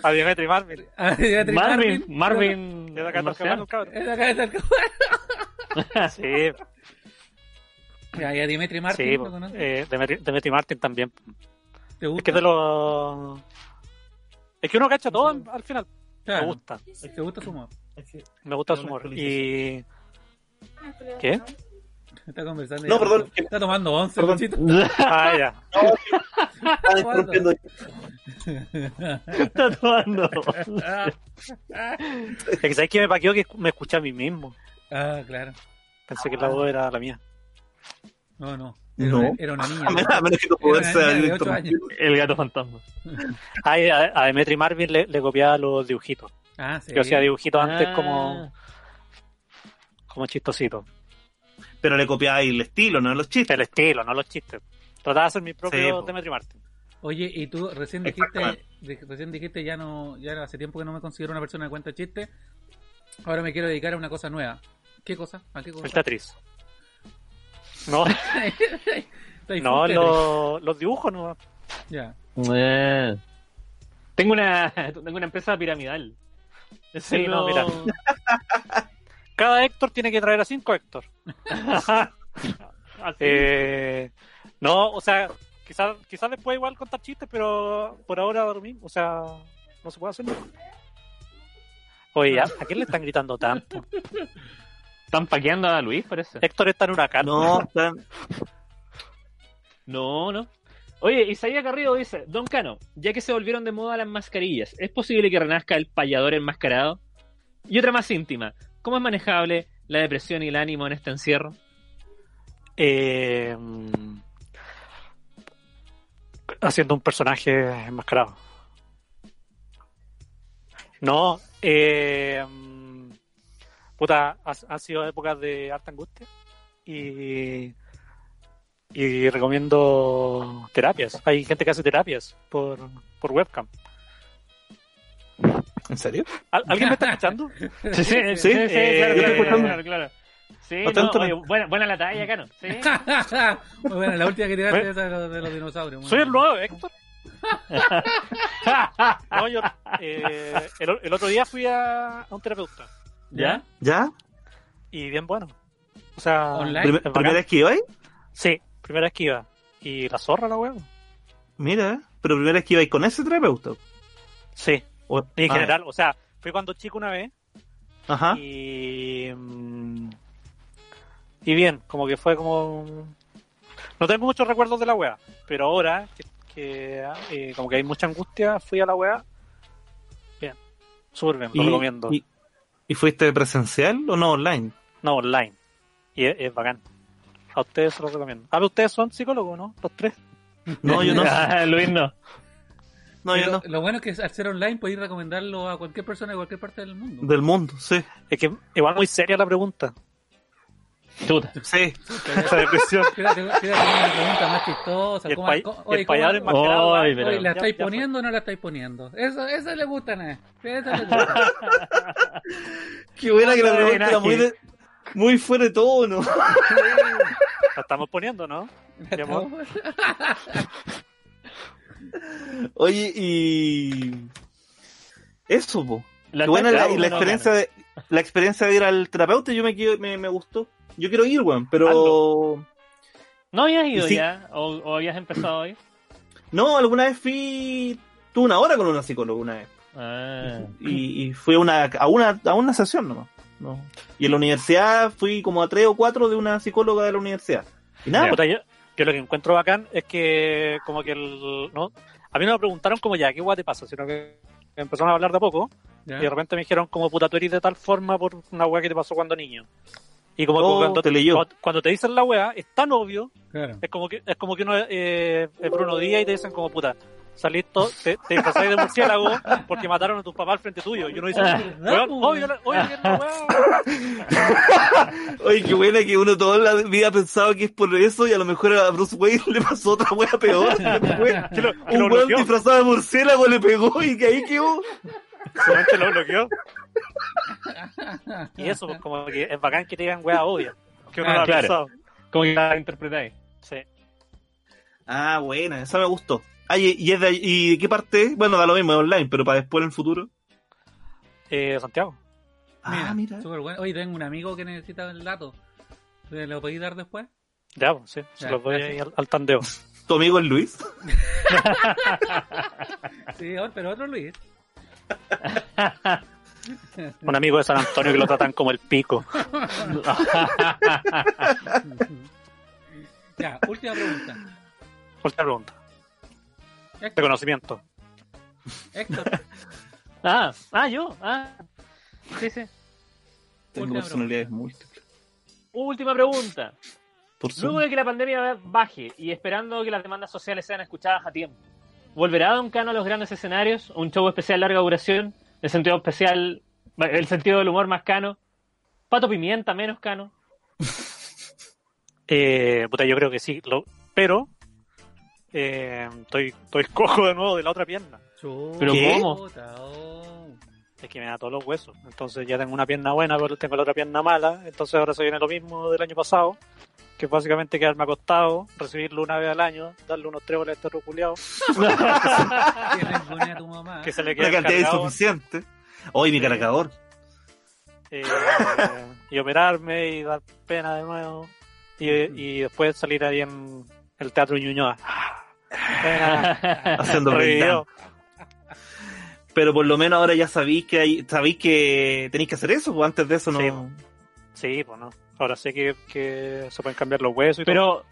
[SPEAKER 2] A Dimitri Marvin.
[SPEAKER 3] A Dimitri
[SPEAKER 1] Marvin,
[SPEAKER 3] Marvin.
[SPEAKER 1] Marvin.
[SPEAKER 2] Le da carta al
[SPEAKER 1] marciano.
[SPEAKER 2] caballo, cabrón.
[SPEAKER 3] Es acá, es acá.
[SPEAKER 2] Sí,
[SPEAKER 3] Ya, ya, Dimitri Marvin,
[SPEAKER 2] sí.
[SPEAKER 3] ¿lo
[SPEAKER 2] po.
[SPEAKER 3] conoces?
[SPEAKER 2] Eh, Demetri, Demetri Martin también.
[SPEAKER 3] ¿Te
[SPEAKER 2] Es
[SPEAKER 3] gusta?
[SPEAKER 2] que de los... Es que uno cacha todo en- al final.
[SPEAKER 3] Claro,
[SPEAKER 2] Me gusta.
[SPEAKER 3] ¿Te gusta su humor?
[SPEAKER 2] Me gusta su humor. Y... ¿Qué?
[SPEAKER 3] Está conversando.
[SPEAKER 4] No,
[SPEAKER 3] ya.
[SPEAKER 4] perdón.
[SPEAKER 3] Está tomando once,
[SPEAKER 4] Perdón.
[SPEAKER 3] Luchito.
[SPEAKER 2] Ah, ya.
[SPEAKER 4] Estaba interrumpiendo.
[SPEAKER 1] Está tomando.
[SPEAKER 3] Ah,
[SPEAKER 2] Es que sabes que me paqueó que me escuché a mí mismo.
[SPEAKER 3] ah, claro.
[SPEAKER 2] Pensé que la voz era la mía.
[SPEAKER 3] No, no. Era,
[SPEAKER 4] No.
[SPEAKER 3] Una, era una niña.
[SPEAKER 4] A menos- a menos que tu poder
[SPEAKER 3] Era
[SPEAKER 4] sea
[SPEAKER 3] una niña de ocho
[SPEAKER 4] interrumpido.
[SPEAKER 3] años.
[SPEAKER 1] El gato fantasma.
[SPEAKER 2] Ah, y a, a Demetri Marvin le, le copiaba los dibujitos.
[SPEAKER 3] Ah, sí.
[SPEAKER 2] Yo hacía dibujitos antes
[SPEAKER 1] Ah.
[SPEAKER 2] como, como chistosito.
[SPEAKER 4] Pero le copiaba ahí el estilo, no los chistes.
[SPEAKER 2] El estilo, no los chistes. Trataba de hacer mi
[SPEAKER 4] Sí,
[SPEAKER 2] propio
[SPEAKER 4] po.
[SPEAKER 2] Demetri Martin.
[SPEAKER 3] Oye, y tú recién dijiste,
[SPEAKER 4] Exactamente.
[SPEAKER 3] de- recién dijiste ya no, ya hace tiempo que no me considero una persona que cuenta chistes. Ahora me quiero dedicar a una cosa nueva. ¿Qué cosa? ¿A qué
[SPEAKER 2] El
[SPEAKER 3] cosa?
[SPEAKER 2] Tetris. No,
[SPEAKER 3] Estoy
[SPEAKER 2] no
[SPEAKER 3] full
[SPEAKER 2] lo- los dibujos no.
[SPEAKER 3] Tetris. Ya.
[SPEAKER 1] Eh. Tengo una, tengo una empresa piramidal. Es
[SPEAKER 2] Sí,
[SPEAKER 1] el
[SPEAKER 2] no,
[SPEAKER 1] nuevo-
[SPEAKER 2] mira. Cada Héctor tiene que traer a cinco Héctor.
[SPEAKER 1] Así.
[SPEAKER 2] Eh, no, o sea, quizás quizás después igual contar chistes, pero por ahora lo mismo. O sea, no se puede hacer nada. Oye, ¿a, a quién le están gritando tanto?
[SPEAKER 1] Están paqueando a Luis, parece.
[SPEAKER 2] Héctor está en una carta.
[SPEAKER 4] No, están-
[SPEAKER 1] No, no. Oye, Isaías Carrillo dice, Don Cano, ya que se volvieron de moda las mascarillas, ¿es posible que renazca el payador enmascarado? Y otra más íntima, ¿cómo es manejable la depresión y el ánimo en este encierro?
[SPEAKER 2] Eh, mm, haciendo un personaje enmascarado. No, eh, mm, puta, ha- han sido épocas de harta angustia y, y recomiendo terapias. Hay gente que hace terapias por, por webcam.
[SPEAKER 4] ¿En serio?
[SPEAKER 2] ¿Al- ¿Alguien me está escuchando?
[SPEAKER 1] Sí, sí, sí,
[SPEAKER 4] sí,
[SPEAKER 1] claro, claro,
[SPEAKER 2] eh, yo
[SPEAKER 1] claro,
[SPEAKER 2] estoy escuchando.
[SPEAKER 1] claro, claro. Sí,
[SPEAKER 4] Bastante
[SPEAKER 1] no, oye, buena, buena la talla, Cano. Sí.
[SPEAKER 3] Muy buena, la última que tiraste
[SPEAKER 2] Me-
[SPEAKER 3] esa de los, de los dinosaurios. muy
[SPEAKER 2] Soy el
[SPEAKER 3] buena.
[SPEAKER 2] nuevo Héctor. No, yo, eh, el, el otro día fui a- a un terapeuta.
[SPEAKER 1] ¿Ya?
[SPEAKER 4] ¿Ya?
[SPEAKER 2] y bien bueno. O sea,
[SPEAKER 3] Online.
[SPEAKER 4] Primer-
[SPEAKER 2] bacán.
[SPEAKER 4] ¿Primera esquiva ahí?
[SPEAKER 2] Sí, primera esquiva. Y la zorra, la huevo.
[SPEAKER 4] Mira, pero primera esquiva ahí con ese terapeuta.
[SPEAKER 2] Sí,
[SPEAKER 4] O-
[SPEAKER 2] y en
[SPEAKER 4] ah,
[SPEAKER 2] general, o sea, fui cuando chico una vez
[SPEAKER 4] Ajá.
[SPEAKER 2] y. mm, Y bien, como que fue como. No tengo muchos recuerdos de la wea, pero ahora que, que, eh, como que hay mucha angustia, fui a la wea. Bien, súper bien, lo recomiendo.
[SPEAKER 4] y- ¿y fuiste presencial o no online?
[SPEAKER 2] No, online. Y es, es bacán. A ustedes se los recomiendo. A ver, ustedes son psicólogos, ¿no? Los tres.
[SPEAKER 4] No, yo no.
[SPEAKER 1] Ah, Luis no.
[SPEAKER 4] No, yo
[SPEAKER 3] Pero
[SPEAKER 4] no.
[SPEAKER 3] Lo bueno es que al ser online podéis recomendarlo a cualquier persona de cualquier parte del mundo.
[SPEAKER 4] Del mundo, sí.
[SPEAKER 2] Es que igual muy seria la pregunta.
[SPEAKER 1] Chuta.
[SPEAKER 4] Sí.
[SPEAKER 2] Esa depresión.
[SPEAKER 3] Fíjate, fíjate, una pregunta más chistosa.
[SPEAKER 2] Y el
[SPEAKER 3] ¿Cómo-
[SPEAKER 2] pay-
[SPEAKER 3] cómo-
[SPEAKER 2] y
[SPEAKER 3] oye,
[SPEAKER 2] el
[SPEAKER 3] ¿cómo-
[SPEAKER 2] payador es más caro,
[SPEAKER 1] Ay,
[SPEAKER 2] ¿eh?
[SPEAKER 1] pero-
[SPEAKER 3] Oye, ¿la
[SPEAKER 2] Ya-
[SPEAKER 3] estáis
[SPEAKER 2] ya fue.
[SPEAKER 3] poniendo o no la estáis poniendo? Eso, eso le gusta, ¿no? Eso le gusta.
[SPEAKER 4] Qué buena que la pregunta era
[SPEAKER 1] Homenaje.
[SPEAKER 4] muy, de- muy fuera de tono.
[SPEAKER 2] La estamos poniendo, ¿no? pues, Mi amor.
[SPEAKER 4] Oye, y. Eso, po.
[SPEAKER 1] La
[SPEAKER 4] Qué buena
[SPEAKER 1] talla,
[SPEAKER 4] la,
[SPEAKER 1] Luis,
[SPEAKER 4] la
[SPEAKER 1] no,
[SPEAKER 4] experiencia de, la experiencia de ir al terapeuta. Yo me, quiero- me, me gustó. Yo quiero ir, weón, pero.
[SPEAKER 1] Cano. ¿No habías ido
[SPEAKER 4] Sí.
[SPEAKER 1] ya? ¿O, o habías empezado hoy?
[SPEAKER 4] No, alguna vez fui. Tuve una hora con una psicóloga una vez.
[SPEAKER 1] Ah.
[SPEAKER 4] Y, y fui a una, a una, a una sesión nomás. No. Y en la universidad fui como a tres o cuatro de una psicóloga de la universidad. Y nada,
[SPEAKER 1] Ya.
[SPEAKER 4] pues,
[SPEAKER 2] Puta, yo, yo lo que encuentro bacán es que como que el... ¿no? A mí no me preguntaron como ya, ¿qué guay te pasa? Sino que empezaron a hablar de a poco
[SPEAKER 3] ¿Ya?
[SPEAKER 2] y de repente me dijeron como puta, tú eres de tal forma por una weá que te pasó cuando niño. Y como que
[SPEAKER 4] Oh,
[SPEAKER 2] cuando,
[SPEAKER 4] te leyó.
[SPEAKER 2] cuando- cuando te dicen la weá, es tan obvio,
[SPEAKER 3] Claro.
[SPEAKER 2] es como que, es como que uno eh, es Bruno Díaz y te dicen como puta, salís to- te, te disfrazáis de murciélago porque mataron a tus papás al frente tuyo. Y uno dice, weón, obvio, la- obvio que es la weá.
[SPEAKER 4] Oye, qué buena que uno toda la vida ha pensado que es por eso y a lo mejor a Bruce Wayne le pasó otra wea peor.
[SPEAKER 2] Que lo- que lo
[SPEAKER 4] Un weón
[SPEAKER 2] bloqueó.
[SPEAKER 4] disfrazado de murciélago le pegó y que ahí quedó.
[SPEAKER 2] Solamente lo bloqueó. Y eso, pues, como que es bacán que te digan weá obvia. Que uno
[SPEAKER 1] Ah,
[SPEAKER 2] no lo ha
[SPEAKER 1] claro.
[SPEAKER 2] pensado.
[SPEAKER 1] ¿Cómo la interpretáis?
[SPEAKER 2] Sí.
[SPEAKER 4] Ah, buena, esa me gustó. Ah, y, y es de, ahí- ¿y de qué parte? es? Bueno, da lo mismo, es online, pero para después en el futuro.
[SPEAKER 2] Eh, Santiago.
[SPEAKER 4] Ah, mira.
[SPEAKER 3] Súper bueno. Oye, tengo un amigo que necesita el dato. ¿Te ¿Lo podéis dar después?
[SPEAKER 2] Ya, pues, sí. Se
[SPEAKER 3] Ya,
[SPEAKER 2] los doy
[SPEAKER 3] gracias.
[SPEAKER 2] ahí al, al tandeo.
[SPEAKER 4] ¿Tu amigo es Luis? Ah.
[SPEAKER 3] Sí, ahora, pero otro Luis.
[SPEAKER 2] Un amigo de San Antonio que lo tratan como el pico.
[SPEAKER 3] Ya, última pregunta.
[SPEAKER 2] Última pregunta. De
[SPEAKER 3] Héctor,
[SPEAKER 2] conocimiento.
[SPEAKER 3] Héctor,
[SPEAKER 1] Ah, ah, yo. Ah. Sí, sí.
[SPEAKER 4] Tengo
[SPEAKER 3] Última
[SPEAKER 4] personalidades múltiples.
[SPEAKER 1] Última pregunta.
[SPEAKER 4] Por
[SPEAKER 1] Luego
[SPEAKER 4] supuesto.
[SPEAKER 1] de que la pandemia baje y esperando que las demandas sociales sean escuchadas a tiempo, ¿volverá Don Cano a los grandes escenarios? ¿Un show especial de larga duración? ¿El sentido especial, el sentido del humor más cano? ¿Pato Pimienta menos cano?
[SPEAKER 2] Eh, puta, yo creo que sí. lo- pero eh, estoy, estoy cojo de nuevo de la otra pierna.
[SPEAKER 1] ¿Pero
[SPEAKER 4] ¿Qué?
[SPEAKER 1] cómo?
[SPEAKER 3] Chuta, oh.
[SPEAKER 2] Es que me da todos los huesos. Entonces ya tengo una pierna buena, pero tengo la otra pierna mala. Entonces ahora se viene lo mismo del año pasado, que es básicamente quedarme acostado, recibirlo una vez al año, darle unos tréboles a este reculeado,
[SPEAKER 3] Que rinconea a tu mamá. ¿Eh?
[SPEAKER 2] que se le
[SPEAKER 4] Una
[SPEAKER 2] quede
[SPEAKER 4] cantidad
[SPEAKER 2] cargado,
[SPEAKER 4] insuficiente. Oye, mi cargador.
[SPEAKER 2] eh, y operarme y dar pena de nuevo. Y, y después salir ahí en el Teatro Ñuñoa. Pena,
[SPEAKER 4] Haciendo breakdown.
[SPEAKER 2] revivido.
[SPEAKER 4] Pero por lo menos ahora ya sabéis que hay, sabéis que tenéis que hacer eso, pues antes de eso no.
[SPEAKER 2] Sí, pues. Sí, pues no. Ahora sé que, que se pueden cambiar los huesos y todo.
[SPEAKER 1] Pero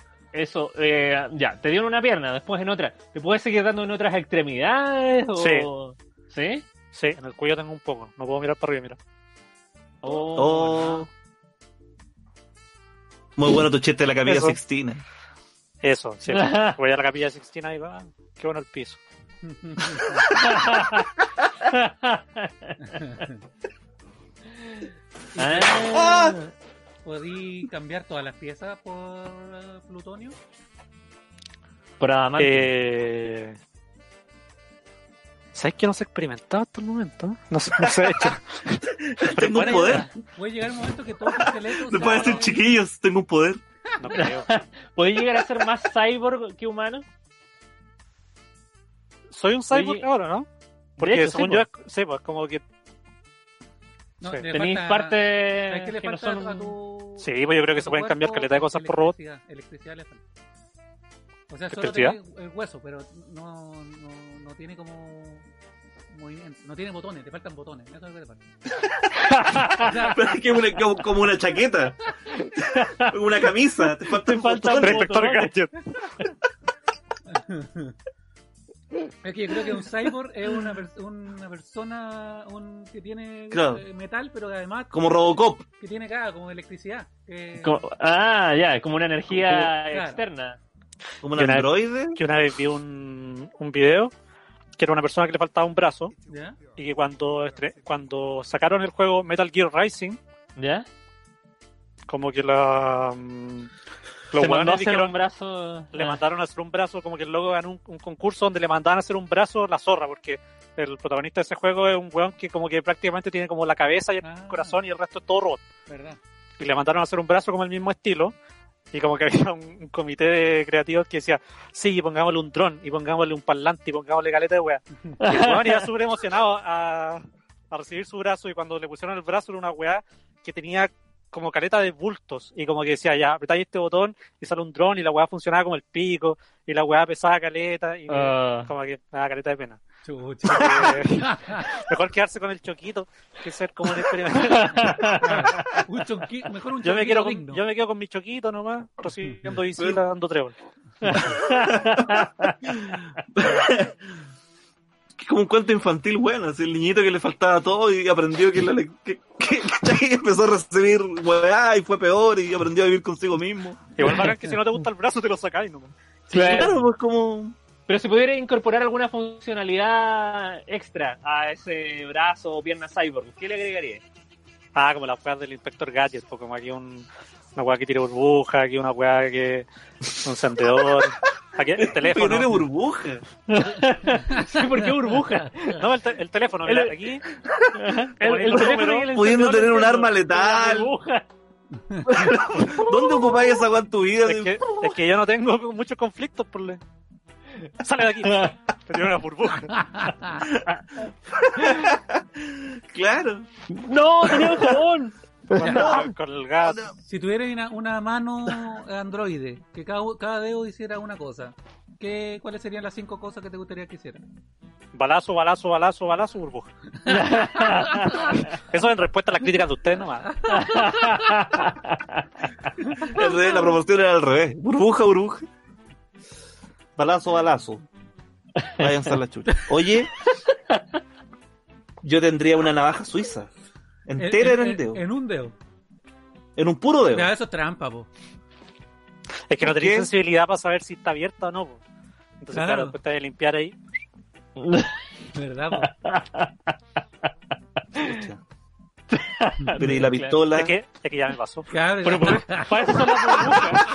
[SPEAKER 1] eso, eh, ya, te dieron una pierna, después en otra. ¿Te puedes seguir dando en otras extremidades? O... ¿Sí?
[SPEAKER 2] Sí, en el cuello tengo un poco. No puedo mirar para arriba, mira.
[SPEAKER 1] Oh,
[SPEAKER 4] Oh. Muy bueno tu chiste de la capilla
[SPEAKER 2] Eso.
[SPEAKER 4] Sixtina.
[SPEAKER 2] Eso, sí.
[SPEAKER 1] Ah.
[SPEAKER 2] Voy a la capilla Sixtina y va. Qué bueno el piso.
[SPEAKER 4] ¿Eh?
[SPEAKER 1] Ah.
[SPEAKER 3] ¿Podí cambiar todas las piezas por eh, plutonio?
[SPEAKER 1] Por adamante.
[SPEAKER 2] Eh... ¿Sabes que no se ha experimentado hasta el momento? No se, no se ha hecho.
[SPEAKER 4] Tengo un
[SPEAKER 2] buena
[SPEAKER 4] poder.
[SPEAKER 2] idea.
[SPEAKER 3] Voy a llegar un momento que todo el esqueleto.
[SPEAKER 4] Me pueden decir chiquillos, tengo un poder.
[SPEAKER 2] No creo.
[SPEAKER 1] ¿Podéis llegar a ser más cyborg que humano?
[SPEAKER 2] Soy un cyborg
[SPEAKER 1] Oye,
[SPEAKER 2] ahora, ¿no?
[SPEAKER 1] de
[SPEAKER 2] Porque
[SPEAKER 1] hecho,
[SPEAKER 2] según
[SPEAKER 1] sí,
[SPEAKER 2] yo,
[SPEAKER 1] po.
[SPEAKER 2] es- sí, pues como que. sí.
[SPEAKER 1] tenéis partes
[SPEAKER 3] ¿Sabes qué le
[SPEAKER 1] que no
[SPEAKER 3] falta
[SPEAKER 1] son...
[SPEAKER 3] a tu.?
[SPEAKER 2] Sí, pues yo creo
[SPEAKER 3] a tu
[SPEAKER 2] que se pueden cambiar
[SPEAKER 3] cuerpo?
[SPEAKER 2] caleta de cosas por robot.
[SPEAKER 3] Electricidad, electricidad le falta. O sea, solo tiene
[SPEAKER 2] ¿Electricidad?
[SPEAKER 3] el hueso, pero no, no, no tiene como. Movimiento. No tiene botones, te faltan botones. Eso es lo que te falta. O sea,
[SPEAKER 4] Pero es que es una- como, como una chaqueta. Una camisa. Te falta
[SPEAKER 1] Te falta
[SPEAKER 4] un
[SPEAKER 1] un
[SPEAKER 4] botón.
[SPEAKER 2] Respector
[SPEAKER 1] botones.
[SPEAKER 2] Gadget.
[SPEAKER 3] es que yo creo que un cyborg es una, pers- una persona un, que tiene
[SPEAKER 4] Claro.
[SPEAKER 3] eh, metal, pero que además
[SPEAKER 4] Como Robocop.
[SPEAKER 3] que tiene cara como electricidad. Eh, que-
[SPEAKER 1] Como- ah, ya, como una energía
[SPEAKER 3] Claro.
[SPEAKER 1] externa.
[SPEAKER 4] Como un
[SPEAKER 2] Yo una-
[SPEAKER 4] androide.
[SPEAKER 2] Que una vez vi un, un video que era una persona que le faltaba un brazo
[SPEAKER 3] ¿Ya?
[SPEAKER 2] y que cuando, estre- cuando sacaron el juego Metal Gear Rising,
[SPEAKER 1] ¿Ya?
[SPEAKER 2] como que la. mm, Los
[SPEAKER 1] Se mandó a
[SPEAKER 2] hueones
[SPEAKER 1] hacer
[SPEAKER 2] dijeron-
[SPEAKER 1] un brazo...
[SPEAKER 2] le
[SPEAKER 1] ah,
[SPEAKER 2] mandaron a hacer un brazo, como que el loco ganó un, un concurso donde le mandaban a hacer un brazo la zorra, porque el protagonista de ese juego es un weón que como que prácticamente tiene como la cabeza y el
[SPEAKER 3] Ah.
[SPEAKER 2] corazón y el resto es todo robot.
[SPEAKER 3] ¿Verdad?
[SPEAKER 2] Y le mandaron a hacer un brazo como el mismo estilo. Y como que había un, un comité de creativos que decía, sí, y pongámosle un dron, y pongámosle un parlante, y pongámosle caleta de wea. Y el weón iba súper emocionado a, a recibir su brazo, y cuando le pusieron el brazo era una weá que tenía como caleta de bultos y como que decía, ya, apretáis este botón y sale un dron y la weá funcionaba como el pico y la weá pesaba caleta y
[SPEAKER 1] Ah.
[SPEAKER 2] como que, nada, caleta de pena.
[SPEAKER 3] Chucha.
[SPEAKER 2] Eh, mejor quedarse con el choquito que ser como un experimento.
[SPEAKER 3] Un chonqui- mejor un
[SPEAKER 2] Yo me,
[SPEAKER 3] chonquito
[SPEAKER 2] quiero con,
[SPEAKER 3] digno.
[SPEAKER 2] yo me quedo con mi choquito nomás, recibiendo visitas, dando trébol.
[SPEAKER 4] Es como un cuento infantil bueno, así el niñito que le faltaba todo y aprendió que, la le- que- que- que empezó a recibir weá y fue peor y aprendió a vivir consigo mismo.
[SPEAKER 2] Igual bacán que si no te gusta el brazo te lo sacáis nomás.
[SPEAKER 1] Claro.
[SPEAKER 4] Claro, pues como...
[SPEAKER 1] Pero si pudiera incorporar alguna funcionalidad extra a ese brazo o pierna cyborg, ¿qué le agregaría?
[SPEAKER 2] Ah, como las weas del inspector Gadget, pues como aquí un, una weá que tira burbuja, aquí una weá que. un sendedor. Aquí el
[SPEAKER 4] Pero no
[SPEAKER 2] teléfono.
[SPEAKER 4] era burbuja.
[SPEAKER 1] Sí, ¿Por qué burbuja?
[SPEAKER 2] No, el, te- el teléfono,
[SPEAKER 1] El-
[SPEAKER 2] mira, aquí.
[SPEAKER 1] El, el teléfono y el
[SPEAKER 4] Pudiendo
[SPEAKER 1] encendedor
[SPEAKER 4] tener un
[SPEAKER 1] externo.
[SPEAKER 4] arma
[SPEAKER 1] La
[SPEAKER 4] letal.
[SPEAKER 1] burbuja.
[SPEAKER 4] ¿Dónde ocupáis esa weá en tu vida?
[SPEAKER 2] Es que, es que yo no tengo muchos conflictos por le. Sale de aquí. Te tiene una burbuja.
[SPEAKER 4] Claro.
[SPEAKER 1] No, tenía un jabón.
[SPEAKER 2] Con, con el gato.
[SPEAKER 3] Si tuvieras una, una mano eh, androide, que cada, cada dedo hiciera una cosa, ¿qué, ¿cuáles serían las cinco cosas que te gustaría que hiciera?
[SPEAKER 2] Balazo, balazo, balazo, balazo, burbuja. Eso en respuesta a las críticas de ustedes nomás.
[SPEAKER 4] Al revés, la proporción era al revés. Burbuja, burbuja. Balazo, balazo. Vayan a la chucha. Oye, yo tendría una navaja suiza. Entera en el dedo.
[SPEAKER 3] Eh, En un dedo.
[SPEAKER 4] En un puro dedo.
[SPEAKER 3] Ya, eso es trampa, po.
[SPEAKER 2] Es que no tenéis
[SPEAKER 4] ¿Qué?
[SPEAKER 2] sensibilidad para saber si está abierta o no. po. Entonces,
[SPEAKER 3] Claro.
[SPEAKER 2] claro, después te vas a limpiar ahí.
[SPEAKER 3] ¿Verdad, po?
[SPEAKER 4] Chucha. Pero y la pistola.
[SPEAKER 2] Es que, es que ya me pasó.
[SPEAKER 3] Claro,
[SPEAKER 1] Pero por- para eso son las burbujas.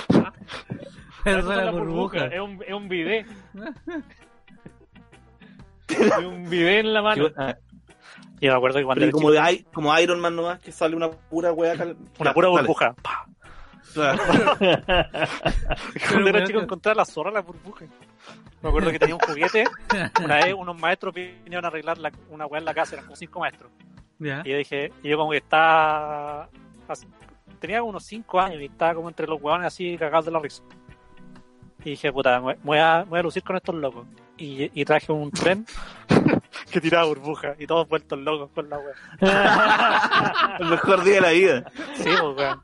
[SPEAKER 3] Pero
[SPEAKER 1] Eso
[SPEAKER 3] son
[SPEAKER 1] es
[SPEAKER 3] las
[SPEAKER 1] la burbuja.
[SPEAKER 3] burbujas.
[SPEAKER 1] Es un, es un bidet. Es un bidet en la mano.
[SPEAKER 4] que- ah,
[SPEAKER 2] Yo me acuerdo que cuando
[SPEAKER 4] pero y
[SPEAKER 2] era
[SPEAKER 4] como,
[SPEAKER 2] chico,
[SPEAKER 4] de- como Iron Man nomás que sale una pura weá. cal-
[SPEAKER 2] una
[SPEAKER 4] Ya,
[SPEAKER 2] pura
[SPEAKER 4] sale.
[SPEAKER 2] burbuja. Pa.
[SPEAKER 4] Claro.
[SPEAKER 2] Cuando era
[SPEAKER 3] weón,
[SPEAKER 2] chico
[SPEAKER 3] que-
[SPEAKER 2] encontrar la zorra, la burbuja. Me acuerdo que tenía un juguete. Una vez unos maestros vinieron a arreglar la- una weá en la casa, eran como cinco maestros.
[SPEAKER 3] Ya.
[SPEAKER 2] Y yo dije, y yo como que estaba. así- tenía unos 5 años y estaba como entre los hueones así cagados de la risa. Y dije, puta, me voy a, me voy a lucir con estos locos. Y, y traje un tren que tiraba burbuja y todos vueltos locos con la wea.
[SPEAKER 4] El mejor día de la vida.
[SPEAKER 2] Sí, pues, weón.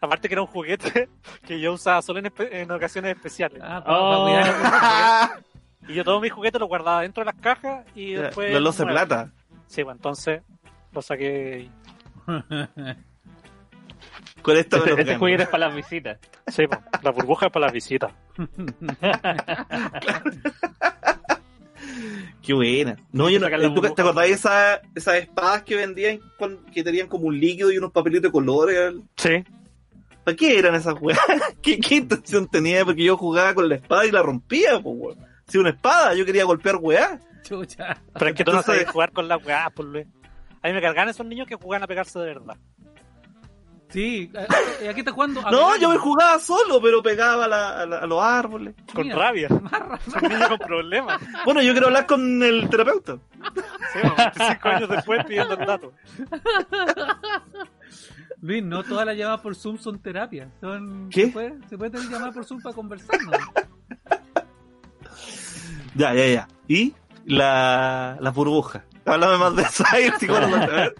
[SPEAKER 2] Aparte que era un juguete que yo usaba solo en, espe- en ocasiones especiales.
[SPEAKER 3] Ah, pa- pa
[SPEAKER 1] Oh.
[SPEAKER 3] cuidar.
[SPEAKER 2] Y yo todos mis juguetes los guardaba dentro de las cajas y después...
[SPEAKER 4] Los loce
[SPEAKER 2] bueno,
[SPEAKER 4] plata.
[SPEAKER 2] Sí, pues entonces lo saqué.
[SPEAKER 4] Con esto me
[SPEAKER 1] Este,
[SPEAKER 4] los
[SPEAKER 1] este
[SPEAKER 4] gano.
[SPEAKER 1] juguete es para las visitas.
[SPEAKER 2] y- Sí, pues, la burbuja es para las visitas.
[SPEAKER 4] Qué buena. No, yo no,
[SPEAKER 1] Sacar la
[SPEAKER 4] ¿tú-
[SPEAKER 1] burbuja.
[SPEAKER 4] ¿Te acordás de esa- esas espadas que vendían con- que tenían como un líquido y unos papelitos de colores?
[SPEAKER 2] Sí.
[SPEAKER 4] ¿Para qué eran esas weas? ¿Qué, qué intención tenía? Porque yo jugaba con la espada y la rompía, pues weón. Si una espada, yo quería golpear weá.
[SPEAKER 3] Chucha.
[SPEAKER 2] Pero es que tú no
[SPEAKER 4] Entonces-
[SPEAKER 2] sabes jugar con las weá, pues Luis. A mí me cargan esos niños que juegan a pegarse de verdad.
[SPEAKER 3] Sí, eh, ¿a, a- a qué estás jugando? A
[SPEAKER 4] No,
[SPEAKER 3] ver,
[SPEAKER 4] yo me jugaba solo, pero pegaba a la- a la- a los árboles.
[SPEAKER 2] Con
[SPEAKER 3] Mira.
[SPEAKER 2] rabia. Son niños con problemas.
[SPEAKER 4] Bueno, yo quiero hablar con el terapeuta.
[SPEAKER 2] Sí, bueno, 25 años después pidiendo el dato.
[SPEAKER 3] Luis, no todas las llamadas por Zoom son terapia. Son,
[SPEAKER 4] ¿Qué?
[SPEAKER 3] Se puede, se puede tener llamadas por Zoom para conversar, ¿no?
[SPEAKER 4] Ya, ya, ya. ¿Y? La, la burbuja. Háblame más de eso. Ay, el psicólogo. A ver,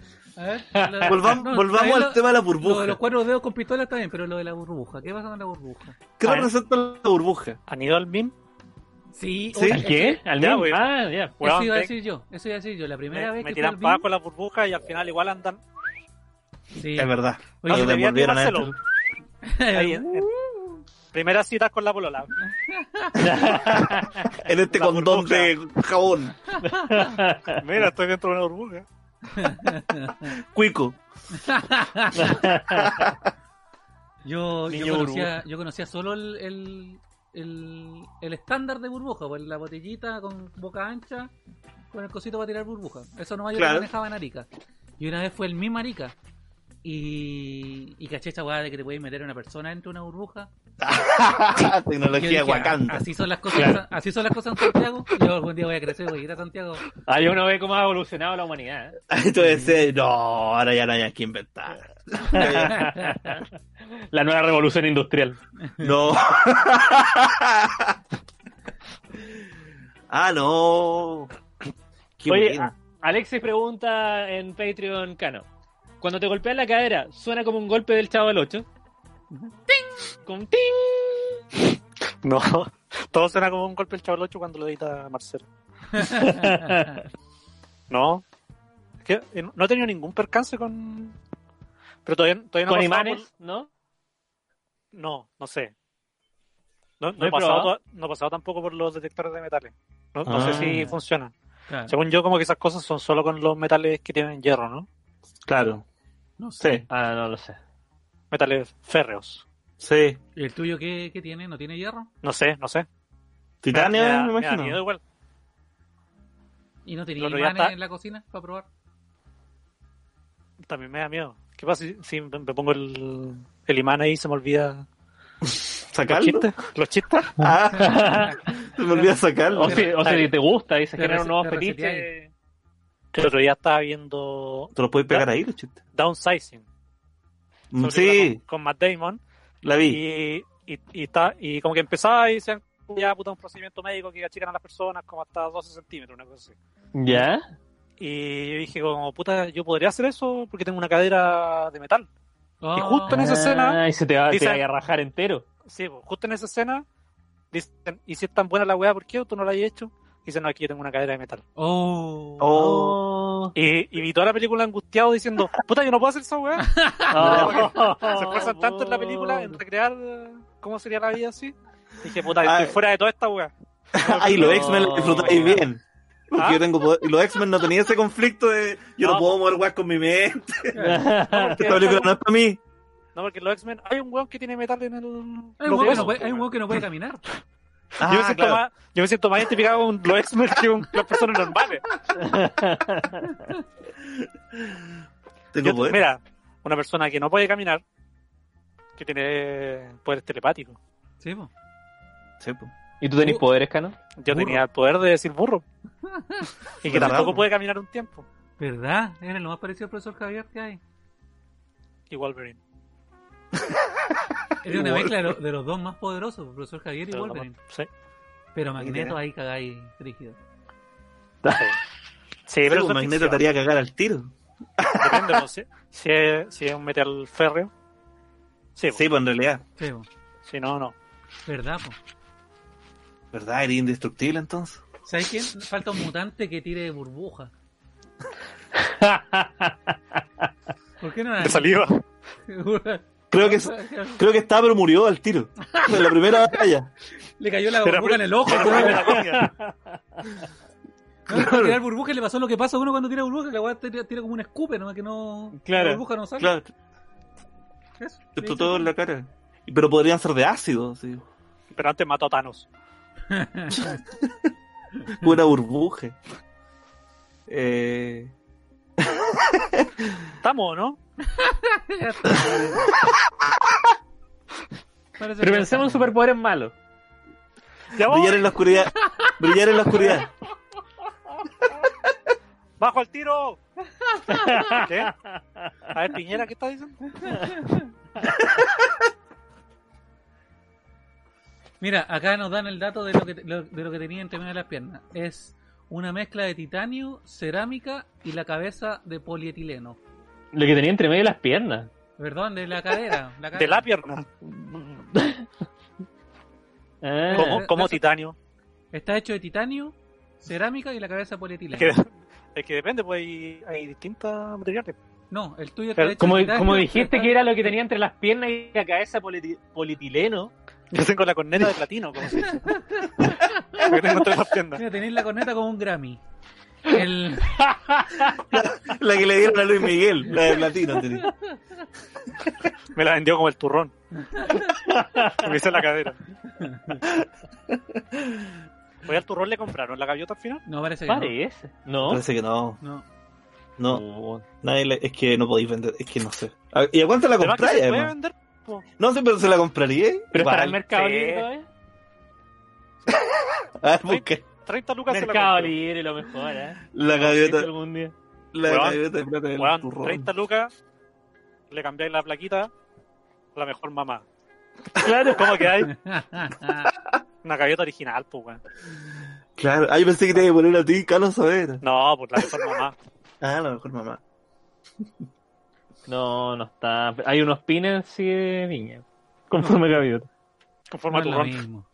[SPEAKER 3] A ver, lo de-
[SPEAKER 4] Volvamos,
[SPEAKER 3] no,
[SPEAKER 4] volvamos
[SPEAKER 3] ahí
[SPEAKER 4] al
[SPEAKER 3] lo-
[SPEAKER 4] tema de la
[SPEAKER 3] Lo de
[SPEAKER 4] burbuja.
[SPEAKER 3] los cuatro dedos con pistola está bien, pero lo de la burbuja. ¿Qué pasa con la burbuja?
[SPEAKER 4] ¿Qué
[SPEAKER 2] A ver.
[SPEAKER 4] representa la burbuja?
[SPEAKER 2] ¿Han ido al MIM?
[SPEAKER 3] Sí,
[SPEAKER 4] Sí.
[SPEAKER 3] oye,
[SPEAKER 1] ¿Qué? ¿Al
[SPEAKER 2] Ya,
[SPEAKER 1] mío?
[SPEAKER 2] güey.
[SPEAKER 1] Ah, ya.
[SPEAKER 2] Weón,
[SPEAKER 3] Eso iba a
[SPEAKER 2] me-
[SPEAKER 3] decir yo, eso iba a decir yo. La primera
[SPEAKER 2] me,
[SPEAKER 3] vez
[SPEAKER 2] me
[SPEAKER 3] que
[SPEAKER 2] tiran
[SPEAKER 3] fui al
[SPEAKER 2] paja con la burbuja y al final igual andan.
[SPEAKER 3] BIM, sí.
[SPEAKER 4] Es verdad.
[SPEAKER 3] Oye,
[SPEAKER 4] Lo
[SPEAKER 2] se debía
[SPEAKER 4] devolvieron a
[SPEAKER 2] tirárselo.
[SPEAKER 4] esto.
[SPEAKER 2] Ahí, en- en- Uh. primeras citas con la polola.
[SPEAKER 4] en este
[SPEAKER 2] La
[SPEAKER 4] condón
[SPEAKER 2] burbuja.
[SPEAKER 4] de jabón.
[SPEAKER 2] Mira, estoy dentro de una burbuja.
[SPEAKER 4] Cuico.
[SPEAKER 3] Yo, yo,
[SPEAKER 1] Niño
[SPEAKER 3] conocía, yo conocía solo el, el, el, el estándar de burbuja, pues la botellita con boca ancha, con el cosito para tirar burbuja. Eso no yo lo
[SPEAKER 4] Claro.
[SPEAKER 3] manejaba en Arica. Y una vez fue el mismo Arica. Y, y caché esta weá de que te puedes meter a una persona dentro de una burbuja. Y yo
[SPEAKER 7] Tecnología
[SPEAKER 3] dije, ah,
[SPEAKER 7] Wakanda.
[SPEAKER 3] Así son las cosas, así son las cosas en Santiago. Yo algún día voy a crecer, voy a ir a Santiago.
[SPEAKER 1] Ahí uno ve cómo ha evolucionado la humanidad. ¿eh?
[SPEAKER 7] Entonces, eh, no, ahora ya no hay que inventar.
[SPEAKER 1] La nueva revolución industrial.
[SPEAKER 7] No. ah, no. Qué
[SPEAKER 1] Oye,
[SPEAKER 4] ah,
[SPEAKER 7] bien.
[SPEAKER 1] a- Alexis pregunta en Patreon Cano. Cuando te golpeas la cadera, ¿suena como un golpe del chavo del 8? ¡Ting! Con ting.
[SPEAKER 2] No, todo suena como un golpe del chaval 8 cuando lo edita Marcelo. no, es que eh, no he tenido ningún percance con. Pero todavía, todavía no
[SPEAKER 1] Con
[SPEAKER 2] he pasado
[SPEAKER 1] imanes, ¿no?
[SPEAKER 2] por- No, no sé. No, no
[SPEAKER 1] ¿No
[SPEAKER 2] he
[SPEAKER 1] he
[SPEAKER 2] pasado,
[SPEAKER 1] probado?
[SPEAKER 2] to- no he pasado tampoco por los detectores de metales. No, no
[SPEAKER 7] Ah.
[SPEAKER 2] sé si funcionan.
[SPEAKER 3] Claro.
[SPEAKER 2] Según yo, como que esas cosas son solo con los metales que tienen hierro, ¿no?
[SPEAKER 4] Claro.
[SPEAKER 3] No
[SPEAKER 4] Sí,
[SPEAKER 1] Ah, no lo sé.
[SPEAKER 2] Metales férreos.
[SPEAKER 4] sí.
[SPEAKER 3] ¿Y el tuyo qué, qué tiene? ¿No tiene hierro?
[SPEAKER 2] No sé, no sé.
[SPEAKER 4] Titanio,
[SPEAKER 2] Me da-
[SPEAKER 4] me
[SPEAKER 2] me da miedo
[SPEAKER 4] imagino.
[SPEAKER 2] igual.
[SPEAKER 3] ¿Y no
[SPEAKER 2] El
[SPEAKER 3] tenía
[SPEAKER 2] otro día
[SPEAKER 3] imanes
[SPEAKER 2] está-
[SPEAKER 3] en la cocina para probar?
[SPEAKER 2] También me da miedo. ¿Qué pasa si, si me me pongo el, el imán ahí y se me olvida los
[SPEAKER 4] ¿Sacarlo?
[SPEAKER 2] chistes? ¿Los chistes?
[SPEAKER 4] Ah, se me olvidó sacarlo.
[SPEAKER 7] Oh,
[SPEAKER 1] O si, o si te gusta y se
[SPEAKER 3] Te
[SPEAKER 1] genera un
[SPEAKER 3] rese-
[SPEAKER 1] nuevo
[SPEAKER 3] te
[SPEAKER 1] fetiche.
[SPEAKER 3] reseteáis.
[SPEAKER 2] El otro día estaba viendo
[SPEAKER 4] ¿Te lo puedes pegar ahí, los chistes?
[SPEAKER 2] Downsizing.
[SPEAKER 4] Mm,
[SPEAKER 2] sobre
[SPEAKER 4] Sí,
[SPEAKER 2] todo Con, con Matt Damon.
[SPEAKER 4] la vi.
[SPEAKER 2] Y, y, y, está- y como que empezaba y decían, ya puta, un procedimiento médico que achican a las personas como hasta 12 centímetros, una cosa así.
[SPEAKER 1] ¿Ya?
[SPEAKER 2] Y yo dije, como puta, yo podría hacer eso porque tengo una cadera de metal. Y justo en esa escena,
[SPEAKER 1] Ah, y se te va, te
[SPEAKER 2] Dice-
[SPEAKER 1] va a rajar entero.
[SPEAKER 2] sí, pues, justo en esa escena, dicen, y si es tan buena la weá, ¿por qué tú no la has hecho? Dicen, no, aquí yo tengo una cadera de metal.
[SPEAKER 3] Oh.
[SPEAKER 4] Oh,
[SPEAKER 2] Y, y vi toda la película angustiado diciendo, puta, yo no puedo hacer esa weá. Ah,
[SPEAKER 1] Oh.
[SPEAKER 2] se esfuerzan tanto en la película en recrear eh, cómo sería la vida así. Dije, puta,
[SPEAKER 4] Ah.
[SPEAKER 2] estoy fuera de toda esta weá.
[SPEAKER 4] ay, Ah, los X-Men lo disfrutáis
[SPEAKER 1] No.
[SPEAKER 4] bien. Porque
[SPEAKER 2] ¿Ah?
[SPEAKER 4] yo tengo poder- Los X-Men no tenían ese conflicto de yo no,
[SPEAKER 2] No.
[SPEAKER 4] puedo mover weas con mi mente.
[SPEAKER 2] No, porque-
[SPEAKER 4] Esta película no es para mí.
[SPEAKER 2] No, porque los X-Men, hay un weón que tiene metal en el.
[SPEAKER 3] Hay un huevo
[SPEAKER 2] los
[SPEAKER 3] que, no
[SPEAKER 2] huesos,
[SPEAKER 3] puede- hay un
[SPEAKER 2] weón.
[SPEAKER 3] huevo que no puede caminar.
[SPEAKER 2] yo,
[SPEAKER 4] Ah,
[SPEAKER 2] me siento
[SPEAKER 4] claro.
[SPEAKER 2] más, yo me siento más identificado con los X-Men que con las personas normales.
[SPEAKER 4] Tengo
[SPEAKER 2] Yo-
[SPEAKER 4] poder.
[SPEAKER 2] mira, una persona que no puede caminar, que tiene poderes telepáticos.
[SPEAKER 3] Sí, po.
[SPEAKER 4] Sí, po.
[SPEAKER 1] ¿Y tú tenés
[SPEAKER 3] Uh.
[SPEAKER 1] poderes, Cano?
[SPEAKER 2] Yo
[SPEAKER 3] Burro.
[SPEAKER 2] tenía el poder de decir burro. y que
[SPEAKER 4] ¿Verdad,
[SPEAKER 2] tampoco
[SPEAKER 4] weón?
[SPEAKER 2] puede caminar un tiempo.
[SPEAKER 3] ¿Verdad? Era lo más parecido al profesor Javier que hay.
[SPEAKER 2] Y Wolverine.
[SPEAKER 3] Era una mezcla de, lo- de los dos más poderosos, el profesor Javier y
[SPEAKER 2] Pero
[SPEAKER 3] Wolverine.
[SPEAKER 2] no- sí.
[SPEAKER 3] Pero Magneto ahí cagáis rígido.
[SPEAKER 2] Sí,
[SPEAKER 4] Sí, po,
[SPEAKER 2] pero eso es
[SPEAKER 4] Magneto
[SPEAKER 2] ficción.
[SPEAKER 4] te haría cagar al tiro.
[SPEAKER 2] Depende, pues, si, si es, si es un metal férreo. Sí, pues.
[SPEAKER 4] Sí, pues en realidad.
[SPEAKER 3] Sí, po.
[SPEAKER 2] si no, no.
[SPEAKER 3] ¿Verdad, po?
[SPEAKER 4] ¿Verdad? ¿Eres indestructible entonces?
[SPEAKER 3] ¿Sabes quién? Falta un mutante que tire burbuja. ¿Por qué no la-
[SPEAKER 2] saliva.
[SPEAKER 4] Creo que, creo que estaba, pero murió al tiro. En la primera batalla.
[SPEAKER 3] Le cayó la
[SPEAKER 2] Pero-
[SPEAKER 3] burbuja en el ojo.
[SPEAKER 2] la
[SPEAKER 3] weón.
[SPEAKER 2] comida.
[SPEAKER 3] No, para tirar burbuja le pasó lo que pasa a uno cuando tira burbuja, que la weá tira, tira como un escupe, ¿no? Que no.
[SPEAKER 1] Claro,
[SPEAKER 3] La burbuja no sale.
[SPEAKER 4] Claro,
[SPEAKER 3] Eso.
[SPEAKER 4] te
[SPEAKER 3] Sí,
[SPEAKER 4] explotó
[SPEAKER 3] sí.
[SPEAKER 4] en la cara. Pero podrían ser de ácido, sí.
[SPEAKER 2] Pero antes mató a Thanos.
[SPEAKER 4] Una burbuja. Eh,
[SPEAKER 2] Estamos, ¿no?
[SPEAKER 3] Ya está. Parece
[SPEAKER 1] Pero
[SPEAKER 3] que
[SPEAKER 1] pensemos en
[SPEAKER 3] está.
[SPEAKER 1] superpoderes malos.
[SPEAKER 2] Ya voy.
[SPEAKER 4] brillar en la oscuridad. Brillar en la oscuridad.
[SPEAKER 2] ¡Bajo al tiro! ¿Qué? A ver, Piñera, ¿qué estás diciendo?
[SPEAKER 3] Mira, acá nos dan el dato de lo que, lo- de lo que tenía entre medio de las piernas. Es una mezcla de titanio, cerámica y la cabeza de polietileno.
[SPEAKER 1] Lo que tenía entre medio de las piernas.
[SPEAKER 3] Perdón, de la cadera. La cadera.
[SPEAKER 2] De la pierna.
[SPEAKER 1] Ah.
[SPEAKER 2] Como, como titanio.
[SPEAKER 3] Está hecho de titanio, cerámica y la cabeza de polietileno.
[SPEAKER 2] Que- es que depende, pues hay, hay distintas materiales.
[SPEAKER 3] No, el tuyo está
[SPEAKER 2] Pero
[SPEAKER 3] hecho
[SPEAKER 1] Como,
[SPEAKER 3] de titanio.
[SPEAKER 1] como dijiste que era lo que tenía entre las piernas y la cabeza politi- polietileno.
[SPEAKER 2] Yo tengo la corneta de platino, como se dice. Porque tengo entre las piernas.
[SPEAKER 3] Mira, tenéis la corneta como un Grammy. El...
[SPEAKER 4] La que le dieron a Luis Miguel, la de platino. tenía.
[SPEAKER 2] Me la vendió como el turrón. Me hice la cadera. ¿Voy al turrón le compraron la gaviota al final?
[SPEAKER 3] No, parece que no.
[SPEAKER 1] Parece. No.
[SPEAKER 4] Parece que no.
[SPEAKER 3] no.
[SPEAKER 4] No,
[SPEAKER 1] Uh,
[SPEAKER 4] nadie le- es que no podéis vender, es que no sé. A- ¿Y a cuánto la
[SPEAKER 2] Además que
[SPEAKER 4] compráis,
[SPEAKER 2] se puede
[SPEAKER 4] además?
[SPEAKER 2] vender.
[SPEAKER 4] No sé, pero se la compraría.
[SPEAKER 1] Pero estará en
[SPEAKER 4] Igual,
[SPEAKER 1] Mercado
[SPEAKER 2] sí.
[SPEAKER 1] Libre ¿eh? todavía.
[SPEAKER 4] A ver, busca.
[SPEAKER 2] 30 lucas se la
[SPEAKER 1] Mercado
[SPEAKER 2] compro.
[SPEAKER 1] Libre, lo mejor, ¿eh?
[SPEAKER 4] pues La
[SPEAKER 1] Esto
[SPEAKER 4] gaviota,
[SPEAKER 1] algún día.
[SPEAKER 4] la
[SPEAKER 2] Weón,
[SPEAKER 4] gaviota de plata del
[SPEAKER 2] Weón,
[SPEAKER 4] turrón.
[SPEAKER 2] 30 lucas, le cambiáis la plaquita, la mejor mamá.
[SPEAKER 4] Claro.
[SPEAKER 2] ¿Cómo que hay? Una gaviota original, pues, weón.
[SPEAKER 4] Claro, ay, pensé que te iba a poner a ti, Carlos Saavedra.
[SPEAKER 2] No, pues la mejor mamá.
[SPEAKER 4] Ah, la mejor mamá.
[SPEAKER 1] No, no está. Hay unos pines sí de viña. Conforme gaviota.
[SPEAKER 2] Conforme a
[SPEAKER 6] es
[SPEAKER 2] tu
[SPEAKER 6] lo
[SPEAKER 2] ron.
[SPEAKER 6] mismo.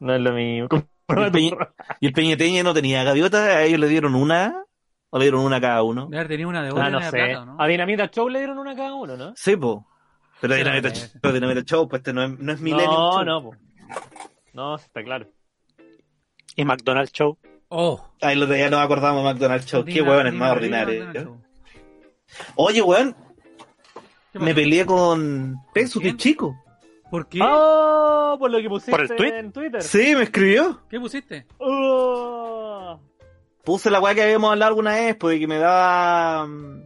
[SPEAKER 1] No es lo mismo. Conforme
[SPEAKER 4] El peñi- Y el Peñeteñe no tenía gaviota, a ellos le dieron una, o le dieron una a cada uno.
[SPEAKER 6] Debe haber tenido una de oro
[SPEAKER 1] Ah,
[SPEAKER 6] y
[SPEAKER 1] no
[SPEAKER 6] una de
[SPEAKER 1] sé.
[SPEAKER 6] plata, ¿no?
[SPEAKER 1] A Dinamita Show le dieron una a cada uno, ¿no?
[SPEAKER 4] Sí, po. Pero
[SPEAKER 6] Sí,
[SPEAKER 4] Dinamita,
[SPEAKER 6] no,
[SPEAKER 4] Show- pero Dinamita Show, pues este no es, no es Millennium
[SPEAKER 1] no,
[SPEAKER 4] Show.
[SPEAKER 1] no, po. No, sí está claro.
[SPEAKER 2] Y McDonald's Show.
[SPEAKER 6] Oh,
[SPEAKER 4] Ay, los de ya nos acordamos de McDonald's Show. Qué
[SPEAKER 6] Dina-
[SPEAKER 4] hueón es
[SPEAKER 6] Dina
[SPEAKER 4] más
[SPEAKER 6] Rivera,
[SPEAKER 4] ordinario. eh.
[SPEAKER 6] Dina Show.
[SPEAKER 4] Oye, weón,
[SPEAKER 6] ¿Qué
[SPEAKER 4] me
[SPEAKER 6] pasó?
[SPEAKER 4] peleé con Pesu,
[SPEAKER 6] ¿Quién?
[SPEAKER 4] qué chico.
[SPEAKER 6] ¿Por qué?
[SPEAKER 1] ¡Ah! por lo que pusiste
[SPEAKER 2] ¿Por el tweet?
[SPEAKER 1] en Twitter.
[SPEAKER 4] Sí, me escribió.
[SPEAKER 6] ¿Qué pusiste?
[SPEAKER 1] ¡Oh!
[SPEAKER 4] Puse la weá que habíamos hablado alguna vez, porque que me daba. mm,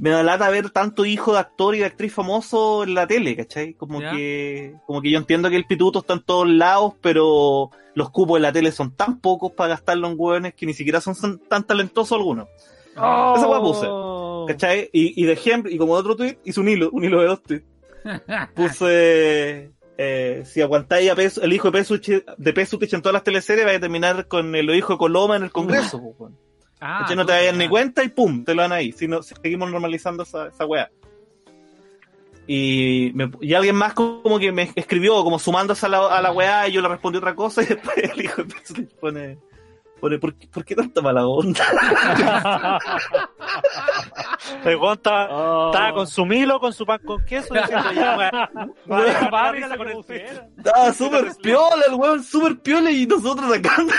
[SPEAKER 4] Me da lata ver tanto hijo de actor y de actriz famoso en la tele, ¿cachai? Como
[SPEAKER 6] Ya.
[SPEAKER 4] que. Como que yo entiendo que el pituto está en todos lados, pero los cupos en la tele son tan pocos para gastarlo en hueones que ni siquiera son, son tan talentosos algunos.
[SPEAKER 1] ¡Oh!
[SPEAKER 4] Esa hueá puse. ¿Cachai? Y, y de ejemplo, y como otro tweet, hice un hilo, un hilo de dos tweets.
[SPEAKER 3] Ah.
[SPEAKER 4] Puse. eh, si aguantáis a Pesu- el hijo de Pesutich de Pesutich en todas las teleseries, vais a terminar con el hijo de Coloma en el Congreso. po, weón.
[SPEAKER 6] Ah,
[SPEAKER 4] ¿Cachai? no te
[SPEAKER 6] tú,
[SPEAKER 4] vayan ni
[SPEAKER 6] ya.
[SPEAKER 4] cuenta y pum, te lo dan ahí. Si no, seguimos normalizando esa, esa weá. Y, me- y alguien más como que me escribió, como sumándose a la, a la weá, y yo le respondí otra cosa, y después el hijo de Pesutich pone, pone ¿por, qué- ¿por qué tanta mala onda?
[SPEAKER 2] El weón estaba,
[SPEAKER 1] Oh.
[SPEAKER 2] estaba con su milo, con su pan con queso, diciendo ya, weón.
[SPEAKER 1] Vale,
[SPEAKER 2] Weón,
[SPEAKER 1] fábrica
[SPEAKER 2] larga
[SPEAKER 1] que
[SPEAKER 2] con el
[SPEAKER 1] pusieron.
[SPEAKER 2] tweet.
[SPEAKER 4] Ah, súper piola, el weón, súper piola y nosotros sacando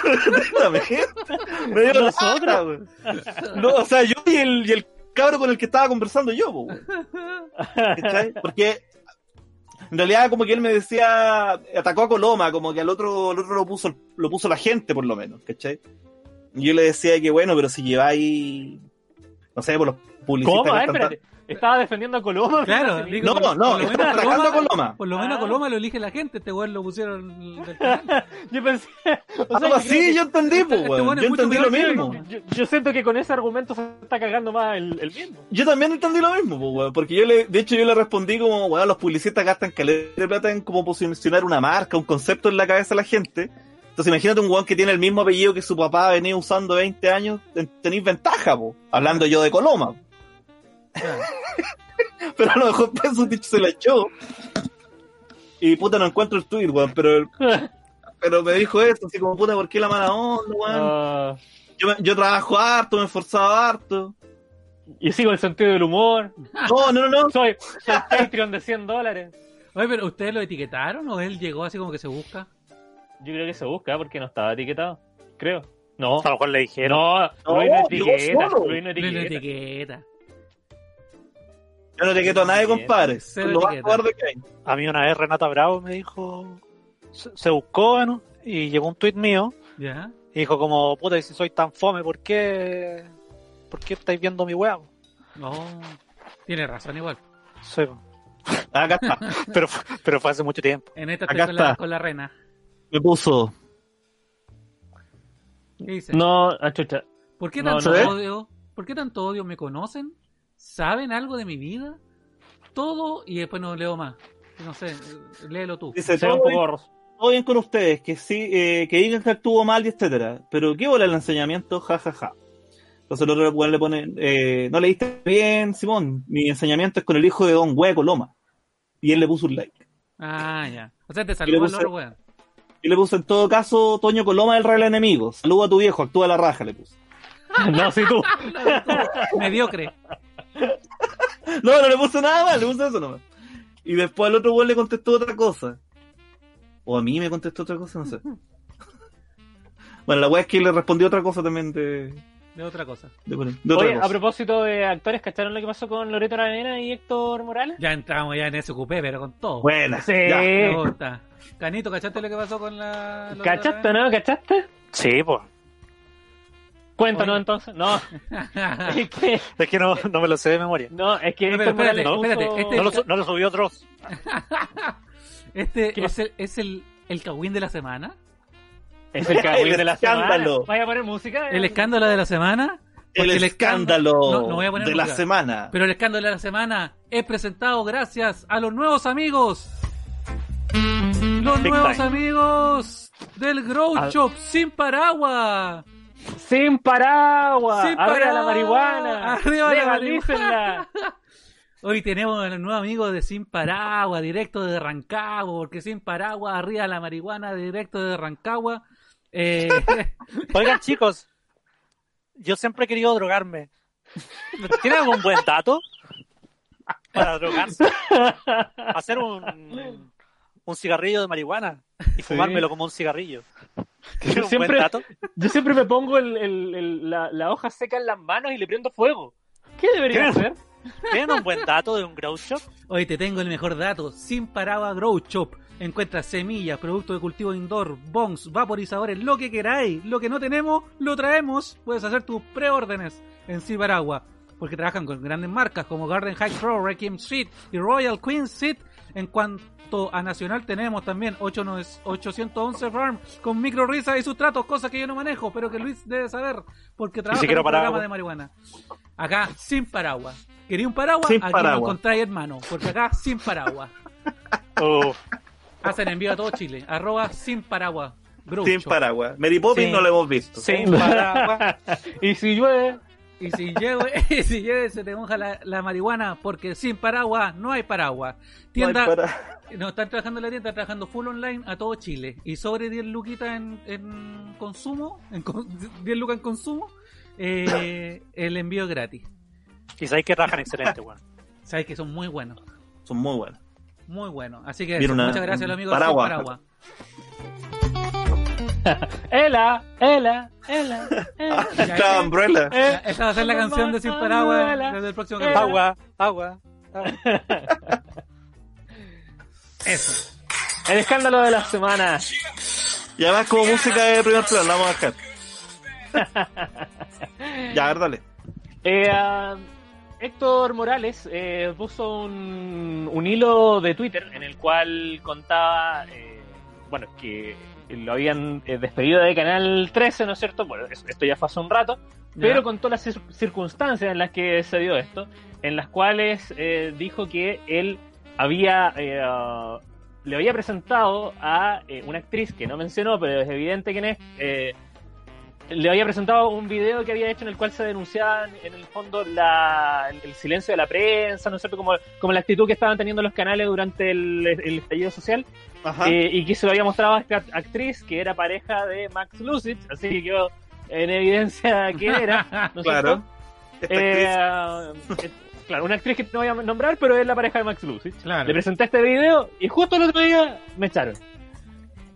[SPEAKER 4] la mierda. Me dio nosotros, weón. No, o sea, yo y el, y el cabro con el que estaba conversando yo, po, weón. ¿Cachai? Porque en realidad como que él me decía, atacó a Coloma, como que al otro, al otro lo puso, lo puso la gente por lo menos, ¿cachai? Y yo le decía que bueno, pero si lleváis, no sé, por los publicistas.
[SPEAKER 1] ¿Cómo?
[SPEAKER 4] que
[SPEAKER 1] Ah,
[SPEAKER 4] están-
[SPEAKER 1] espérate. Estaba defendiendo a Coloma.
[SPEAKER 6] Claro,
[SPEAKER 1] fíjate.
[SPEAKER 6] digo,
[SPEAKER 4] No,
[SPEAKER 6] por-
[SPEAKER 4] no,
[SPEAKER 6] por lo
[SPEAKER 4] estamos
[SPEAKER 6] menos a
[SPEAKER 4] atacando a Coloma.
[SPEAKER 6] Por lo menos
[SPEAKER 1] Ah.
[SPEAKER 6] a Coloma lo elige la gente, este weón lo pusieron del canal.
[SPEAKER 1] Yo pensé. o sea, yo
[SPEAKER 4] Ah,
[SPEAKER 1] creo
[SPEAKER 4] sí, yo entendí, po,
[SPEAKER 6] este
[SPEAKER 4] weón.
[SPEAKER 6] weón es
[SPEAKER 4] Yo
[SPEAKER 6] mucho
[SPEAKER 4] entendí lo
[SPEAKER 6] peor que
[SPEAKER 4] mismo.
[SPEAKER 6] yo,
[SPEAKER 1] que- yo, yo siento que con ese argumento se está cagando más el, el mismo.
[SPEAKER 4] Yo también entendí lo mismo, po, weón, porque yo le, de hecho yo le respondí como, weón, los publicistas gastan caleta de plata en como posicionar una marca, un concepto en la cabeza de la gente. Entonces imagínate un weón que tiene el mismo apellido que su papá ha venido usando 20 años, ten- tenéis ventaja, po, hablando yo de Coloma.
[SPEAKER 6] Claro.
[SPEAKER 4] Pero a lo mejor Pesutich se la echó. Y puta, no encuentro el tweet, weón, pero, pero me dijo esto, así como, puta, ¿por qué la mala onda, weón?
[SPEAKER 1] Ah,
[SPEAKER 4] Yo, me- yo trabajo harto, me he esforzado harto.
[SPEAKER 1] y sigo el sentido del humor.
[SPEAKER 4] No, no, no, no.
[SPEAKER 1] Soy, soy Patreon de 100 dólares.
[SPEAKER 6] Oye, pero ¿ustedes lo etiquetaron o él llegó así como que se busca?
[SPEAKER 1] Yo creo que se busca porque no estaba etiquetado. Creo. No.
[SPEAKER 2] A lo mejor le dijeron.
[SPEAKER 1] No, Luis no
[SPEAKER 4] No, llegó
[SPEAKER 1] etiqueta.
[SPEAKER 4] solo.
[SPEAKER 1] Luis no
[SPEAKER 6] Lo
[SPEAKER 1] etiqueta.
[SPEAKER 6] etiqueta.
[SPEAKER 4] Yo no te quedo a nadie, compadre.
[SPEAKER 6] Cero
[SPEAKER 4] Lo más
[SPEAKER 6] etiqueta.
[SPEAKER 4] cobarde que hay.
[SPEAKER 2] A mí una vez Renata Bravo me dijo, se, se buscó ah, ¿no? y llegó un tweet mío
[SPEAKER 6] ¿Ya?
[SPEAKER 2] y dijo como, puta, y si soy tan fome, ¿por qué, por qué estáis viendo mi huevo?
[SPEAKER 6] No. Oh, Tiene razón igual.
[SPEAKER 2] Sí, po.
[SPEAKER 1] Ah,
[SPEAKER 4] Acá está.
[SPEAKER 2] pero, fu- pero fue hace mucho tiempo.
[SPEAKER 6] En esta estoy
[SPEAKER 4] Acá
[SPEAKER 6] con la,
[SPEAKER 4] está.
[SPEAKER 6] con la rena.
[SPEAKER 4] Me puso.
[SPEAKER 6] ¿Qué dice?
[SPEAKER 1] No, ah, chucha.
[SPEAKER 6] ¿Por qué
[SPEAKER 1] No,
[SPEAKER 6] tanto
[SPEAKER 1] no, ¿eh?
[SPEAKER 6] odio? ¿Por qué tanto odio? ¿Me conocen? ¿Saben algo de mi vida? Todo y después no leo más. No sé, léelo tú.
[SPEAKER 4] Dice,
[SPEAKER 1] Sea un
[SPEAKER 4] todo bien,
[SPEAKER 1] poco ros-
[SPEAKER 4] todo bien con ustedes, que sí, eh, que digan que actuó mal y etcétera. Pero qué bola el enseñamiento, jajaja. Entonces el otro weón le pone, eh, no leíste bien, Simón. Mi enseñamiento es con el hijo de Don Hueco Loma. Y él le puso un like.
[SPEAKER 6] Ah, ya. O sea, te
[SPEAKER 4] Y le
[SPEAKER 6] saludó el
[SPEAKER 4] puse-
[SPEAKER 6] otro weón.
[SPEAKER 4] Y le puso, en todo caso, Toño Coloma del Real Enemigo. Saluda a tu viejo, actúa la raja, le puso.
[SPEAKER 1] No, sí tú.
[SPEAKER 6] Mediocre.
[SPEAKER 4] No, no le puso nada más, le puso eso nomás. Y después al otro weón le contestó otra cosa. O a mí me contestó otra cosa, no sé. Bueno, la weá es que le respondió otra cosa también de,
[SPEAKER 6] De otra cosa.
[SPEAKER 4] de, por ahí, de otra
[SPEAKER 1] Oye,
[SPEAKER 4] cosa.
[SPEAKER 1] a propósito de actores, ¿cacharon lo que pasó con Loreto Aravena y Héctor Morales?
[SPEAKER 6] Ya entramos ya en ese cupé, pero con todo.
[SPEAKER 4] Buena.
[SPEAKER 1] Sí.
[SPEAKER 4] ya.
[SPEAKER 6] Me gusta. Canito, ¿cachaste lo que pasó con la...
[SPEAKER 1] ¿Cachaste, no? ¿Cachaste?
[SPEAKER 2] Sí, pues.
[SPEAKER 1] Cuéntanos
[SPEAKER 3] Oye.
[SPEAKER 1] entonces. No, es que,
[SPEAKER 2] Es que no, no me lo sé de memoria.
[SPEAKER 1] no, es que
[SPEAKER 3] No, pero
[SPEAKER 1] Héctor Morales
[SPEAKER 3] espérate,
[SPEAKER 1] puso-
[SPEAKER 3] espérate, este-
[SPEAKER 2] No lo, su- no lo subió otro.
[SPEAKER 3] este
[SPEAKER 6] Este
[SPEAKER 1] ¿Qué?
[SPEAKER 3] es el, es el, el cagüín de la semana.
[SPEAKER 1] es el cagüín de la
[SPEAKER 4] escándalo.
[SPEAKER 1] semana. Vaya a poner música.
[SPEAKER 3] El escándalo de la semana.
[SPEAKER 4] El,
[SPEAKER 3] porque
[SPEAKER 4] escándalo
[SPEAKER 3] No, no voy a poner
[SPEAKER 4] de la
[SPEAKER 3] música.
[SPEAKER 4] semana.
[SPEAKER 3] Pero el escándalo de la semana es presentado gracias a los nuevos amigos. Los
[SPEAKER 2] Big
[SPEAKER 3] nuevos
[SPEAKER 2] time.
[SPEAKER 3] amigos del Grow
[SPEAKER 1] Al-
[SPEAKER 3] Shop sin paraguas.
[SPEAKER 1] Sin paraguas.
[SPEAKER 3] Sin
[SPEAKER 1] arriba la
[SPEAKER 3] paraguas,
[SPEAKER 1] marihuana.
[SPEAKER 3] arriba la
[SPEAKER 1] Legalícenla.
[SPEAKER 3] Hoy tenemos a los nuevos amigos de Sin Paraguas, directo de Rancagua, porque Sin Paraguas, arriba la marihuana, directo de Rancagua. Eh,
[SPEAKER 2] Oigan, chicos, yo siempre he querido drogarme. ¿Tienen algún buen dato para drogarse? Hacer un, un cigarrillo de marihuana y fumármelo como un cigarrillo. ¿Tienen un
[SPEAKER 1] Siempre-
[SPEAKER 2] buen dato?
[SPEAKER 1] Yo siempre me pongo el, el- el- la, la hoja seca en las manos y le prendo fuego. ¿Qué debería
[SPEAKER 2] ¿Qué?
[SPEAKER 1] hacer?
[SPEAKER 2] ¿Tienen un buen dato de un grow shop?
[SPEAKER 3] hoy te tengo el mejor dato. Sin Paraguas Grow Shop. Encuentras semillas, productos de cultivo indoor, bongs, vaporizadores, lo que queráis. Lo que no tenemos, lo traemos. Puedes hacer tus preórdenes en Sin Paraguas. Porque trabajan con grandes marcas como Garden High Pro, Requiem Street y Royal Queen Street. En cuanto a Nacional tenemos también 89- 811 Farm con micro risa y sustratos, cosas que yo no manejo, pero que Luis debe saber porque trabaja en
[SPEAKER 2] siquiera
[SPEAKER 3] un programa
[SPEAKER 2] paraguas.
[SPEAKER 3] de marihuana. Acá sin paraguas. ¿Quería un paraguas?
[SPEAKER 4] Sin
[SPEAKER 3] Aquí lo
[SPEAKER 4] paraguas.
[SPEAKER 3] encontráis, hermano, porque acá sin paraguas.
[SPEAKER 2] Oh,
[SPEAKER 3] Hacen envío a todo Chile. Arroba sin paraguas. Groucho.
[SPEAKER 4] Sin paraguas. Mary Poppins
[SPEAKER 3] Sí.
[SPEAKER 4] no lo hemos visto.
[SPEAKER 2] sin paraguas.
[SPEAKER 1] Y si llueve,
[SPEAKER 3] Y si llueve, y si llueve se te moja la, la marihuana, porque sin paraguas no hay paraguas.
[SPEAKER 4] No hay
[SPEAKER 3] Tienda,
[SPEAKER 4] para-
[SPEAKER 3] No, están trabajando en la tienda, están trabajando full online a todo Chile. Y sobre 10 luquitas en, en consumo, en con- 10 lucas en consumo, eh, el envío es gratis.
[SPEAKER 2] Y sabéis que rajan excelente, weón.
[SPEAKER 3] Sabes que son muy buenos,
[SPEAKER 4] Son muy buenos.
[SPEAKER 3] muy buenos. Así que
[SPEAKER 4] Mira
[SPEAKER 3] eso,
[SPEAKER 4] una-
[SPEAKER 3] muchas gracias a los amigos
[SPEAKER 4] paraguas.
[SPEAKER 3] de Sin Paraguas.
[SPEAKER 1] Ela, Ela, Ela, Ela.
[SPEAKER 4] Está Umbrella.
[SPEAKER 1] Eh,
[SPEAKER 3] Esta va a ser la canción de Sin Paraguas desde el próximo
[SPEAKER 1] Eh.
[SPEAKER 3] capítulo.
[SPEAKER 2] Agua, agua. agua.
[SPEAKER 3] Eso.
[SPEAKER 1] El escándalo de la semana.
[SPEAKER 4] Y además como música de primer plano, la vamos a dejar. Ya, a ver, dale.
[SPEAKER 1] Eh, ah, Héctor Morales eh, puso un, un hilo de Twitter en el cual contaba, eh, bueno, que lo habían eh, despedido de Canal 13, ¿no es cierto? Bueno, es- esto ya fue hace un rato, pero contó las cir- circunstancias en las que se dio esto, en las cuales eh, dijo que él había eh, ah, le había presentado a eh, una actriz que no mencionó, pero es evidente quién es. eh, le había presentado un video que había hecho en el cual se denunciaban en el fondo la- el silencio de la prensa, ¿no es cierto? Como, como la actitud que estaban teniendo los canales durante el, el estallido social
[SPEAKER 4] Ajá.
[SPEAKER 1] eh, y que se lo había mostrado a esta actriz que era pareja de Max Lucich, así que quedó en evidencia quién era. ¿no es
[SPEAKER 4] Claro.
[SPEAKER 1] cierto?
[SPEAKER 4] Esta
[SPEAKER 1] Eh,
[SPEAKER 4] actriz-
[SPEAKER 1] eh, claro, una actriz que no voy a nombrar, pero es la pareja de Max Lucich.
[SPEAKER 3] Claro.
[SPEAKER 1] Le presenté este video y justo el otro día me echaron.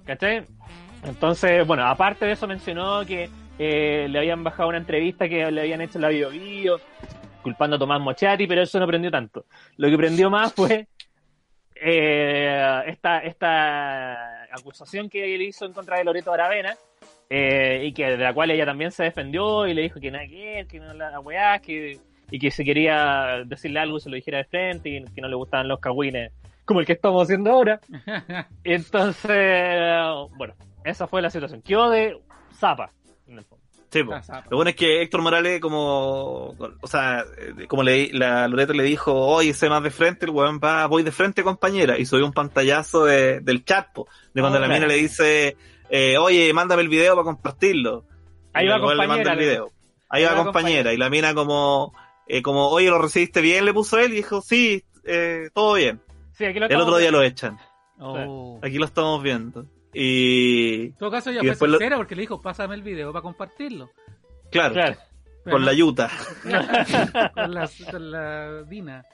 [SPEAKER 1] ¿Cachai? Entonces, bueno, aparte de eso mencionó que eh, le habían bajado una entrevista que le habían hecho en la Bio Bio, culpando a Tomás Mochati, pero eso no prendió tanto. Lo que prendió más fue eh, esta, esta acusación que él hizo en contra de Loreto Aravena, eh, y que de la cual ella también se defendió y le dijo que nada que ver, que no la la weá, que, y que si quería decirle algo se lo dijera de frente y que no le gustaban los cagüines, como el que estamos haciendo ahora. Entonces, bueno, esa fue la situación. Quedó de zapa. en el fondo.
[SPEAKER 4] Sí,
[SPEAKER 3] ah.
[SPEAKER 4] po. Lo bueno es que Héctor Morales, como, o sea, eh, como le, la Loreto le dijo, oye, sé más de frente, el weón va, voy de frente, compañera, y subió un pantallazo de, del chat, po, de cuando
[SPEAKER 1] Ah,
[SPEAKER 4] la
[SPEAKER 1] claro.
[SPEAKER 4] mina le dice, eh, oye, mándame el video para compartirlo.
[SPEAKER 1] Ahí
[SPEAKER 4] Y
[SPEAKER 1] va
[SPEAKER 4] el weón le manda
[SPEAKER 1] compañera,
[SPEAKER 4] el
[SPEAKER 1] le-
[SPEAKER 4] video. Ahí va, compañera, y la mina como, eh, como, oye, lo recibiste bien, le puso él, y dijo, sí, eh, todo bien.
[SPEAKER 1] Sí, aquí lo
[SPEAKER 4] El otro
[SPEAKER 1] estamos
[SPEAKER 4] día
[SPEAKER 1] viendo.
[SPEAKER 4] lo echan.
[SPEAKER 3] Oh. En
[SPEAKER 4] Aquí lo estamos viendo. Y,
[SPEAKER 3] todo caso,
[SPEAKER 4] Y
[SPEAKER 3] ella fue
[SPEAKER 4] después lo-
[SPEAKER 3] sincera porque le dijo: Pásame el video para compartirlo.
[SPEAKER 4] claro,
[SPEAKER 1] Claro.
[SPEAKER 3] Pero
[SPEAKER 4] con la
[SPEAKER 3] no-
[SPEAKER 4] yuta.
[SPEAKER 3] con, la, con la Dina.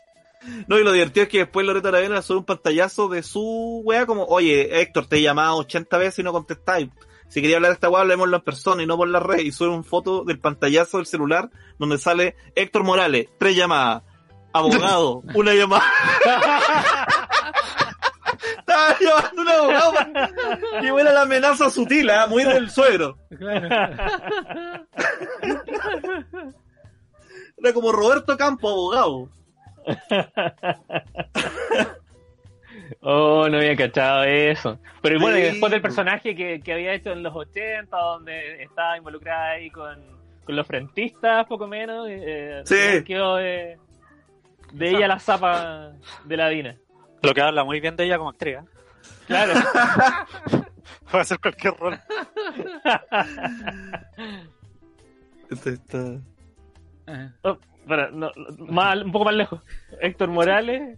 [SPEAKER 4] No, y lo divertido es que después Loreto Aravena le sube un pantallazo de su weá como, oye, Héctor, te he llamado 80 veces y no contestáis. Si quería hablar de esta weá, hablemoslo en persona y no por la red. Y sube una foto del pantallazo del celular donde sale Héctor Morales, tres llamadas. Abogado, una llamada. Estaba- llevando un abogado. para- Qué buena la amenaza sutil, ¿ah? muy del suegro.
[SPEAKER 3] Claro.
[SPEAKER 4] Era como Roberto Campo, abogado.
[SPEAKER 1] Oh, no había cachado eso. Pero bueno,
[SPEAKER 4] Sí.
[SPEAKER 1] y después del personaje que, que había hecho en los 80, donde estaba involucrada ahí con, con los frentistas, poco menos. Eh,
[SPEAKER 4] Sí.
[SPEAKER 1] se quedó de, de ella la zapa de la Dina.
[SPEAKER 2] Lo que habla muy bien de ella como actriz. ¿eh?
[SPEAKER 1] Claro.
[SPEAKER 2] Puede hacer cualquier rol.
[SPEAKER 4] Este está-
[SPEAKER 3] Eh,
[SPEAKER 1] Oh, espera, no, no, más- un poco más lejos. Héctor Morales.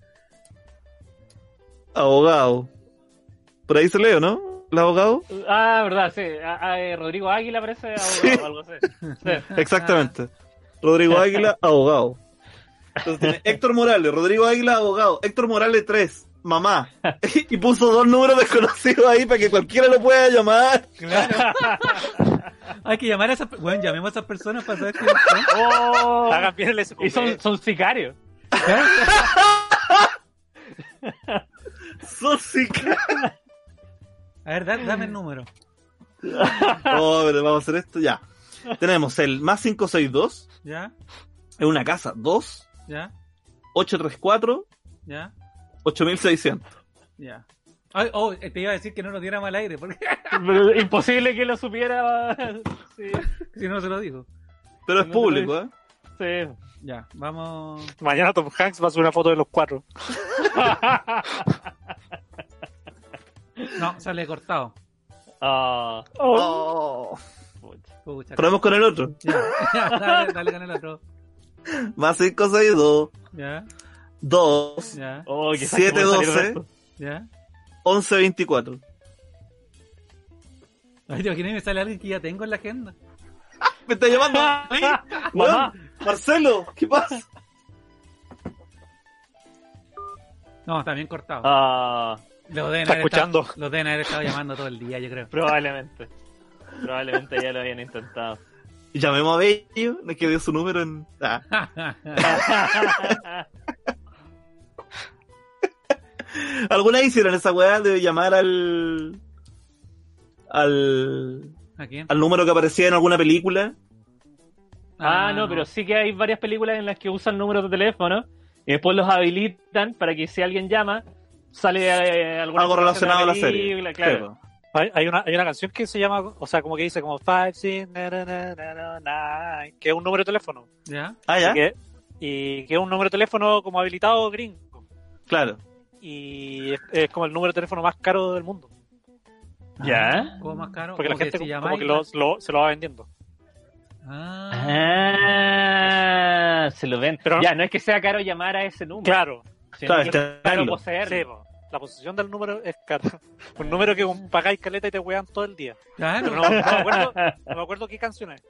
[SPEAKER 4] Abogado. Por ahí se leo, ¿no? El abogado.
[SPEAKER 1] Ah, verdad, sí. A- a- eh, Rodrigo Águila parece abogado
[SPEAKER 4] Sí.
[SPEAKER 1] o algo así. Sí.
[SPEAKER 4] Exactamente. Rodrigo Águila, abogado. Entonces tiene Héctor Morales, Rodrigo Águila, abogado. Héctor Morales 3, mamá. Y puso dos números desconocidos ahí para que cualquiera lo pueda llamar.
[SPEAKER 3] Claro. Hay que llamar a esas personas. Bueno, llamemos a esas personas para saber quiénes son.
[SPEAKER 1] Oh,
[SPEAKER 2] Hagan bien el
[SPEAKER 1] y son, son sicarios.
[SPEAKER 4] Sosica.
[SPEAKER 3] A ver, da- dame el número.
[SPEAKER 4] Oh, pero vamos a hacer esto ya. Tenemos el más 562,
[SPEAKER 3] ¿Ya?
[SPEAKER 4] es una casa, 2,
[SPEAKER 3] ¿Ya?
[SPEAKER 4] 834,
[SPEAKER 3] ¿Ya?
[SPEAKER 4] 8600.
[SPEAKER 3] Ya. Ay, oh, eh, te iba a decir que no lo diera mal aire, porque
[SPEAKER 1] Pero Imposible que lo supiera. Sí.
[SPEAKER 3] si no se lo digo.
[SPEAKER 4] Pero es
[SPEAKER 1] No te
[SPEAKER 4] público, ¿eh?
[SPEAKER 1] Sí.
[SPEAKER 3] Ya, vamos.
[SPEAKER 2] Mañana Tom Hanks va a subir una foto de los cuatro.
[SPEAKER 3] No, sale cortado.
[SPEAKER 1] Ah,
[SPEAKER 4] Oh.
[SPEAKER 1] pucha.
[SPEAKER 3] Pucha,
[SPEAKER 4] Probemos con el otro.
[SPEAKER 3] Ya, ya, dale, dale con el otro.
[SPEAKER 4] Más 562,
[SPEAKER 3] Ya,
[SPEAKER 4] 2,
[SPEAKER 3] ya,
[SPEAKER 1] Oh, quizás
[SPEAKER 4] Siete,
[SPEAKER 1] que puede salir
[SPEAKER 4] doce.
[SPEAKER 1] resto.
[SPEAKER 3] ya.
[SPEAKER 4] 1124.
[SPEAKER 3] Ay, te imaginas, me sale alguien que ya tengo en la agenda.
[SPEAKER 4] Me está llamando. a mí.
[SPEAKER 1] Mamá.
[SPEAKER 4] Weón, Marcelo, ¿qué pasa?
[SPEAKER 3] No, está bien cortado.
[SPEAKER 1] Ah,
[SPEAKER 3] Los deben
[SPEAKER 2] Está
[SPEAKER 3] haber
[SPEAKER 2] escuchando.
[SPEAKER 3] estado- los deben haber estado llamando todo el día, yo creo.
[SPEAKER 1] probablemente. Probablemente ya lo habían intentado.
[SPEAKER 4] Llamemos a Bello, no es que dio su número en. Ah. Algunas hicieron esa weá de llamar al. al.
[SPEAKER 3] ¿A quién?
[SPEAKER 2] Ah,
[SPEAKER 4] al número que aparecía en alguna película.
[SPEAKER 1] Ah, no, pero sí que hay varias películas en las que usan números de teléfono y después los habilitan para que si alguien llama, sale eh, alguna
[SPEAKER 4] Algo
[SPEAKER 1] información
[SPEAKER 4] relacionado a la
[SPEAKER 1] de
[SPEAKER 4] serie.
[SPEAKER 1] película, Claro.
[SPEAKER 2] Hay, hay una, hay una canción que se llama, o sea, como que dice como Five, six, na, na, na, na, na, na, que es un número de teléfono.
[SPEAKER 3] ¿Ya?
[SPEAKER 4] Ah, ya.
[SPEAKER 2] Y que- y que es un número de teléfono como habilitado gringo.
[SPEAKER 4] Claro.
[SPEAKER 2] Y es, es como el número de teléfono más caro del mundo.
[SPEAKER 4] pues.
[SPEAKER 1] ¿Ya?
[SPEAKER 3] ¿Cómo más caro?
[SPEAKER 2] Porque la
[SPEAKER 3] Como que
[SPEAKER 2] gente
[SPEAKER 3] si
[SPEAKER 2] como,
[SPEAKER 3] llamáis-
[SPEAKER 2] que lo- lo- se lo va vendiendo.
[SPEAKER 3] Ah,
[SPEAKER 1] Ah, se lo ven.
[SPEAKER 2] Pero-
[SPEAKER 1] ya, no es que sea caro llamar a ese número.
[SPEAKER 2] Claro,
[SPEAKER 1] sino
[SPEAKER 4] Claro,
[SPEAKER 1] que es caro
[SPEAKER 4] tenerlo.
[SPEAKER 1] poseerlo.
[SPEAKER 2] sí, po. la posesión del número es cara. Un número que un- pagáis caleta y te wean todo el día.
[SPEAKER 3] claro.
[SPEAKER 2] Pero no, no me, acuerdo, no me acuerdo qué canción es.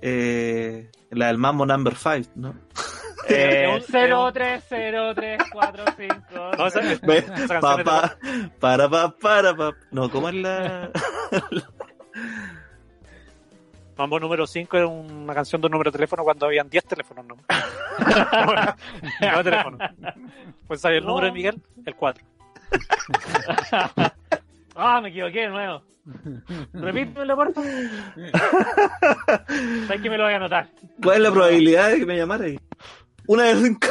[SPEAKER 4] Eh, la del Mambo Number 5, ¿no?
[SPEAKER 1] Eh,
[SPEAKER 2] Es un-
[SPEAKER 1] 030345.
[SPEAKER 2] No, esa-
[SPEAKER 4] Ve,
[SPEAKER 2] esa canción es
[SPEAKER 4] pa,
[SPEAKER 2] de-
[SPEAKER 4] pa, para, pa, para, pa. No, ¿cómo es la.?
[SPEAKER 2] Mambo número 5 era una canción de un número de teléfono cuando habían 10 teléfonos, ¿no? no teléfono. Pues sabía el número de Miguel, el 4.
[SPEAKER 1] Ah, me equivoqué de nuevo. Repítemelo, por favor. Sabes que me lo voy a anotar.
[SPEAKER 4] ¿Cuál es la probabilidad de que me llamara ahí? Una de cinco.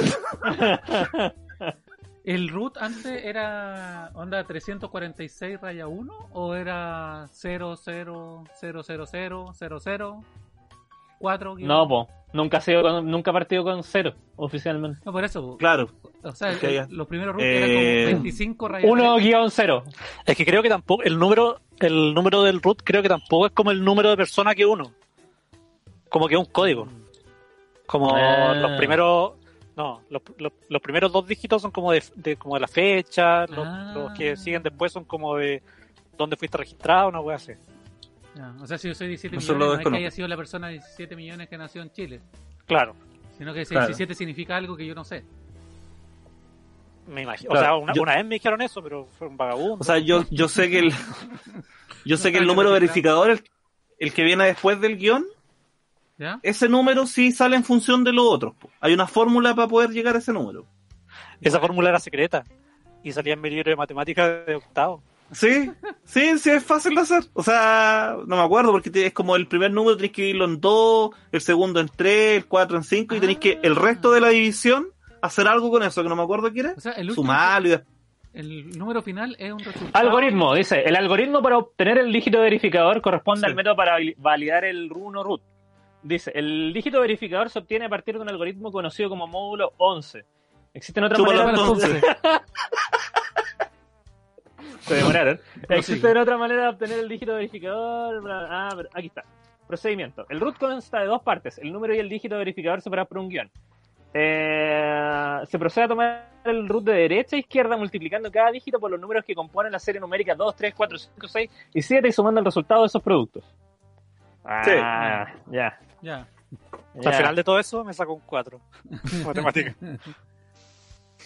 [SPEAKER 3] ¿El root antes era onda 346 raya 1 o era 000000004?
[SPEAKER 1] No, po. Nunca ha sido con- nunca ha partido con cero, oficialmente.
[SPEAKER 3] No, por eso.
[SPEAKER 4] Claro.
[SPEAKER 3] O sea,
[SPEAKER 4] Ok,
[SPEAKER 3] el-
[SPEAKER 4] ya.
[SPEAKER 3] los primeros root
[SPEAKER 4] Eh,
[SPEAKER 3] eran como 25 raya
[SPEAKER 1] 1 guión cero.
[SPEAKER 2] Es que creo que tampoco, el número, el número del root creo que tampoco es como el número de persona que uno. Como que un código. Como
[SPEAKER 1] Ah.
[SPEAKER 2] los primeros, no, los, los- los primeros dos dígitos son como de, de- como de la fecha, los,
[SPEAKER 3] Ah.
[SPEAKER 2] los que siguen después son como de dónde fuiste registrado, una wea así.
[SPEAKER 3] Ya, O sea, si yo soy 17
[SPEAKER 4] Eso lo
[SPEAKER 3] millones, no es que
[SPEAKER 4] desconozco.
[SPEAKER 3] haya sido la persona de 17 millones que nació en Chile,
[SPEAKER 2] Claro,
[SPEAKER 3] sino que ese
[SPEAKER 4] Claro.
[SPEAKER 3] 17 significa algo que yo no sé.
[SPEAKER 2] me imagino.
[SPEAKER 4] Claro,
[SPEAKER 2] o sea, una,
[SPEAKER 4] yo-
[SPEAKER 2] una vez me dijeron eso, pero fue un vagabundo.
[SPEAKER 4] O sea, yo, yo sé que el. Yo sé que el número verificador, el, el que viene después del guión,
[SPEAKER 3] ¿Ya?
[SPEAKER 4] ese número sí sale en función de los otros. po. Hay una fórmula para poder llegar a ese número.
[SPEAKER 2] Esa fórmula era secreta. y salía en mi libro de matemáticas de octavo.
[SPEAKER 4] Sí, sí, sí, es fácil de hacer. O sea, no me acuerdo porque te- es como el primer número tenés que dividirlo en dos, el segundo en tres, el cuatro en cinco y tenés que el resto de la división hacer algo con eso, que no me acuerdo qué era.
[SPEAKER 3] O sea, Ah, el, último,
[SPEAKER 4] Sumarlo y después.
[SPEAKER 3] el número final es un resultado.
[SPEAKER 1] Algoritmo, dice. El algoritmo para obtener el dígito verificador corresponde
[SPEAKER 4] Sí.
[SPEAKER 1] al método para vali- validar el runo root. Dice, el dígito verificador se obtiene a partir de un algoritmo conocido como módulo 11. Existen otras
[SPEAKER 4] Chúpalo
[SPEAKER 1] maneras...
[SPEAKER 4] entonces.
[SPEAKER 1] Se demoraron.
[SPEAKER 3] Prosigue.
[SPEAKER 1] Existen otras maneras de obtener el dígito verificador. bla, bla, ah, pero aquí está. Procedimiento. El root consta de dos partes, el número y el dígito verificador separados por un guión. Eh, se procede a tomar el root de derecha a izquierda multiplicando cada dígito por los números que componen la serie numérica 2, 3, 4, 5, 6 y 7 y sumando el resultado de esos productos. Ah, ya.
[SPEAKER 3] Ya.
[SPEAKER 2] Al
[SPEAKER 1] ya.
[SPEAKER 2] final de todo eso me sacó un 4. matemáticas.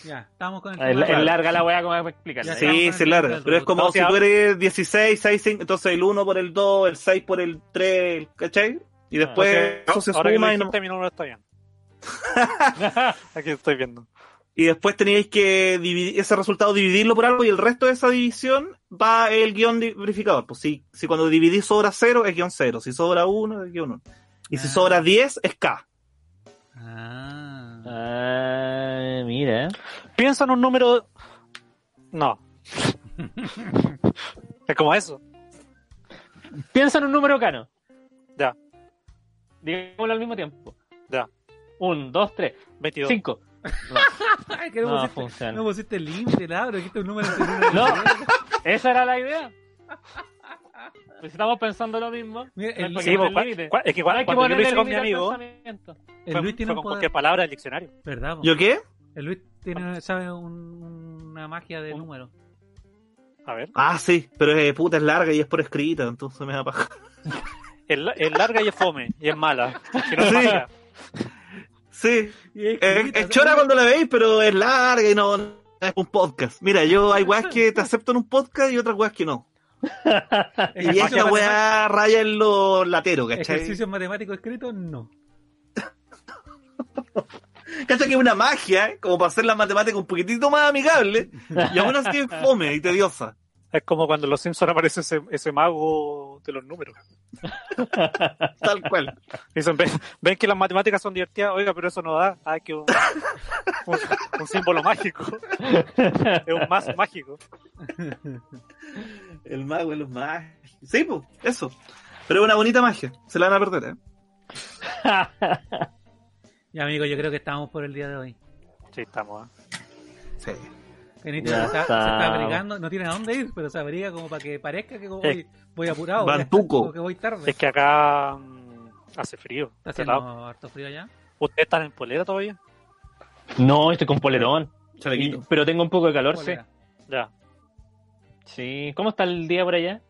[SPEAKER 3] Ya, estamos con el
[SPEAKER 1] Es
[SPEAKER 3] tema.
[SPEAKER 1] Ah, la- es larga la weá como para explicarla.
[SPEAKER 3] Ya
[SPEAKER 1] ya.
[SPEAKER 4] Sí, se larga. Pero es como
[SPEAKER 2] No,
[SPEAKER 4] si
[SPEAKER 2] sí,
[SPEAKER 4] tú eres 16, 6, 5, entonces el 1 por el 2, el 6 por el 3, el- ¿cachai? Y después Pues, eso se
[SPEAKER 2] Ah, Ahora que lo
[SPEAKER 4] suma y, no-
[SPEAKER 2] dijiste, mi número está bien. Aquí estoy viendo.
[SPEAKER 4] y después teníais que dividir ese resultado, dividirlo por algo y el resto de esa división va el guión di- verificador. Pues si, si cuando dividís sobra 0 es guión 0, si sobra 1 es guión 1. Y si
[SPEAKER 3] Ah.
[SPEAKER 4] sobra 10 es K.
[SPEAKER 3] Ah.
[SPEAKER 1] Ah, mira.
[SPEAKER 2] Piensa en un número. No. es como eso.
[SPEAKER 1] Piensa en un número cano.
[SPEAKER 2] Ya.
[SPEAKER 1] Digámoslo al mismo tiempo.
[SPEAKER 2] Ya.
[SPEAKER 1] Un, dos, tres,
[SPEAKER 2] 22.
[SPEAKER 1] cinco.
[SPEAKER 3] Ay, que no,
[SPEAKER 1] No
[SPEAKER 3] pusiste,
[SPEAKER 1] funciona.
[SPEAKER 3] no pusiste el límite, la pero dijiste un número. entre uno y
[SPEAKER 1] No.
[SPEAKER 3] otro.
[SPEAKER 1] Esa era la idea. Pues estamos pensando lo mismo.
[SPEAKER 3] Mira,
[SPEAKER 1] No hay
[SPEAKER 3] el-
[SPEAKER 1] por qué
[SPEAKER 2] Sí,
[SPEAKER 1] poner
[SPEAKER 2] pues, cua-
[SPEAKER 1] límite.
[SPEAKER 2] cua- es que
[SPEAKER 1] No
[SPEAKER 2] cua-
[SPEAKER 1] hay que
[SPEAKER 2] cuando yo lo
[SPEAKER 1] ponerle
[SPEAKER 2] hice con mi
[SPEAKER 1] límite al
[SPEAKER 2] amigo, fue,
[SPEAKER 1] pensamiento.
[SPEAKER 3] El Luis tiene
[SPEAKER 2] fue
[SPEAKER 3] un
[SPEAKER 2] con
[SPEAKER 3] poder.
[SPEAKER 2] cualquier palabra del diccionario.
[SPEAKER 3] ¿Verdad? po?
[SPEAKER 4] ¿Yo qué?
[SPEAKER 3] El Luis tiene, sabe un- una magia de números.
[SPEAKER 2] A ver.
[SPEAKER 4] Ah, sí, pero es puta, es larga y es por escrita, entonces me da paja.
[SPEAKER 2] Es, la- es larga y es fome. Y es mala. Y no es
[SPEAKER 4] Sí.
[SPEAKER 2] mala.
[SPEAKER 4] Sí,
[SPEAKER 3] Es,
[SPEAKER 4] Es, Eh, es chora pues, cuando la veis, pero es larga y no, no es un podcast. Mira, yo hay weas que te acepto en un podcast y otras weas que no. Y
[SPEAKER 3] Ejercicio
[SPEAKER 4] esta wea raya en lo latero, ¿cachai?
[SPEAKER 3] Ejercicio matemático escrito, no.
[SPEAKER 4] ¿Cachai que es una magia, eh? como para hacer la matemática un poquitito más amigable y aún así es fome y tediosa.
[SPEAKER 2] Es como cuando en los Simpsons aparece ese, ese mago de los números.
[SPEAKER 4] Tal cual.
[SPEAKER 2] Dicen, ven, ven que las matemáticas son divertidas, oiga, pero eso no da. Hay que un, un, un símbolo mágico. Es un más mágico.
[SPEAKER 4] El mago es lo más. Sí, pues, eso. Pero es una bonita magia. Se la van a perder, ¿eh?
[SPEAKER 3] Ya, amigo, yo creo que estamos por el día de hoy.
[SPEAKER 2] Sí, estamos. ¿eh?
[SPEAKER 4] Sí.
[SPEAKER 3] Benito
[SPEAKER 1] Ya
[SPEAKER 3] está- se está
[SPEAKER 1] estamos.
[SPEAKER 3] abrigando, no tiene a dónde ir, pero se abriga como para que parezca que voy,
[SPEAKER 2] Eh,
[SPEAKER 3] voy apurado.
[SPEAKER 4] Van
[SPEAKER 3] voy a-
[SPEAKER 4] Tuco.
[SPEAKER 3] como que voy tarde.
[SPEAKER 2] Es que acá mm, hace frío.
[SPEAKER 3] Está
[SPEAKER 2] Este
[SPEAKER 3] haciendo
[SPEAKER 2] lado.
[SPEAKER 3] harto frío allá.
[SPEAKER 2] ¿Ustedes están en polera todavía?
[SPEAKER 1] No, estoy con polerón. Y-
[SPEAKER 4] Chalequito.
[SPEAKER 1] pero tengo un poco de calor, sí.
[SPEAKER 3] Polera.
[SPEAKER 2] Ya,
[SPEAKER 1] Sí. ¿Cómo está el día por allá?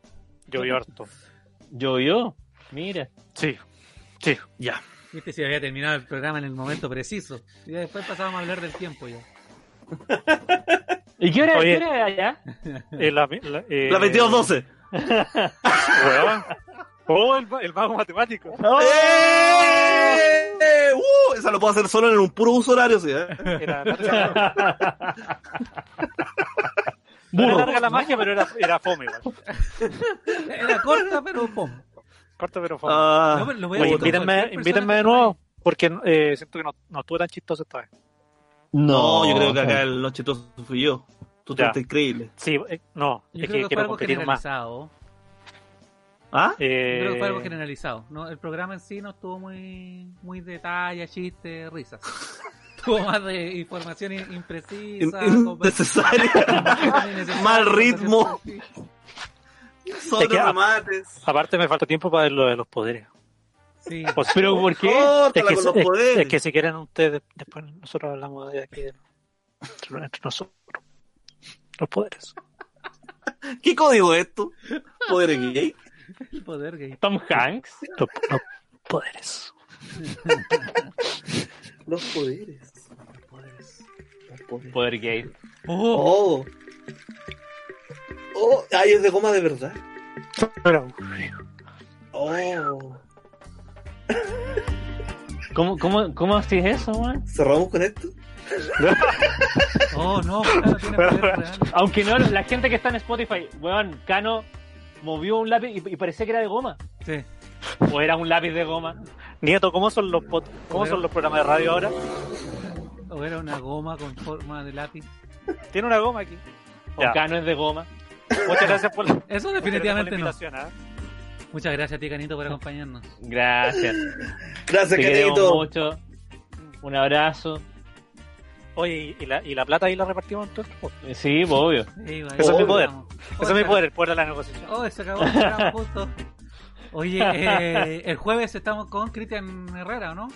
[SPEAKER 2] llovió harto.
[SPEAKER 1] Llovió. Mira.
[SPEAKER 2] Sí.
[SPEAKER 4] Ya.
[SPEAKER 3] Viste si había terminado el programa en el momento preciso. Y ya después pasábamos a hablar del tiempo ya.
[SPEAKER 1] ¿Y qué hora,
[SPEAKER 2] Oye.
[SPEAKER 1] qué hora es allá?
[SPEAKER 2] Eh, la la, eh,
[SPEAKER 4] La 22-12.
[SPEAKER 2] weón. Oh, el, ma- el mago matemático.
[SPEAKER 4] ¡Oh! ¡Eh! ¡Uh! Esa lo puedo hacer solo en un puro uso horario, sí, ¿eh?
[SPEAKER 2] Era larga, no era
[SPEAKER 1] Burro.
[SPEAKER 2] larga la magia, pero era, era fome. weón.
[SPEAKER 3] Era corta, pero pum.
[SPEAKER 2] Corto, pero fome.
[SPEAKER 4] Ah,
[SPEAKER 3] No, pero lo voy a
[SPEAKER 2] Oye,
[SPEAKER 3] votar. Cualquier
[SPEAKER 2] invítenme,
[SPEAKER 3] persona
[SPEAKER 2] invítenme
[SPEAKER 3] que
[SPEAKER 2] de nuevo, porque eh, siento que no, no estuve tan chistoso esta vez.
[SPEAKER 4] No, yo creo que acá el nochitoso fui yo. Tú
[SPEAKER 2] Ya.
[SPEAKER 4] estás increíble.
[SPEAKER 2] Sí, eh, no,
[SPEAKER 3] Yo creo que
[SPEAKER 2] es que
[SPEAKER 3] fue
[SPEAKER 2] quiero
[SPEAKER 3] algo
[SPEAKER 2] competir más.
[SPEAKER 3] generalizado.
[SPEAKER 4] ¿Ah?
[SPEAKER 3] Yo creo que fue algo
[SPEAKER 2] Eh,
[SPEAKER 3] generalizado. No, el programa en sí no estuvo muy, muy de talla, chistes, risas. Estuvo más de información in-
[SPEAKER 4] In-
[SPEAKER 3] imprecisa, conversación
[SPEAKER 4] Innecesaria.
[SPEAKER 3] innecesaria,
[SPEAKER 4] Mal ritmo.
[SPEAKER 3] conversación-
[SPEAKER 4] Son
[SPEAKER 2] queda-
[SPEAKER 4] remates.
[SPEAKER 2] Aparte me falta tiempo para lo de los poderes.
[SPEAKER 3] Sí.
[SPEAKER 2] O sea,
[SPEAKER 1] Pero ¿por qué?
[SPEAKER 2] es,
[SPEAKER 4] Córtala
[SPEAKER 2] que,
[SPEAKER 4] con los
[SPEAKER 2] es-
[SPEAKER 4] poderes.
[SPEAKER 2] es que si quieren ustedes, después nosotros hablamos de aquí, de- entre, entre nosotros, los poderes.
[SPEAKER 4] ¿Qué código es esto? Poder gay.
[SPEAKER 3] El poder gay.
[SPEAKER 1] Tom Hanks.
[SPEAKER 2] Los, los poderes.
[SPEAKER 4] Los poderes.
[SPEAKER 1] Poder gay.
[SPEAKER 4] Oh.
[SPEAKER 3] Oh,
[SPEAKER 4] Oh, ay, es de goma de verdad.
[SPEAKER 2] Pero,
[SPEAKER 4] Oh.
[SPEAKER 1] ¿Cómo, cómo, cómo así es eso, man?
[SPEAKER 4] ¿Cerramos con esto?
[SPEAKER 3] Oh, no, claro, tiene poder real.
[SPEAKER 1] Aunque no, la gente que está en Spotify, weón, Cano movió un lápiz y, y parecía que era de goma.
[SPEAKER 3] Sí.
[SPEAKER 1] O era un lápiz de goma.
[SPEAKER 2] Nieto, ¿cómo son los pod- cómo son los programas de radio ahora?
[SPEAKER 3] O era una goma con forma de lápiz.
[SPEAKER 2] Tiene una goma aquí.
[SPEAKER 1] O
[SPEAKER 2] Ya.
[SPEAKER 1] Cano es de goma.
[SPEAKER 2] Muchas gracias por la,
[SPEAKER 3] Eso
[SPEAKER 2] muchas gracias por la
[SPEAKER 3] definitivamente no.
[SPEAKER 2] invitación. ¿ah?
[SPEAKER 3] Muchas gracias a ti, Canito, por acompañarnos.
[SPEAKER 1] Gracias.
[SPEAKER 4] Gracias,
[SPEAKER 1] Te queremos
[SPEAKER 4] querido.
[SPEAKER 1] mucho. Un abrazo.
[SPEAKER 2] Oye, ¿y la, ¿y la plata ahí la repartimos entonces? Pues,
[SPEAKER 1] Sí, pues, obvio.
[SPEAKER 3] Eso
[SPEAKER 2] Eso es mi poder.
[SPEAKER 3] Eso
[SPEAKER 2] Eso es mi poder, el poder de la negociación.
[SPEAKER 3] Oh, se acabó el programa justo. Oye, eh, el jueves estamos con Cristian Herrera, ¿o no?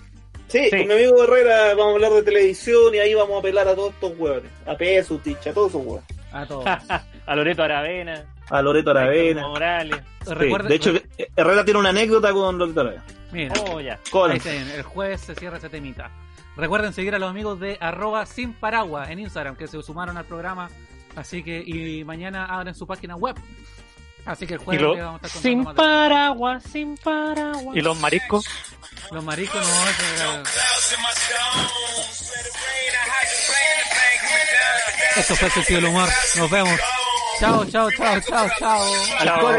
[SPEAKER 1] Sí.
[SPEAKER 4] Sí, con mi amigo Herrera vamos a hablar de televisión y ahí vamos a apelar a todos estos hueones. A Peso, Ticha, a todos esos hueones.
[SPEAKER 3] A todos.
[SPEAKER 1] A Loreto Aravena.
[SPEAKER 4] A Loreto
[SPEAKER 1] A
[SPEAKER 4] Aravena.
[SPEAKER 1] Morales.
[SPEAKER 4] Sí,
[SPEAKER 3] Recuerden-
[SPEAKER 4] de hecho, eh, Herrera tiene una anécdota con Loreto Aravena.
[SPEAKER 3] Mira,
[SPEAKER 1] Oh, ya.
[SPEAKER 4] Con
[SPEAKER 3] ahí está bien, el jueves se cierra ese temita. Recuerden seguir a los amigos de arroba sin paraguas en Instagram, que se sumaron al programa. Así que, y mañana abren su página web. Así que el jueves
[SPEAKER 2] Y lo-
[SPEAKER 3] les vamos a estar contando
[SPEAKER 1] Sin
[SPEAKER 3] más de-
[SPEAKER 1] paraguas, sin paraguas.
[SPEAKER 2] ¿Y los mariscos?
[SPEAKER 3] Los maricos no, eso era- Esto fue el sentido del humor. Nos vemos. Chao, chao, chao, chao, chao.
[SPEAKER 2] Chao.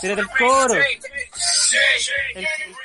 [SPEAKER 1] Tírate el coro. El-